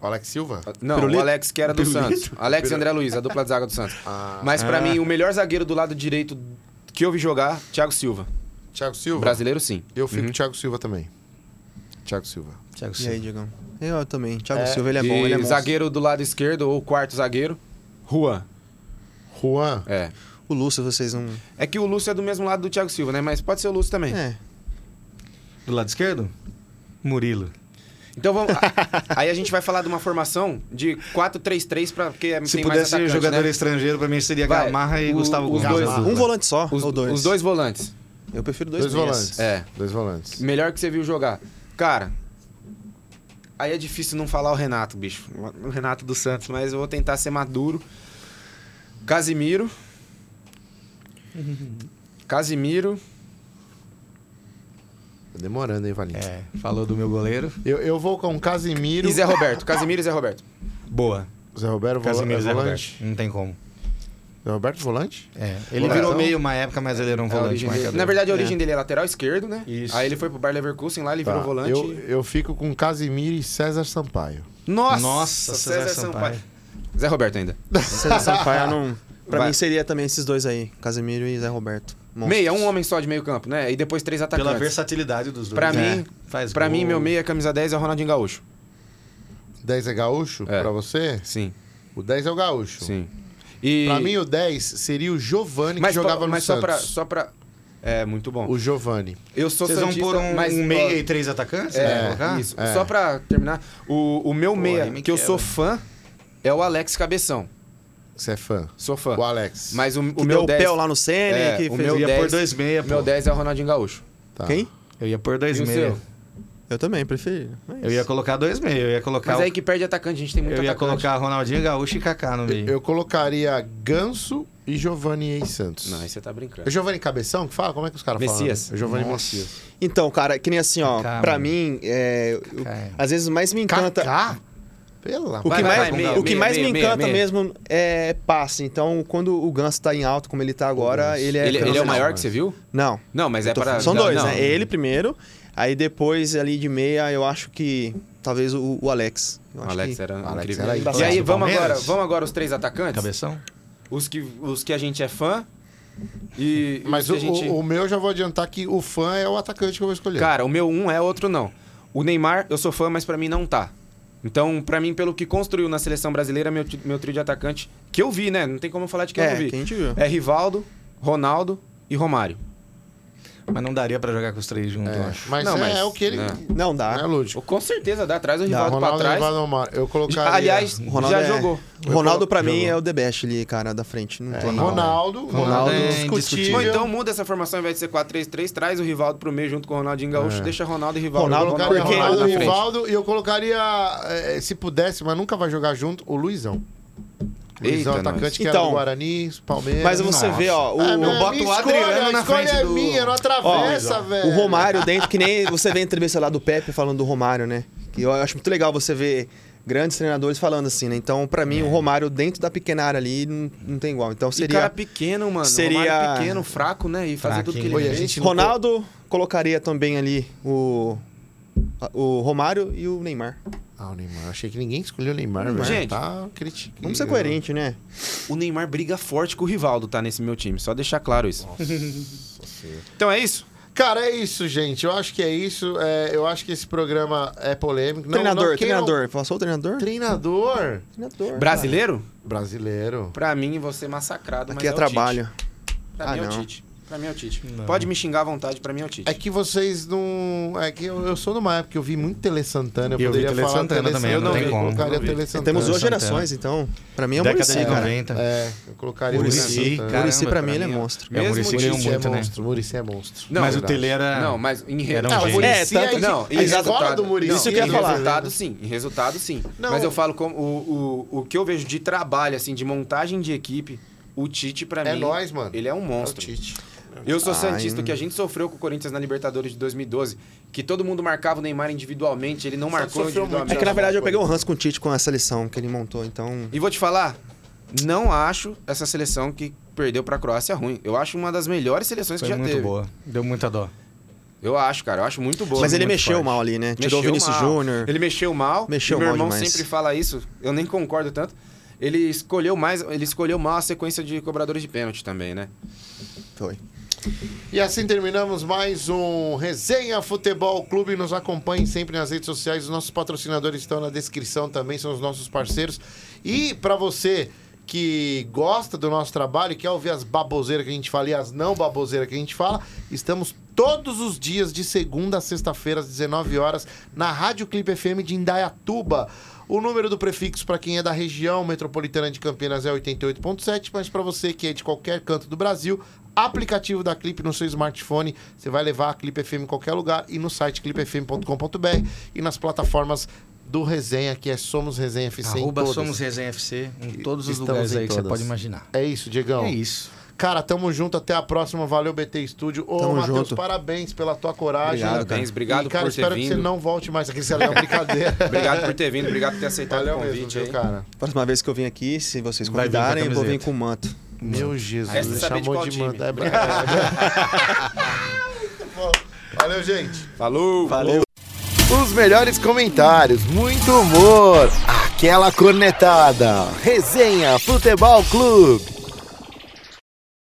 [SPEAKER 3] O Alex Silva?
[SPEAKER 2] Não,
[SPEAKER 5] Pirulito?
[SPEAKER 2] o Alex que era do
[SPEAKER 5] Pirulito?
[SPEAKER 2] Santos. Alex e André Luiz, a dupla de zaga do Santos.
[SPEAKER 3] Ah,
[SPEAKER 2] Mas pra
[SPEAKER 4] Ah.
[SPEAKER 2] mim, o melhor zagueiro do lado direito que eu vi jogar, Thiago Silva.
[SPEAKER 3] Thiago Silva?
[SPEAKER 2] Brasileiro, sim.
[SPEAKER 3] Eu fico com
[SPEAKER 2] Uhum.
[SPEAKER 3] Thiago Silva também. Thiago Silva.
[SPEAKER 4] Thiago
[SPEAKER 5] E aí,
[SPEAKER 4] Silva.
[SPEAKER 5] Diegão? Eu também. Thiago
[SPEAKER 3] É,
[SPEAKER 5] Silva, ele é bom,
[SPEAKER 2] E
[SPEAKER 5] ele é bom.
[SPEAKER 2] zagueiro do lado esquerdo, ou quarto zagueiro, Juan.
[SPEAKER 3] Juan?
[SPEAKER 2] É.
[SPEAKER 5] O Lúcio, vocês não.
[SPEAKER 2] É que o Lúcio é do mesmo lado do Thiago Silva, né? Mas pode ser o Lúcio também.
[SPEAKER 5] É.
[SPEAKER 4] Do lado esquerdo? Murilo.
[SPEAKER 2] Então vamos. a- Aí a gente vai falar de uma formação de 4-3-3, pra... porque é-
[SPEAKER 4] Se
[SPEAKER 2] tem mais
[SPEAKER 4] pudesse
[SPEAKER 2] atacante,
[SPEAKER 4] jogador
[SPEAKER 2] né?
[SPEAKER 4] estrangeiro, pra mim seria
[SPEAKER 2] Vai,
[SPEAKER 4] Gamarra e
[SPEAKER 2] o-
[SPEAKER 4] Gustavo
[SPEAKER 2] os
[SPEAKER 4] Gomes.
[SPEAKER 2] dois-
[SPEAKER 4] Gamarra.
[SPEAKER 5] Um volante só,
[SPEAKER 2] Os,
[SPEAKER 5] ou dois?
[SPEAKER 2] os dois volantes.
[SPEAKER 5] Eu prefiro dois,
[SPEAKER 3] Dois,
[SPEAKER 5] meias.
[SPEAKER 3] volantes.
[SPEAKER 2] É.
[SPEAKER 3] Dois volantes.
[SPEAKER 2] Melhor que você viu jogar. Cara, aí é difícil não falar o Renato, bicho. O Renato do Santos, mas eu vou tentar ser maduro. Casimiro.
[SPEAKER 5] Uhum.
[SPEAKER 2] Casimiro.
[SPEAKER 3] Tá demorando, hein, Valinho?
[SPEAKER 4] É, falou do meu goleiro.
[SPEAKER 3] Eu, eu vou com Casimiro.
[SPEAKER 2] E Zé Roberto. Casimiro e Zé Roberto.
[SPEAKER 4] Boa.
[SPEAKER 3] Zé Roberto
[SPEAKER 2] Ah,
[SPEAKER 3] vola-
[SPEAKER 4] Casimiro
[SPEAKER 3] é
[SPEAKER 4] e Zé
[SPEAKER 3] volante.
[SPEAKER 4] Roberto. Não tem como.
[SPEAKER 3] Zé Roberto volante?
[SPEAKER 4] É, ele
[SPEAKER 2] Volante. Então,
[SPEAKER 4] virou meio uma época, mas ele era um
[SPEAKER 2] É a
[SPEAKER 4] volante
[SPEAKER 2] origem dele.
[SPEAKER 4] marcador.
[SPEAKER 2] Na verdade, a origem dele é lateral esquerdo, né?
[SPEAKER 4] Isso.
[SPEAKER 2] Aí ele foi pro Bayer Leverkusen, lá ele
[SPEAKER 3] Tá.
[SPEAKER 2] virou volante.
[SPEAKER 3] Eu, eu fico com Casimiro e César Sampaio.
[SPEAKER 2] Nossa,
[SPEAKER 4] Nossa, César Sampaio.
[SPEAKER 2] Zé Roberto ainda.
[SPEAKER 5] César Sampaio não. Pra
[SPEAKER 2] Vai.
[SPEAKER 5] mim seria também esses dois aí, Casemiro e Zé Roberto. Monstros.
[SPEAKER 2] Meia, um homem só de meio campo, né? E depois três atacantes.
[SPEAKER 4] Pela versatilidade dos dois.
[SPEAKER 2] Pra
[SPEAKER 4] É.
[SPEAKER 2] mim-
[SPEAKER 4] Faz
[SPEAKER 2] Pra
[SPEAKER 4] gol.
[SPEAKER 2] mim, meu meia, camisa 10 é o Ronaldinho Gaúcho.
[SPEAKER 3] 10 é gaúcho
[SPEAKER 2] É.
[SPEAKER 3] pra você?
[SPEAKER 2] Sim,
[SPEAKER 3] O 10 é o
[SPEAKER 4] Então.
[SPEAKER 3] gaúcho.
[SPEAKER 2] sim. E...
[SPEAKER 3] Pra mim, o 10 seria o Giovani que
[SPEAKER 2] mas
[SPEAKER 3] jogava
[SPEAKER 2] pra,
[SPEAKER 3] no
[SPEAKER 2] mas
[SPEAKER 3] Santos.
[SPEAKER 2] só pra, só pra... É, muito bom.
[SPEAKER 3] O Giovani.
[SPEAKER 2] Eu sou
[SPEAKER 4] Vocês vão
[SPEAKER 2] santista,
[SPEAKER 4] pôr um,
[SPEAKER 2] mas...
[SPEAKER 4] um meia e três atacantes?
[SPEAKER 2] É,
[SPEAKER 4] Vocês vão colocar?
[SPEAKER 2] isso.
[SPEAKER 3] É.
[SPEAKER 2] Só pra terminar, o, o meu meia,
[SPEAKER 4] aí me
[SPEAKER 2] que eu
[SPEAKER 4] quebra.
[SPEAKER 2] sou fã, é o Alex Cabeção.
[SPEAKER 3] Você é fã.
[SPEAKER 2] Sou fã.
[SPEAKER 3] O Alex.
[SPEAKER 2] Mas o,
[SPEAKER 5] Que
[SPEAKER 2] o
[SPEAKER 5] deu
[SPEAKER 2] meu
[SPEAKER 5] o
[SPEAKER 2] 10...
[SPEAKER 5] pé lá no Sene,
[SPEAKER 2] É,
[SPEAKER 5] que
[SPEAKER 2] o
[SPEAKER 5] fez.
[SPEAKER 2] meu Ah.
[SPEAKER 4] eu ia
[SPEAKER 2] 10.
[SPEAKER 4] pôr dois meia,
[SPEAKER 2] meu
[SPEAKER 4] pô.
[SPEAKER 2] 10 é o Ronaldinho Gaúcho.
[SPEAKER 3] Tá.
[SPEAKER 5] Quem?
[SPEAKER 4] Eu ia pôr dois
[SPEAKER 2] E o
[SPEAKER 4] meia.
[SPEAKER 2] seu?
[SPEAKER 5] Eu também, prefiro. Mas-
[SPEAKER 4] Eu ia colocar dois meia. Eu ia colocar,
[SPEAKER 2] Mas
[SPEAKER 4] o-
[SPEAKER 2] aí que perde atacante, a gente tem muito
[SPEAKER 4] eu ia
[SPEAKER 2] atacante.
[SPEAKER 4] colocar Ronaldinho, Gaúcho e Kaká no meio.
[SPEAKER 3] Eu colocaria Ganso e Giovani e Santos.
[SPEAKER 2] Não, aí você tá brincando.
[SPEAKER 3] É Giovani Cabeção que fala? Como é que os caras falam?
[SPEAKER 2] Messias.
[SPEAKER 3] É Giovani
[SPEAKER 4] Nossa.
[SPEAKER 3] Messias.
[SPEAKER 5] Então, cara, que nem assim, ó.
[SPEAKER 4] Kaká,
[SPEAKER 5] pra
[SPEAKER 4] mano.
[SPEAKER 5] mim, é, eu-
[SPEAKER 4] Kaká, é. Ah,
[SPEAKER 5] às vezes mais me encanta.
[SPEAKER 2] Tá.
[SPEAKER 3] Kaká? Pela
[SPEAKER 5] O
[SPEAKER 2] Vai,
[SPEAKER 5] que
[SPEAKER 2] vai,
[SPEAKER 5] mais,
[SPEAKER 2] vai, meia,
[SPEAKER 5] o que
[SPEAKER 2] meia,
[SPEAKER 5] mais
[SPEAKER 2] meia,
[SPEAKER 5] me
[SPEAKER 2] meia,
[SPEAKER 5] encanta
[SPEAKER 2] meia.
[SPEAKER 5] mesmo é passe. Então, quando o Ganso tá em alto, como ele tá agora, ele é.
[SPEAKER 2] ele, ele é o
[SPEAKER 5] fenomenal.
[SPEAKER 2] maior que você viu?
[SPEAKER 5] Não.
[SPEAKER 2] Não, mas é
[SPEAKER 5] Tô
[SPEAKER 2] para...
[SPEAKER 5] falando- São dois,
[SPEAKER 2] não.
[SPEAKER 5] né? Ele primeiro, aí depois ali de meia, eu acho que talvez o, o Alex. Eu
[SPEAKER 2] O
[SPEAKER 5] acho
[SPEAKER 2] Alex
[SPEAKER 5] que-
[SPEAKER 2] era
[SPEAKER 3] Alex
[SPEAKER 2] incrível. e
[SPEAKER 3] era
[SPEAKER 2] aí,
[SPEAKER 4] embaçado.
[SPEAKER 2] vamos
[SPEAKER 4] Palmeiras?
[SPEAKER 2] agora, vamos agora os três atacantes?
[SPEAKER 4] Cabeção?
[SPEAKER 2] Os que, os que a gente é fã. E. e
[SPEAKER 3] Mas
[SPEAKER 2] os
[SPEAKER 3] o,
[SPEAKER 2] que a gente...
[SPEAKER 3] o- o meu já vou adiantar que o fã é o atacante que eu vou escolher.
[SPEAKER 2] Cara, o meu um é outro não. O Neymar, eu sou fã, mas pra mim não tá. Então, pra mim, pelo que construiu na seleção brasileira, meu, ti- meu trio de atacante, que eu vi, né? Não tem como eu falar de que eu
[SPEAKER 5] É,
[SPEAKER 2] não vi.
[SPEAKER 5] que a gente viu.
[SPEAKER 2] É Rivaldo, Ronaldo e Romário.
[SPEAKER 4] Mas não daria pra jogar com os três juntos,
[SPEAKER 3] É,
[SPEAKER 4] eu acho.
[SPEAKER 3] Mas,
[SPEAKER 2] Não,
[SPEAKER 3] é,
[SPEAKER 2] mas-
[SPEAKER 3] é o que ele.
[SPEAKER 2] né.
[SPEAKER 5] Não dá.
[SPEAKER 3] Não é lúdico.
[SPEAKER 2] Com certeza dá, traz o
[SPEAKER 5] Dá,
[SPEAKER 2] Rivaldo pra
[SPEAKER 3] Ronaldo é
[SPEAKER 2] trás.
[SPEAKER 3] Rivaldo é Omar. Eu colocaria.
[SPEAKER 2] Aliás,
[SPEAKER 5] O Ronaldo
[SPEAKER 2] já
[SPEAKER 5] é-
[SPEAKER 2] jogou.
[SPEAKER 5] O Ronaldo, pra mim,
[SPEAKER 3] Jogou.
[SPEAKER 5] é o The Best ali, cara, da frente. Não
[SPEAKER 3] É,
[SPEAKER 5] tem.
[SPEAKER 3] Ronaldo.
[SPEAKER 4] Ronaldo
[SPEAKER 3] Ronaldo
[SPEAKER 4] é
[SPEAKER 2] Bom,
[SPEAKER 3] indiscutível.
[SPEAKER 2] então muda essa formação, ao invés de ser 4-3-3, traz o Rivaldo pro meio junto com o Ronaldinho Gaúcho, deixa Ronaldo e Rivaldo.
[SPEAKER 5] Ronaldo,
[SPEAKER 3] Eu
[SPEAKER 5] Porque
[SPEAKER 3] colocaria É.
[SPEAKER 5] ele-
[SPEAKER 3] Ronaldo, é
[SPEAKER 2] tá na frente.
[SPEAKER 3] Rivaldo e eu colocaria, eh, se pudesse, mas nunca vai jogar junto, o Luizão. Luizão,
[SPEAKER 2] Eita,
[SPEAKER 3] atacante
[SPEAKER 5] nós.
[SPEAKER 3] que era do
[SPEAKER 5] Então,
[SPEAKER 3] Guarani, Palmeiras.
[SPEAKER 5] Mas você
[SPEAKER 4] Nossa.
[SPEAKER 5] vê, ó, o,
[SPEAKER 3] Ah,
[SPEAKER 4] eu
[SPEAKER 3] não,
[SPEAKER 4] boto
[SPEAKER 3] minha
[SPEAKER 4] o Adriano
[SPEAKER 3] escolha,
[SPEAKER 4] na
[SPEAKER 3] a escolha
[SPEAKER 4] frente
[SPEAKER 3] é
[SPEAKER 4] do-
[SPEAKER 3] minha, não
[SPEAKER 5] Ó,
[SPEAKER 3] atravessa, velho.
[SPEAKER 5] o Romário dentro, que nem você vê a entrevista lá do Pepe falando do Romário, né? Que eu acho muito legal você ver grandes treinadores falando assim, né? Então, pra mim, o Romário dentro da pequena área ali não, não tem igual. Então,
[SPEAKER 2] E cara
[SPEAKER 5] seria...
[SPEAKER 2] pequeno, mano.
[SPEAKER 5] seria-
[SPEAKER 2] Romário pequeno, fraco, né? E fazer tudo que ele
[SPEAKER 4] Fraquinho.
[SPEAKER 2] fez.
[SPEAKER 4] Oi, a gente não-
[SPEAKER 5] Ronaldo colocaria também ali o, o Romário e o Neymar.
[SPEAKER 3] Ah, o Neymar. Achei que ninguém escolheu o Neymar, velho.
[SPEAKER 2] Gente,
[SPEAKER 3] tá criticando.
[SPEAKER 5] Vamos ser coerente, né?
[SPEAKER 2] O Neymar briga forte com o Rivaldo, tá? Nesse meu time. Só deixar claro isso. então é isso?
[SPEAKER 3] Cara, é isso, gente. Eu acho que é isso. É, eu acho que esse programa é polêmico. Não,
[SPEAKER 5] treinador,
[SPEAKER 3] não queiram-
[SPEAKER 5] treinador. Passou o treinador?
[SPEAKER 3] Treinador
[SPEAKER 5] Treinador. cara.
[SPEAKER 2] Brasileiro?
[SPEAKER 3] brasileiro.
[SPEAKER 2] Pra mim, vou ser massacrado, mas
[SPEAKER 5] Aqui é,
[SPEAKER 2] é o
[SPEAKER 5] trabalho.
[SPEAKER 2] Tite. Pra
[SPEAKER 5] Ah,
[SPEAKER 2] mim é o
[SPEAKER 5] não.
[SPEAKER 2] Tite. Pra mim é o Tite. Pode me xingar à vontade, pra mim é o Tite.
[SPEAKER 3] É que vocês não. É que eu, eu sou numa época que eu vi muito Tele Santana. Eu,
[SPEAKER 4] Eu vi
[SPEAKER 3] poderia
[SPEAKER 4] Tele
[SPEAKER 3] falar
[SPEAKER 4] Santana também,
[SPEAKER 3] Eu
[SPEAKER 2] não tem
[SPEAKER 3] vi,
[SPEAKER 2] como.
[SPEAKER 3] colocaria
[SPEAKER 2] Não vi.
[SPEAKER 3] Tele Santana.
[SPEAKER 5] Temos duas
[SPEAKER 4] Santana.
[SPEAKER 5] gerações, então. Pra mim é o
[SPEAKER 4] Década
[SPEAKER 5] Muricy,
[SPEAKER 4] de
[SPEAKER 5] cara.
[SPEAKER 4] 90.
[SPEAKER 3] É, eu colocaria
[SPEAKER 5] Muricy,
[SPEAKER 4] Muricy,
[SPEAKER 3] Santana.
[SPEAKER 5] cara. Muricy, pra mim, ele é
[SPEAKER 4] ó.
[SPEAKER 5] monstro.
[SPEAKER 4] É, o
[SPEAKER 2] Mesmo
[SPEAKER 4] Muricy
[SPEAKER 2] o
[SPEAKER 4] ganhou
[SPEAKER 3] Muricy é
[SPEAKER 4] muito, né?
[SPEAKER 3] monstro. Muricy é monstro.
[SPEAKER 2] Não,
[SPEAKER 4] Mas o
[SPEAKER 2] verdade.
[SPEAKER 4] Tele era...
[SPEAKER 2] Não, mas em re-
[SPEAKER 4] Era um
[SPEAKER 2] Ah,
[SPEAKER 4] gênio.
[SPEAKER 2] Muricy
[SPEAKER 5] É, tanto-
[SPEAKER 2] que- não, em
[SPEAKER 3] a escola
[SPEAKER 2] resultado.
[SPEAKER 3] do Muricy
[SPEAKER 2] Não,
[SPEAKER 5] que eu
[SPEAKER 2] em
[SPEAKER 5] ia falar.
[SPEAKER 2] resultado, sim. Em resultado, sim.
[SPEAKER 3] Não.
[SPEAKER 2] Mas eu falo como o, o, o que eu vejo de trabalho, assim, de montagem de equipe, o Tite, pra
[SPEAKER 3] É
[SPEAKER 2] mim.
[SPEAKER 3] nóis, mano.
[SPEAKER 2] Ele é um
[SPEAKER 3] É o
[SPEAKER 2] monstro.
[SPEAKER 3] Tite.
[SPEAKER 2] Eu sou Santista,
[SPEAKER 5] Ai.
[SPEAKER 2] que a gente sofreu com o Corinthians na Libertadores de 2012, que todo mundo marcava o Neymar individualmente, ele não
[SPEAKER 3] Santos
[SPEAKER 2] marcou
[SPEAKER 3] sofreu muito,
[SPEAKER 2] individualmente.
[SPEAKER 5] É que na verdade eu peguei um ranço com o Tite com a seleção que ele montou, então.
[SPEAKER 2] E vou te falar, não acho essa seleção que perdeu pra Croácia ruim. Eu acho uma das melhores seleções
[SPEAKER 4] Foi
[SPEAKER 2] que já
[SPEAKER 4] muito
[SPEAKER 2] teve.
[SPEAKER 4] boa. Deu muita dó.
[SPEAKER 2] Eu acho, cara, eu acho muito boa.
[SPEAKER 5] Mas ele
[SPEAKER 2] Muito
[SPEAKER 5] mexeu
[SPEAKER 2] forte.
[SPEAKER 5] mal ali, né? Tirou
[SPEAKER 2] Mexeu
[SPEAKER 5] o Vinícius
[SPEAKER 2] mal.
[SPEAKER 5] Júnior.
[SPEAKER 2] Ele mexeu mal.
[SPEAKER 5] Mexeu
[SPEAKER 2] e meu
[SPEAKER 5] mal
[SPEAKER 2] irmão
[SPEAKER 5] demais.
[SPEAKER 2] sempre fala isso, eu nem concordo tanto. Ele escolheu mais, ele escolheu mal a sequência de cobradores de pênalti também, né?
[SPEAKER 5] Foi.
[SPEAKER 3] E assim terminamos mais um Resenha Futebol Clube. Nos acompanhem sempre nas redes sociais. Os nossos patrocinadores estão na descrição também, são os nossos parceiros. E para você que gosta do nosso trabalho e quer ouvir as baboseiras que a gente fala e as não baboseiras que a gente fala, estamos todos os dias de segunda a sexta-feira às 19 horas na Rádio Clipe FM de Indaiatuba. O número do prefixo para quem é da região metropolitana de Campinas é 88.7, mas para você que é de qualquer canto do Brasil, aplicativo da Clipe no seu smartphone, você vai levar a Clipe FM em qualquer lugar e no site clipefm.com.br e nas plataformas do Resenha, que é Somos Resenha FC em
[SPEAKER 4] Arroba
[SPEAKER 3] todas.
[SPEAKER 4] Somos Resenha FC em todos os
[SPEAKER 3] Estamos
[SPEAKER 4] lugares
[SPEAKER 3] em
[SPEAKER 4] aí que você
[SPEAKER 3] todas.
[SPEAKER 4] pode imaginar.
[SPEAKER 3] É isso, Diegão.
[SPEAKER 4] É isso.
[SPEAKER 3] Cara, tamo junto, até a próxima. Valeu, BT Estúdio. Ô,
[SPEAKER 5] Tamo
[SPEAKER 3] Matheus,
[SPEAKER 5] junto.
[SPEAKER 3] parabéns pela tua coragem.
[SPEAKER 5] Obrigado,
[SPEAKER 2] Parabéns, obrigado
[SPEAKER 3] e, cara,
[SPEAKER 2] por ter
[SPEAKER 3] espero que você
[SPEAKER 2] vindo.
[SPEAKER 3] não volte mais aqui, se é uma brincadeira.
[SPEAKER 2] Obrigado por ter vindo, obrigado por ter aceitado
[SPEAKER 3] Valeu
[SPEAKER 2] o
[SPEAKER 3] mesmo,
[SPEAKER 2] convite
[SPEAKER 3] viu,
[SPEAKER 2] aí.
[SPEAKER 3] cara?
[SPEAKER 5] Próxima vez que eu vim aqui, se vocês
[SPEAKER 4] Vai vir com a
[SPEAKER 5] convidarem, eu vou vir
[SPEAKER 4] camiseta.
[SPEAKER 5] com o manto.
[SPEAKER 3] Meu Jesus,
[SPEAKER 2] Aí você
[SPEAKER 3] me
[SPEAKER 2] sabia de
[SPEAKER 3] chamou
[SPEAKER 2] qual
[SPEAKER 3] de,
[SPEAKER 2] time.
[SPEAKER 3] manda. É bra- é. Muito bom. Valeu, gente.
[SPEAKER 2] Falou! Falou!
[SPEAKER 1] Os melhores comentários, muito humor, aquela cornetada. Resenha Futebol Clube.